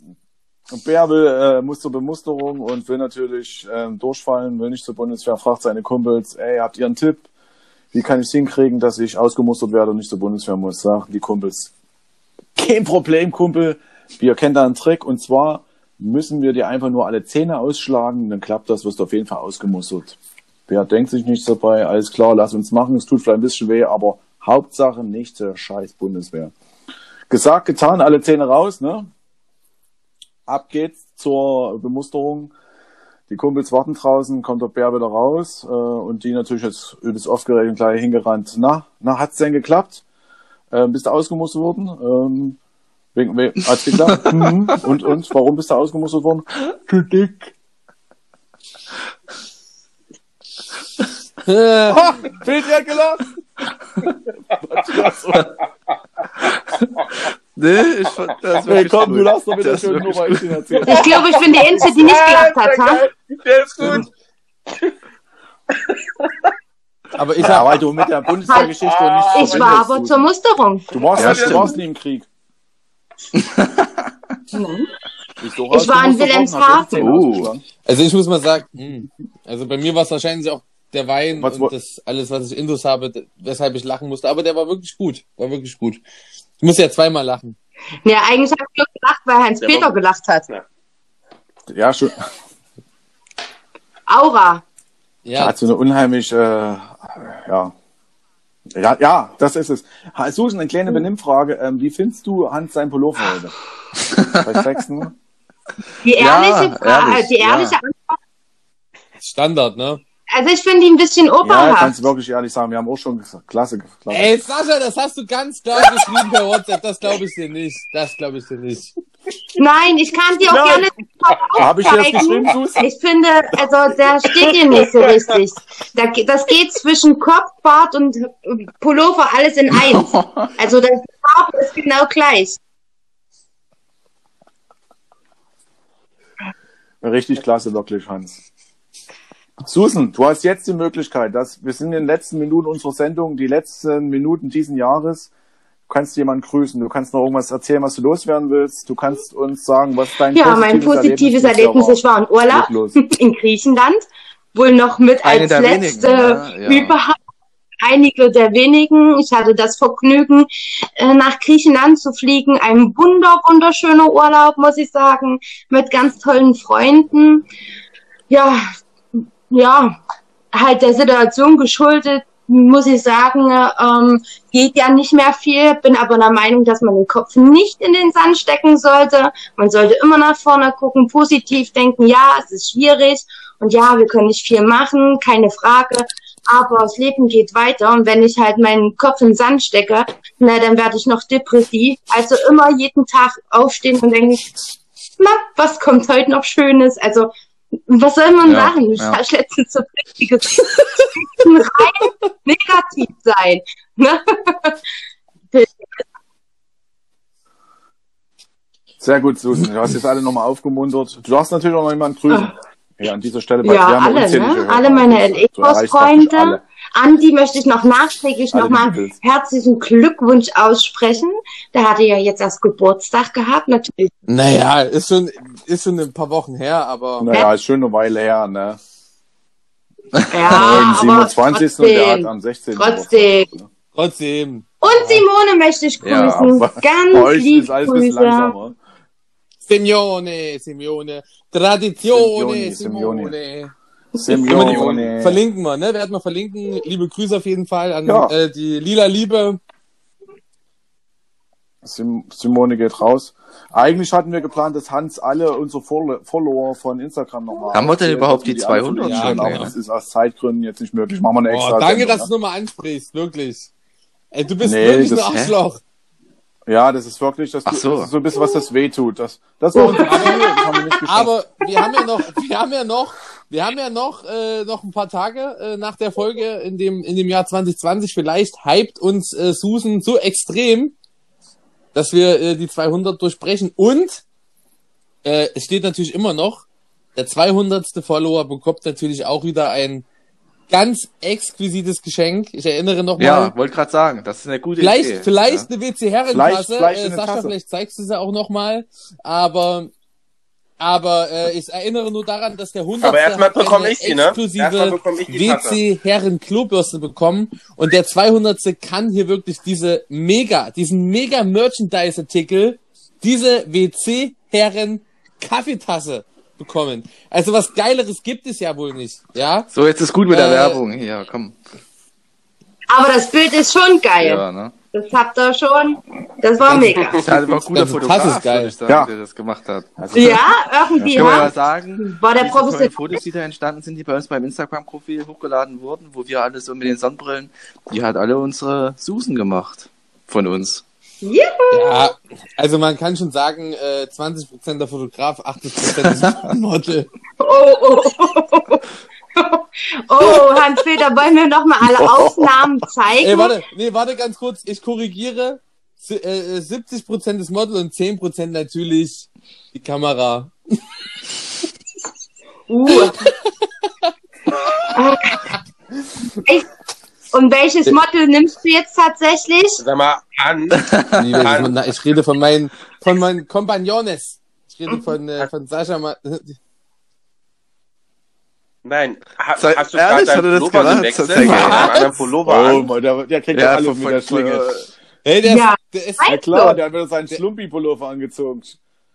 S2: Bär will, äh, muss zur Bemusterung und will natürlich ähm, durchfallen, will nicht zur Bundeswehr, fragt seine Kumpels, ey, habt ihr einen Tipp? Wie kann ich es hinkriegen, dass ich ausgemustert werde und nicht zur Bundeswehr muss? Sagen die Kumpels. Kein Problem, Kumpel. Wir kennen da einen Trick und zwar müssen wir dir einfach nur alle Zähne ausschlagen, dann klappt das, wirst du auf jeden Fall ausgemustert. Wer denkt sich nichts dabei? Alles klar, lass uns machen. Es tut vielleicht ein bisschen weh, aber Hauptsache nicht der scheiß Bundeswehr gesagt, getan, alle Zähne raus, ne? Ab geht's zur Bemusterung. Die Kumpels warten draußen, kommt der Bär wieder raus äh, und die natürlich jetzt übelst aufgeregt und gleich hingerannt. Na, na, hat's denn geklappt? Ähm, bist du ausgemustert worden? Ähm, wegen, wegen, hat's geklappt? (laughs) mhm. Und, und, warum bist du ausgemustert worden? Du dick.
S1: Äh,
S2: Oh, Bild ja gelassen.
S4: (laughs) Nee, ich fand das
S2: Hey,
S4: wirklich
S2: komm,
S4: gut.
S2: du lachst doch wieder
S4: Das
S2: schön,
S4: (laughs) wirklich
S2: nur weil ich den erzähle.
S5: Ich glaube, ich bin die Einzige, die nicht
S3: Ah,
S5: gelacht hat. Ha?
S3: Der ist gut.
S1: aber ich
S2: Ja,
S1: hab,
S2: weil du mit der Bundeswehrgeschichte und nicht
S5: Ah, Ich
S2: zur
S5: war
S2: Windows-
S5: aber zur Musterung.
S2: Du warst,
S4: Ja,
S2: nicht, du
S4: stimmt.
S2: warst nie im Krieg. ich
S5: Hm. Ich war in Wilhelmshaven.
S2: Uh.
S4: Oh.
S1: also ich muss mal sagen, hm, also bei mir war es wahrscheinlich auch der Wein
S2: Was wo-
S1: und das alles, was ich Indus habe, d- weshalb ich lachen musste. Aber der war wirklich gut, war wirklich gut. Ich muss ja zweimal lachen.
S5: Ja, eigentlich habe ich nur gelacht, weil Hans-Peter
S3: Warum?
S5: gelacht hat.
S2: Ja, schon.
S5: Aura.
S2: Da
S1: Ja,
S2: hat so eine unheimlich, äh, ja. Ja, ja, das ist es. Ha- Susan, eine
S5: Hm.
S2: kleine Benimmfrage. Ähm, wie findest du Hans sein Pullover heute?
S5: (laughs)
S2: Bei Sexen?
S5: Die
S4: Ja,
S5: ehrliche, Fra-
S4: ehrlich,
S5: die ehrliche
S4: ja.
S5: Antwort.
S1: Standard, ne?
S5: Also ich finde ihn ein bisschen
S2: Ja,
S5: oberhaft.
S2: kannst du wirklich ehrlich sagen. Wir haben auch schon gesagt. Klasse, klasse.
S1: Ey, Sascha, das hast du ganz klar geschrieben per WhatsApp. Das glaube ich dir nicht. Das glaube ich dir nicht.
S5: Nein, ich kann dir auch
S2: Nein. Äh,
S5: gerne den Kopf
S2: Hab ich dir das
S5: aufzeigen.
S2: geschrieben, Susi?
S5: Ich finde, also der steht dir nicht so richtig. Da, ge- das geht zwischen Kopf, Bart und äh, Pullover alles in eins. Also das Farbe ist genau gleich.
S2: Richtig klasse, wirklich, Hans. Susan, du hast jetzt die Möglichkeit, dass wir sind in den letzten Minuten unserer Sendung, die letzten Minuten diesen Jahres. Du kannst jemanden grüßen, du kannst noch irgendwas erzählen, was du loswerden willst. Du kannst uns sagen, was dein
S5: Ja, mein positives Erlebnis,
S2: dieses
S5: ich war in Urlaub
S2: Jahr war. Leg los.
S5: (laughs) in Griechenland, wohl noch mit
S4: Eine
S5: als
S4: der
S5: letzte
S4: wenigen, ne? Ja.
S5: überhaupt. Einige der wenigen. Ich hatte das Vergnügen, äh, nach Griechenland zu fliegen. Ein wunder, wunderschöner Urlaub, muss ich sagen, mit ganz tollen Freunden. Ja, ja, halt der Situation geschuldet, muss ich sagen, ähm, geht ja nicht mehr viel, bin aber der Meinung, dass man den Kopf nicht in den Sand stecken sollte. Man sollte immer nach vorne gucken, positiv denken, ja, es ist schwierig und ja, wir können nicht viel machen, keine Frage, aber das Leben geht weiter und wenn ich halt meinen Kopf in den Sand stecke, na, dann werde ich noch depressiv. Also immer jeden Tag aufstehen und denken, na, was kommt heute noch Schönes? Also, was soll man
S4: Ja,
S5: sagen? Ich
S4: ja.
S5: habe letztens so richtig gesagt, rein (laughs) negativ sein. Ne?
S2: Sehr gut, Susan. Du hast jetzt alle nochmal aufgemuntert. Du darfst natürlich auch noch jemanden grüßen. Ja, an dieser Stelle.
S5: Ah. Ja,
S2: wir haben
S5: alle,
S2: unzählige
S5: ne?
S2: Hörer.
S5: Alle meine
S2: Du erreichst praktisch alle.
S5: LA-Freunde. Andi möchte ich noch nachträglich
S2: Alle, die
S5: nochmal
S2: du willst.
S5: herzlichen Glückwunsch aussprechen. Der hatte ja jetzt erst Geburtstag gehabt, natürlich.
S2: (laughs)
S1: Naja, ist schon, ist schon ein paar Wochen her, aber
S2: Naja, ist schon eine Weile her, ne?
S5: Ja,
S2: Am
S5: Ah, aber
S2: 27. und der hat
S5: trotzdem.
S2: am 16.
S5: Trotzdem.
S1: trotzdem.
S5: Und Simone möchte ich grüßen.
S4: Ja,
S2: Bei
S5: Ganz
S2: euch
S5: lieb
S2: ist alles ein bisschen
S5: Grüße.
S2: langsamer.
S1: Simeone, Simeone. Tradizione,
S2: Simeone,
S1: Simeone.
S2: Simeone.
S1: Verlinken wir, ne? Werden wir verlinken. Liebe Grüße auf jeden Fall an
S2: Ja.
S1: äh, die Lila Liebe.
S2: Sim Simone geht raus. Eigentlich hatten wir geplant, dass Hans alle unsere Fol- Follower von Instagram nochmal.
S4: Haben wir denn
S2: aufzählt,
S4: überhaupt
S2: dass wir
S4: die
S2: alle
S4: 200
S2: verlinken
S1: schon?
S2: können,
S1: Nee,
S2: Aber
S1: ne?
S2: das ist aus Zeitgründen jetzt nicht möglich. Machen wir eine
S1: Oh,
S2: extra.
S1: danke,
S2: Sendung,
S1: dass du
S2: ne?
S1: nochmal ansprichst, wirklich. Ey, du bist
S2: Nee,
S1: wirklich ein
S2: das-
S4: hä?
S1: Arschloch.
S2: Ja, das ist wirklich, dass
S4: Ach
S2: du,
S4: so.
S2: das ist so ein bisschen was, das wehtut. Das, das war unsere Premiere, das haben wir nicht geschafft.
S1: Oh. Aber wir haben ja noch, wir haben ja noch, wir haben ja noch, äh, noch ein paar Tage äh, nach der Folge in dem, in dem Jahr 2020. Vielleicht hypt uns äh, Susan so extrem, dass wir äh, die 200 durchbrechen. Und äh, es steht natürlich immer noch, der 200. Follower bekommt natürlich auch wieder ein ganz exquisites Geschenk. Ich erinnere nochmal.
S4: Ja, wollte gerade sagen, das ist eine gute
S1: Vielleicht,
S4: Idee. ne?
S1: vielleicht
S4: Ja.
S1: eine WC-Herrenkasse.
S2: Vielleicht- vielleicht
S1: Äh,
S2: eine
S1: Sascha,
S2: Tasse.
S1: vielleicht zeigst du sie auch nochmal. Aber, aber äh, ich erinnere nur daran, dass der 100.
S3: Aber erstmal
S1: hat eine
S3: bekomme ich sie, ne? Erstmal
S1: exklusive
S3: bekomme ich die Tasse.
S1: WC-Herren-Klobürste bekommen. Und der 200. kann hier wirklich diese mega, diesen mega Merchandise-Artikel, diese WC-Herren-Kaffeetasse bekommen. Also was Geileres gibt es ja wohl nicht, ja?
S4: So, jetzt ist gut mit der
S1: Äh,
S4: Werbung. Ja, komm.
S5: Aber das Bild ist schon
S1: äh,
S5: geil.
S4: Ja, ne?
S5: Das habt ihr schon. Das war mega.
S4: Das war ein guter
S1: ganze Tasse ist
S4: Fotograf,
S1: geil.
S4: würde ich sagen,
S2: Ja.
S4: der das gemacht hat.
S2: Also,
S5: Ja, irgendwie
S4: Können wir mal
S5: ja.
S4: sagen,
S5: War der
S4: diese tollen
S5: professionell.
S4: Fotos, die da entstanden sind, die bei uns beim Instagram-Profil hochgeladen wurden, wo wir alle so mit den Sonnenbrillen, die hat alle unsere Susan gemacht. Von uns.
S1: Ja, also man kann schon sagen, äh, 20% der Fotograf, 80% ist Model.
S5: Oh, oh, oh. Oh, Hans-Peter, wollen wir nochmal alle Aufnahmen zeigen?
S1: Ey, warte, nee, warte ganz kurz, ich korrigiere. S äh, 70% ist Model und 10% natürlich die Kamera.
S5: Uh. Echt? Und welches Model nimmst du jetzt tatsächlich?
S3: Sag mal,
S4: (laughs)
S3: an.
S1: Liebe, ich, na, ich rede von meinen, von meinen Kompagnones. Ich rede (laughs) von, äh, von Sascha. Ma (laughs)
S3: Nein, ha,
S4: Sei-
S3: hast du
S4: ehrlich,
S3: gerade
S4: hat er
S3: deinen
S4: das
S3: Pullover gewechselt?
S4: gesagt? Sehr
S3: Hast du
S4: geil.
S3: einen anderen Pullover
S2: Oh,
S3: an?
S2: mein, der, der kriegt (laughs) ja
S4: Ja,
S2: alle
S4: von-
S2: mit der
S4: von-
S2: Schlinge.
S1: hey, der,
S5: Ja.
S1: ist, der ist,
S2: Na klar, der hat wieder seinen Schlumpi-Pullover angezogen.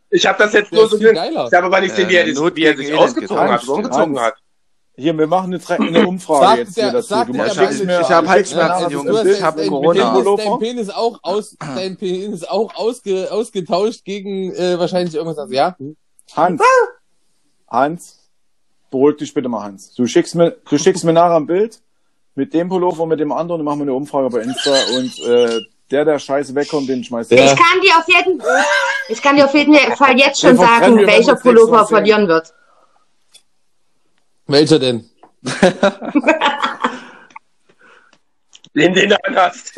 S3: Ich habe das jetzt
S1: der
S3: nur
S1: ist
S3: so
S1: viel
S3: gesehen.
S1: geiler.
S3: Ich habe aber nicht gesehen, wie
S4: Äh,
S3: er, sich-
S4: Not
S3: wie er
S4: gegen
S3: sich
S4: Elend
S3: ausgezogen hat,
S4: getan.
S3: so umgezogen
S2: Hans.
S3: hat.
S2: Hier, wir machen eine, Tre- eine
S1: (clears throat)
S2: Umfrage
S1: Sagt
S2: jetzt
S1: der-
S2: hier dazu.
S1: sagt
S2: Du
S1: der
S2: machst-
S1: Mann-
S2: schickst mir-
S4: Ich hab
S2: schickst mir
S4: Halsschmerzen,
S2: nachher das
S4: Jungs.
S2: Bild
S4: Ich hab
S2: mit dem
S4: Corona.
S1: Penis,
S2: Pullover.
S1: dein Penis auch aus,
S2: (clears throat)
S1: dein Penis auch ausge, ausgetauscht gegen äh, wahrscheinlich irgendwas. anderes, Ja?
S2: Hans, Hans, beruhig dich bitte mal, Hans. Du schickst mir, du schickst mir nachher ein Bild mit dem Pullover, mit dem anderen, dann machen wir eine Umfrage bei Insta und äh, der, der scheiße wegkommt, den schmeißt du
S1: Ja.
S2: weg.
S5: Ich kann dir auf jeden Ich kann dir auf jeden Fall jetzt schon
S2: Wir verbrennen
S5: sagen,
S2: wir, wenn wir
S5: welcher
S2: das nächste Mal
S5: Pullover
S2: sehen.
S5: verlieren wird.
S1: Welcher denn?
S3: Den, den du anhast.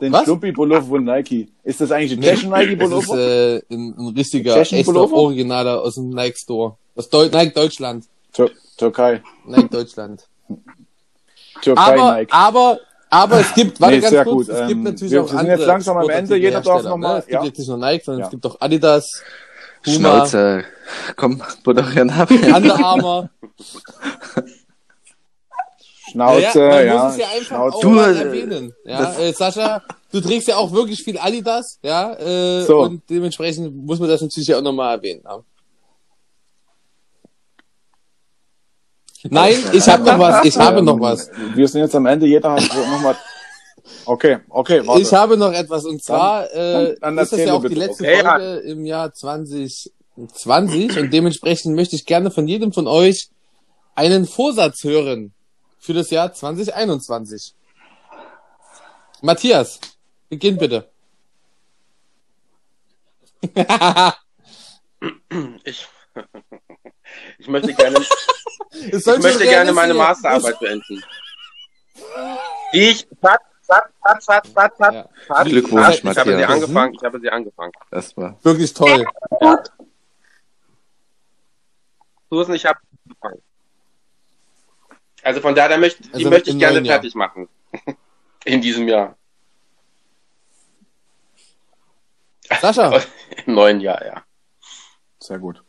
S2: Den
S1: Was?
S2: Schlumpi-Pullover von Nike. Ist das eigentlich ein
S1: Nee, Das ist
S2: Fashion-Nike-Pullover?
S1: äh, ein, ein richtiger,
S2: Fashion
S1: echter,
S2: Pullover?
S1: originaler aus dem Nike Store. Aus Deu Nike Deutschland.
S2: Tür Türkei.
S1: Nike Deutschland. aber,
S2: Türkei-Nike.
S1: aber, Ah, aber es gibt, warte
S2: Nee,
S1: ganz
S2: sehr
S1: kurz,
S2: gut.
S1: es gibt
S2: Ähm,
S1: natürlich
S2: wir
S1: auch
S2: sind
S1: andere
S2: jetzt langsam am Ende. Jeder darf
S1: Sportartikelhersteller,
S2: noch mal-
S1: Ne? Es gibt
S2: ja.
S1: jetzt nicht nur Nike, sondern
S2: Ja.
S1: es gibt auch Adidas, Puma,
S4: Schnauze. Komm, moderieren (laughs) ab.
S1: Under Armour.
S2: Schnauze,
S1: Naja, man
S2: ja.
S1: muss es ja einfach auch
S2: Schnauze.
S4: Du,
S1: mal
S4: äh,
S1: erwähnen. Ja,
S4: das-
S1: äh, Sascha, du trägst ja auch wirklich viel Adidas, ja, äh,
S2: So.
S1: und dementsprechend muss man das natürlich ja auch nochmal erwähnen. Ja. Nein, ich habe noch was, ich habe
S2: Ähm,
S1: noch was.
S2: Wir sind jetzt am Ende. Jeder hat nochmal. Okay, okay, warte.
S1: Ich habe noch etwas und zwar äh,
S2: dann
S1: ist das
S2: erzähl
S1: ja
S2: du
S1: auch die
S2: bitte.
S1: letzte
S3: Okay,
S1: Folge im Jahr 2020 und dementsprechend möchte ich gerne von jedem von euch einen Vorsatz hören für das Jahr 2021. Matthias, beginn bitte.
S3: Ich, ich
S1: (laughs)
S3: möchte gerne,
S1: Ich
S3: ich möchte gerne meine Masterarbeit beenden. Die ich, Pat, Pat, Pat, Pat, Pat, Pat,
S1: Ja.
S3: Pat,
S4: Glückwunsch,
S3: Pat, ich habe
S4: Matthias. Mhm.
S3: sie angefangen, ich habe sie angefangen.
S4: Erstmal.
S1: Wirklich toll.
S3: Susan, ich habe sie angefangen. Also von daher, da möchte, die
S1: Also
S3: möchte
S1: im
S3: ich gerne
S1: neuen Jahr.
S3: fertig machen. (laughs) In diesem Jahr.
S1: Sascha,
S3: Im neuen Jahr, ja.
S2: Sehr gut.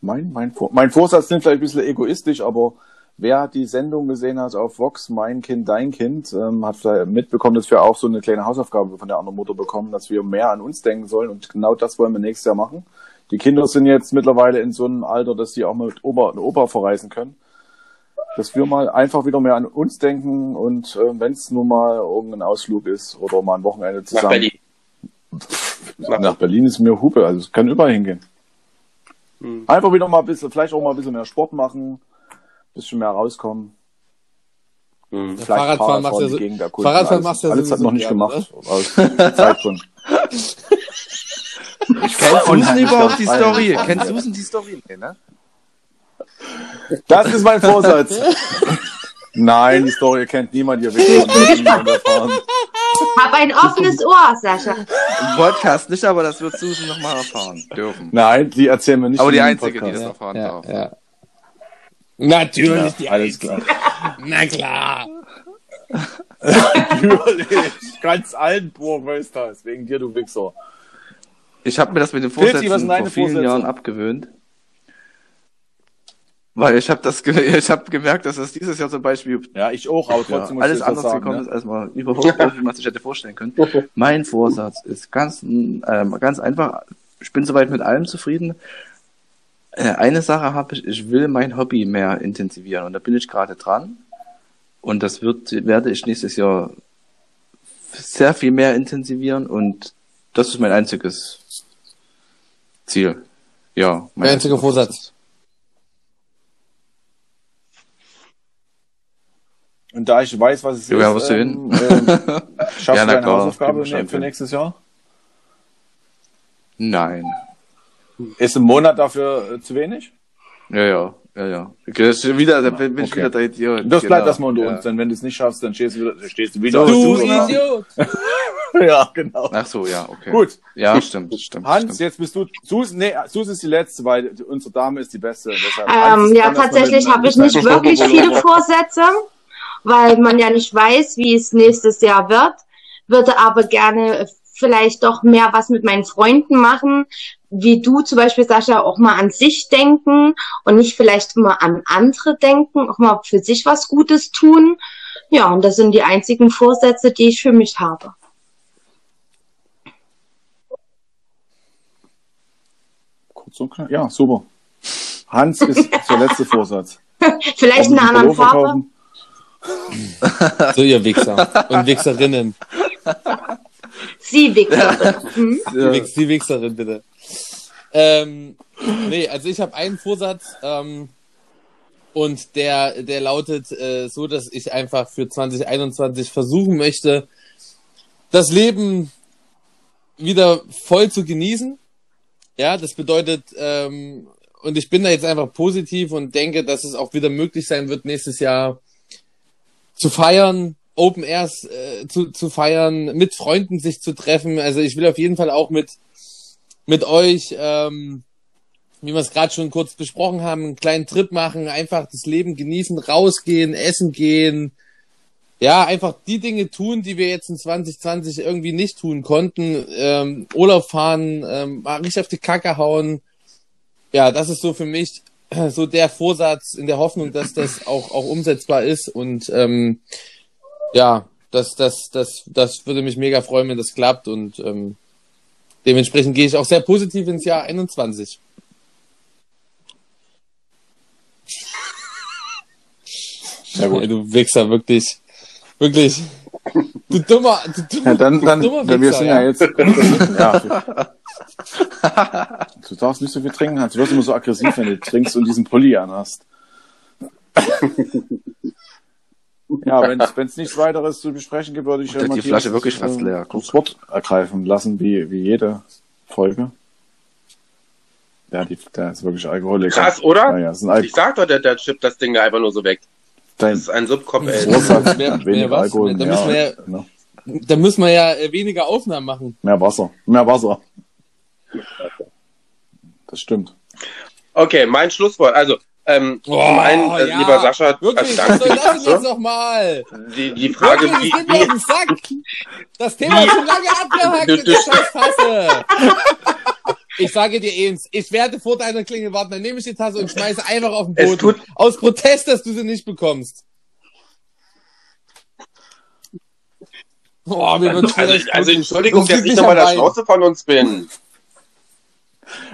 S2: Mein, mein, Vor mein Vorsatz klingt vielleicht ein bisschen egoistisch, aber wer die Sendung gesehen hat auf Vox, Mein Kind, Dein Kind, ähm, hat vielleicht mitbekommen, dass wir auch so eine kleine Hausaufgabe von der anderen Mutter bekommen, dass wir mehr an uns denken sollen und genau das wollen wir nächstes Jahr machen. Die Kinder sind jetzt mittlerweile in so einem Alter, dass sie auch mal mit Opa, Opa verreisen können. Dass wir mal einfach wieder mehr an uns denken und äh, wenn es nur mal irgendein Ausflug ist oder mal ein Wochenende
S3: Nach
S2: zusammen.
S3: Berlin.
S2: Nach Berlin ist mir Hupe, also es kann überall hingehen.
S3: Hm.
S2: Einfach wieder mal ein bisschen, vielleicht auch mal ein bisschen mehr Sport machen, ein bisschen mehr rauskommen.
S3: Hm.
S2: Vielleicht
S1: Fahrradfahren machst du ja
S2: die
S1: so-
S2: Gegend erkunden.
S1: Fahrradfahren
S2: alles,
S1: machst du ja
S2: Alles hat
S1: sowieso
S2: noch nicht
S1: gerne,
S2: gemacht. Aus Zeitgründen.
S4: Ich kenn Susan
S2: unheimlich
S4: überhaupt die
S2: auf Bayern.
S4: Story. Kennt Susan die Story? Nee, ne?
S2: Das ist mein Vorsatz.
S4: (laughs)
S2: Nein, die Story kennt niemand hier. Wir können niemand erfahren.
S5: Hab ein offenes Ohr, Sascha.
S4: Im Podcast nicht, aber das wird Susan nochmal erfahren dürfen.
S2: Nein, die erzählen wir nicht.
S4: Aber
S2: in
S4: die
S2: diesem
S4: Einzige, die das
S2: Podcast.
S4: erfahren
S1: ja,
S4: darf.
S1: ja. Natürlich, die
S2: Ja, alles klar. (laughs)
S1: na klar.
S2: Natürlich. Ganz Altenburg weiß das. Wegen dir, du Wichser.
S4: Ich habe mir das mit den
S2: Pilzi,
S4: Vorsätzen
S2: was sind
S4: vor
S2: deine
S4: vielen
S2: Vorsätze?
S4: Jahren abgewöhnt. Weil ich habe das ge (laughs) ich hab gemerkt, dass das dieses Jahr zum Beispiel
S2: Ja, ich auch, aber
S4: ja,
S2: trotzdem muss ich
S4: alles
S2: das
S4: anders
S2: sagen.
S4: gekommen
S2: ne?
S4: ist, als man überhaupt wie man sich hätte
S2: (laughs)
S4: vorstellen können. Mein Vorsatz ist ganz, ähm, ganz einfach, ich bin soweit mit allem zufrieden. Äh, eine Sache habe ich, ich will mein Hobby mehr intensivieren und da bin ich gerade dran. Und das wird, werde ich nächstes Jahr sehr viel mehr intensivieren und das ist mein einziges Ziel. Ja, mein
S1: Mein einziger Vorsatz.
S2: Und da ich weiß, was es
S4: Ja,
S2: ist,
S4: ja, wirst du (laughs) hin.
S2: ähm, schaffst
S4: Ja,
S2: du
S4: na
S2: deine
S4: klar,
S2: Hausaufgabe
S4: kriegen wir schon
S2: für
S4: hin.
S2: nächstes Jahr?
S4: Nein.
S2: Ist ein Monat dafür äh, zu wenig?
S4: Ja, ja, ja, ja. Okay, das ist wieder, da bin bin ich
S2: Okay.
S4: wieder der Idiot.
S2: Das bleibt
S4: Genau,
S2: erstmal unter
S4: ja.
S2: uns, denn wenn du es nicht schaffst, dann stehst du wieder, stehst du wieder.
S4: Du
S1: Idiot.
S2: (laughs) Ja, genau.
S4: Ach so, ja, okay.
S2: Gut.
S4: Ja, stimmt, stimmt.
S2: Hans,
S4: stimmt.
S2: jetzt bist du. Susan, nee, Susan ist die Letzte, weil die- unsere Dame ist die Beste. Deshalb, Hans,
S5: Ähm, ja,
S2: dann erstmal
S5: tatsächlich
S2: mit-
S5: habe ich
S2: mit
S5: nicht
S2: deinem-
S5: wirklich viele Vorsätze, weil man ja nicht weiß, wie es nächstes Jahr wird. Würde aber gerne vielleicht doch mehr was mit meinen Freunden machen, wie du zum Beispiel, Sascha, auch mal an sich denken und nicht vielleicht immer an andere denken, auch mal für sich was Gutes tun. Ja, und das sind die einzigen Vorsätze, die ich für mich habe.
S2: Kurz und knapp. Ja, super. Hans ist der letzte Vorsatz.
S5: Vielleicht in einer anderen
S2: Pullover
S5: Farbe.
S2: kaufen.
S1: So, ihr Wichser und Wichserinnen.
S5: Sie, Victor. Hm?
S1: Die, Wichs die Wichserin, bitte. Ähm, nee, also ich habe einen Vorsatz ähm, und der, der lautet äh, so, dass ich einfach für 2021 versuchen möchte, das Leben wieder voll zu genießen. Ja, das bedeutet, ähm, und ich bin da jetzt einfach positiv und denke, dass es auch wieder möglich sein wird, nächstes Jahr zu feiern, Open Airs äh, zu, zu feiern, mit Freunden sich zu treffen. Also ich will auf jeden Fall auch mit, mit euch, ähm, wie wir es gerade schon kurz besprochen haben, einen kleinen Trip machen, einfach das Leben genießen, rausgehen, essen gehen. Ja, einfach die Dinge tun, die wir jetzt in 2020 irgendwie nicht tun konnten. Ähm, Urlaub fahren, ähm, mal richtig auf die Kacke hauen. Ja, das ist so für mich (clears throat) so der Vorsatz in der Hoffnung, dass das auch, auch umsetzbar ist. Und ähm, ja, das, das, das, das würde mich mega freuen, wenn das klappt. Und ähm, dementsprechend gehe ich auch sehr positiv ins Jahr 21.
S2: Sehr
S1: Ey,
S2: gut.
S1: du Wichser, wirklich. Wirklich. Du dummer, du dummer,
S2: Ja, dann,
S1: du
S2: dann,
S1: dummer
S2: dann wir
S1: Wichser,
S2: sind ja, jetzt. ja. Du darfst nicht so viel trinken, Hans. Du wirst immer so aggressiv, wenn du trinkst und diesen Pulli anhast. Ja, wenn es nichts weiteres zu besprechen gibt, würde ich
S4: Der hat die
S2: Matthias,
S4: Flasche wirklich fast
S2: äh,
S4: leer. Guck.
S2: das Wort ergreifen lassen, wie, wie jede Folge. Ja, die, der ist wirklich Alkoholiker.
S3: Krass, oder?
S2: Ja, ja, ist ein Al
S3: Ich sag doch, der, der chippt das Ding da einfach nur so weg. Das ist ein Subkopf, ey.
S2: Vorsatz,
S1: Mehr- mehr
S2: weniger
S1: was?
S2: Alkohol,
S1: Da
S2: mehr,
S1: müssen wir
S2: ne?
S1: Da müssen wir ja äh, weniger Aufnahmen machen.
S2: mehr Wasser. Mehr Wasser. Das stimmt.
S3: Okay, mein Schlusswort. Also, ähm, zum einen, äh,
S1: Oh, ja.
S3: lieber Sascha,
S1: Wirklich,
S3: also
S1: was soll
S3: danke.
S1: das denn jetzt
S3: Also,
S1: nochmal?
S3: die, die Frage,
S1: Wirklich,
S3: wie,
S1: es geht mir auf
S3: wie,
S1: den Sack. Das Thema ist schon lange
S3: (laughs)
S1: abgehakt
S3: Du-
S1: mit
S3: du-
S1: der Scheißtasse. Ich sage dir eins, ich werde vor deiner Klingel warten, dann nehme ich die Tasse und schmeiße einfach auf den
S3: Es
S1: Boden.
S3: tut-
S1: Aus Protest, dass du sie nicht bekommst. Boah, mir wird's
S3: also,
S1: schlecht,
S3: also
S1: wirklich.
S3: Entschuldigung,
S1: Das
S3: dass
S1: liegt
S3: ich
S1: nicht
S3: nochmal
S1: am
S3: der
S1: Wein.
S3: Schnauze von uns bin.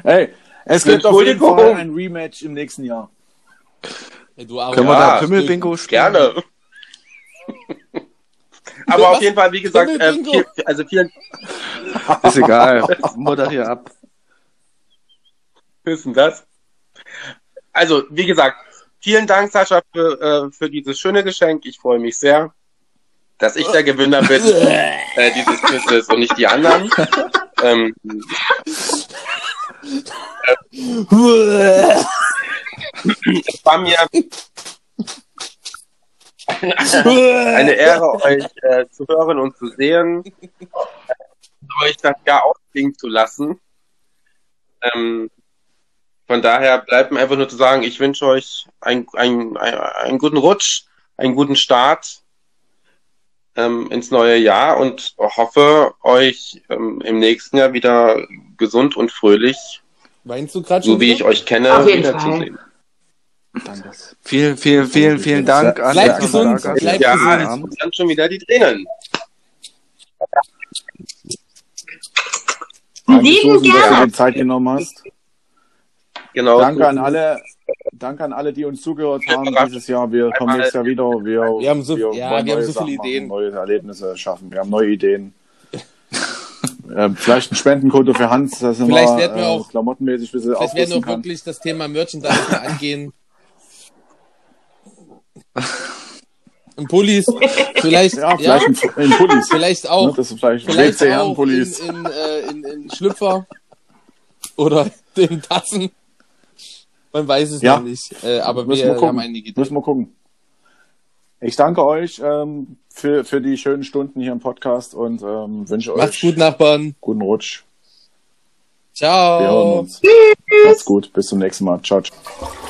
S2: Ey, es gibt auf jeden
S3: Entschuldigung.
S2: Fall ein Rematch im nächsten Jahr.
S1: Ey, du Arroganz.
S4: Können wir da
S3: Ja,
S4: Pimmelbingo
S1: (laughs)
S4: spielen?
S3: Gerne. Aber auf
S1: Was?
S3: jeden Fall, wie gesagt, äh,
S1: Pimmelbingo?
S3: viel, also vielen
S4: Ist egal. (laughs) Moderier ab.
S3: Wissen das. Also, wie gesagt, vielen Dank, Sascha, für, äh, für dieses schöne Geschenk. Ich freue mich sehr, dass ich der Gewinner bin äh, dieses Quizzes und nicht die anderen. ähm, es war mir eine Ehre, euch äh, zu hören und zu sehen, euch das Jahr ausklingen zu lassen. Ähm, von daher bleibt mir einfach nur zu sagen, ich wünsche euch ein, ein, ein, einen guten Rutsch, einen guten Start ähm, ins neue Jahr und hoffe, euch ähm, im nächsten Jahr wieder gesund und fröhlich,
S1: Weinst du gerade schon?
S3: so wie ich
S1: wieder?
S3: euch kenne,
S5: Auf jeden
S3: wiederzusehen.
S2: Danke.
S4: Vielen, vielen, vielen, vielen Dank an
S1: Bleibt
S4: Herrn
S1: gesund,
S4: Barkas.
S1: bleibt
S3: Ja,
S1: gesund.
S3: es dann schon wieder die Tränen.
S5: Lieben
S2: Danke, dass du
S5: gerne.
S2: dir Zeit genommen hast.
S3: Genau.
S2: Danke an alle, danke an alle, die uns zugehört haben dieses Jahr. Wir kommen nächstes Jahr wieder. Wir,
S1: Wir haben so- ja,
S2: wollen
S1: wir haben
S2: neue
S1: so viele
S2: Sachen
S1: Ideen.
S2: Machen, neue Erlebnisse schaffen. Wir haben neue Ideen. (laughs) ähm, vielleicht ein Spendenkonto für Hans, dass er
S1: Vielleicht
S2: mal
S1: werden wir
S2: äh,
S1: auch-
S2: klamottenmäßig ein bisschen
S1: Vielleicht werden wir
S2: aufrüsten
S1: auch
S2: kann.
S1: wirklich das Thema Merchandise mal angehen. Und
S2: (laughs)
S1: Pullis, vielleicht, ja,
S2: Ja, vielleicht in, in Pullis.
S1: vielleicht
S2: Ne,
S1: auch,
S2: das ist vielleicht
S1: vielleicht auch in,
S2: WCR-Pullis.
S1: in, äh, in, in Schlüpfer oder (laughs) in Tassen. Man weiß es
S2: Ja.
S1: noch nicht, äh, aber
S2: Müssen
S1: wir,
S2: wir gucken.
S1: haben einige Ideen.
S2: Müssen wir gucken. Ich danke euch ähm, für, für die schönen Stunden hier im Podcast und ähm, wünsche
S1: Macht's
S2: euch
S1: gut, Nachbarn.
S2: guten Rutsch. Wir hören
S1: Ciao.
S2: uns. Macht's gut. Bis zum nächsten Mal. Ciao. ciao.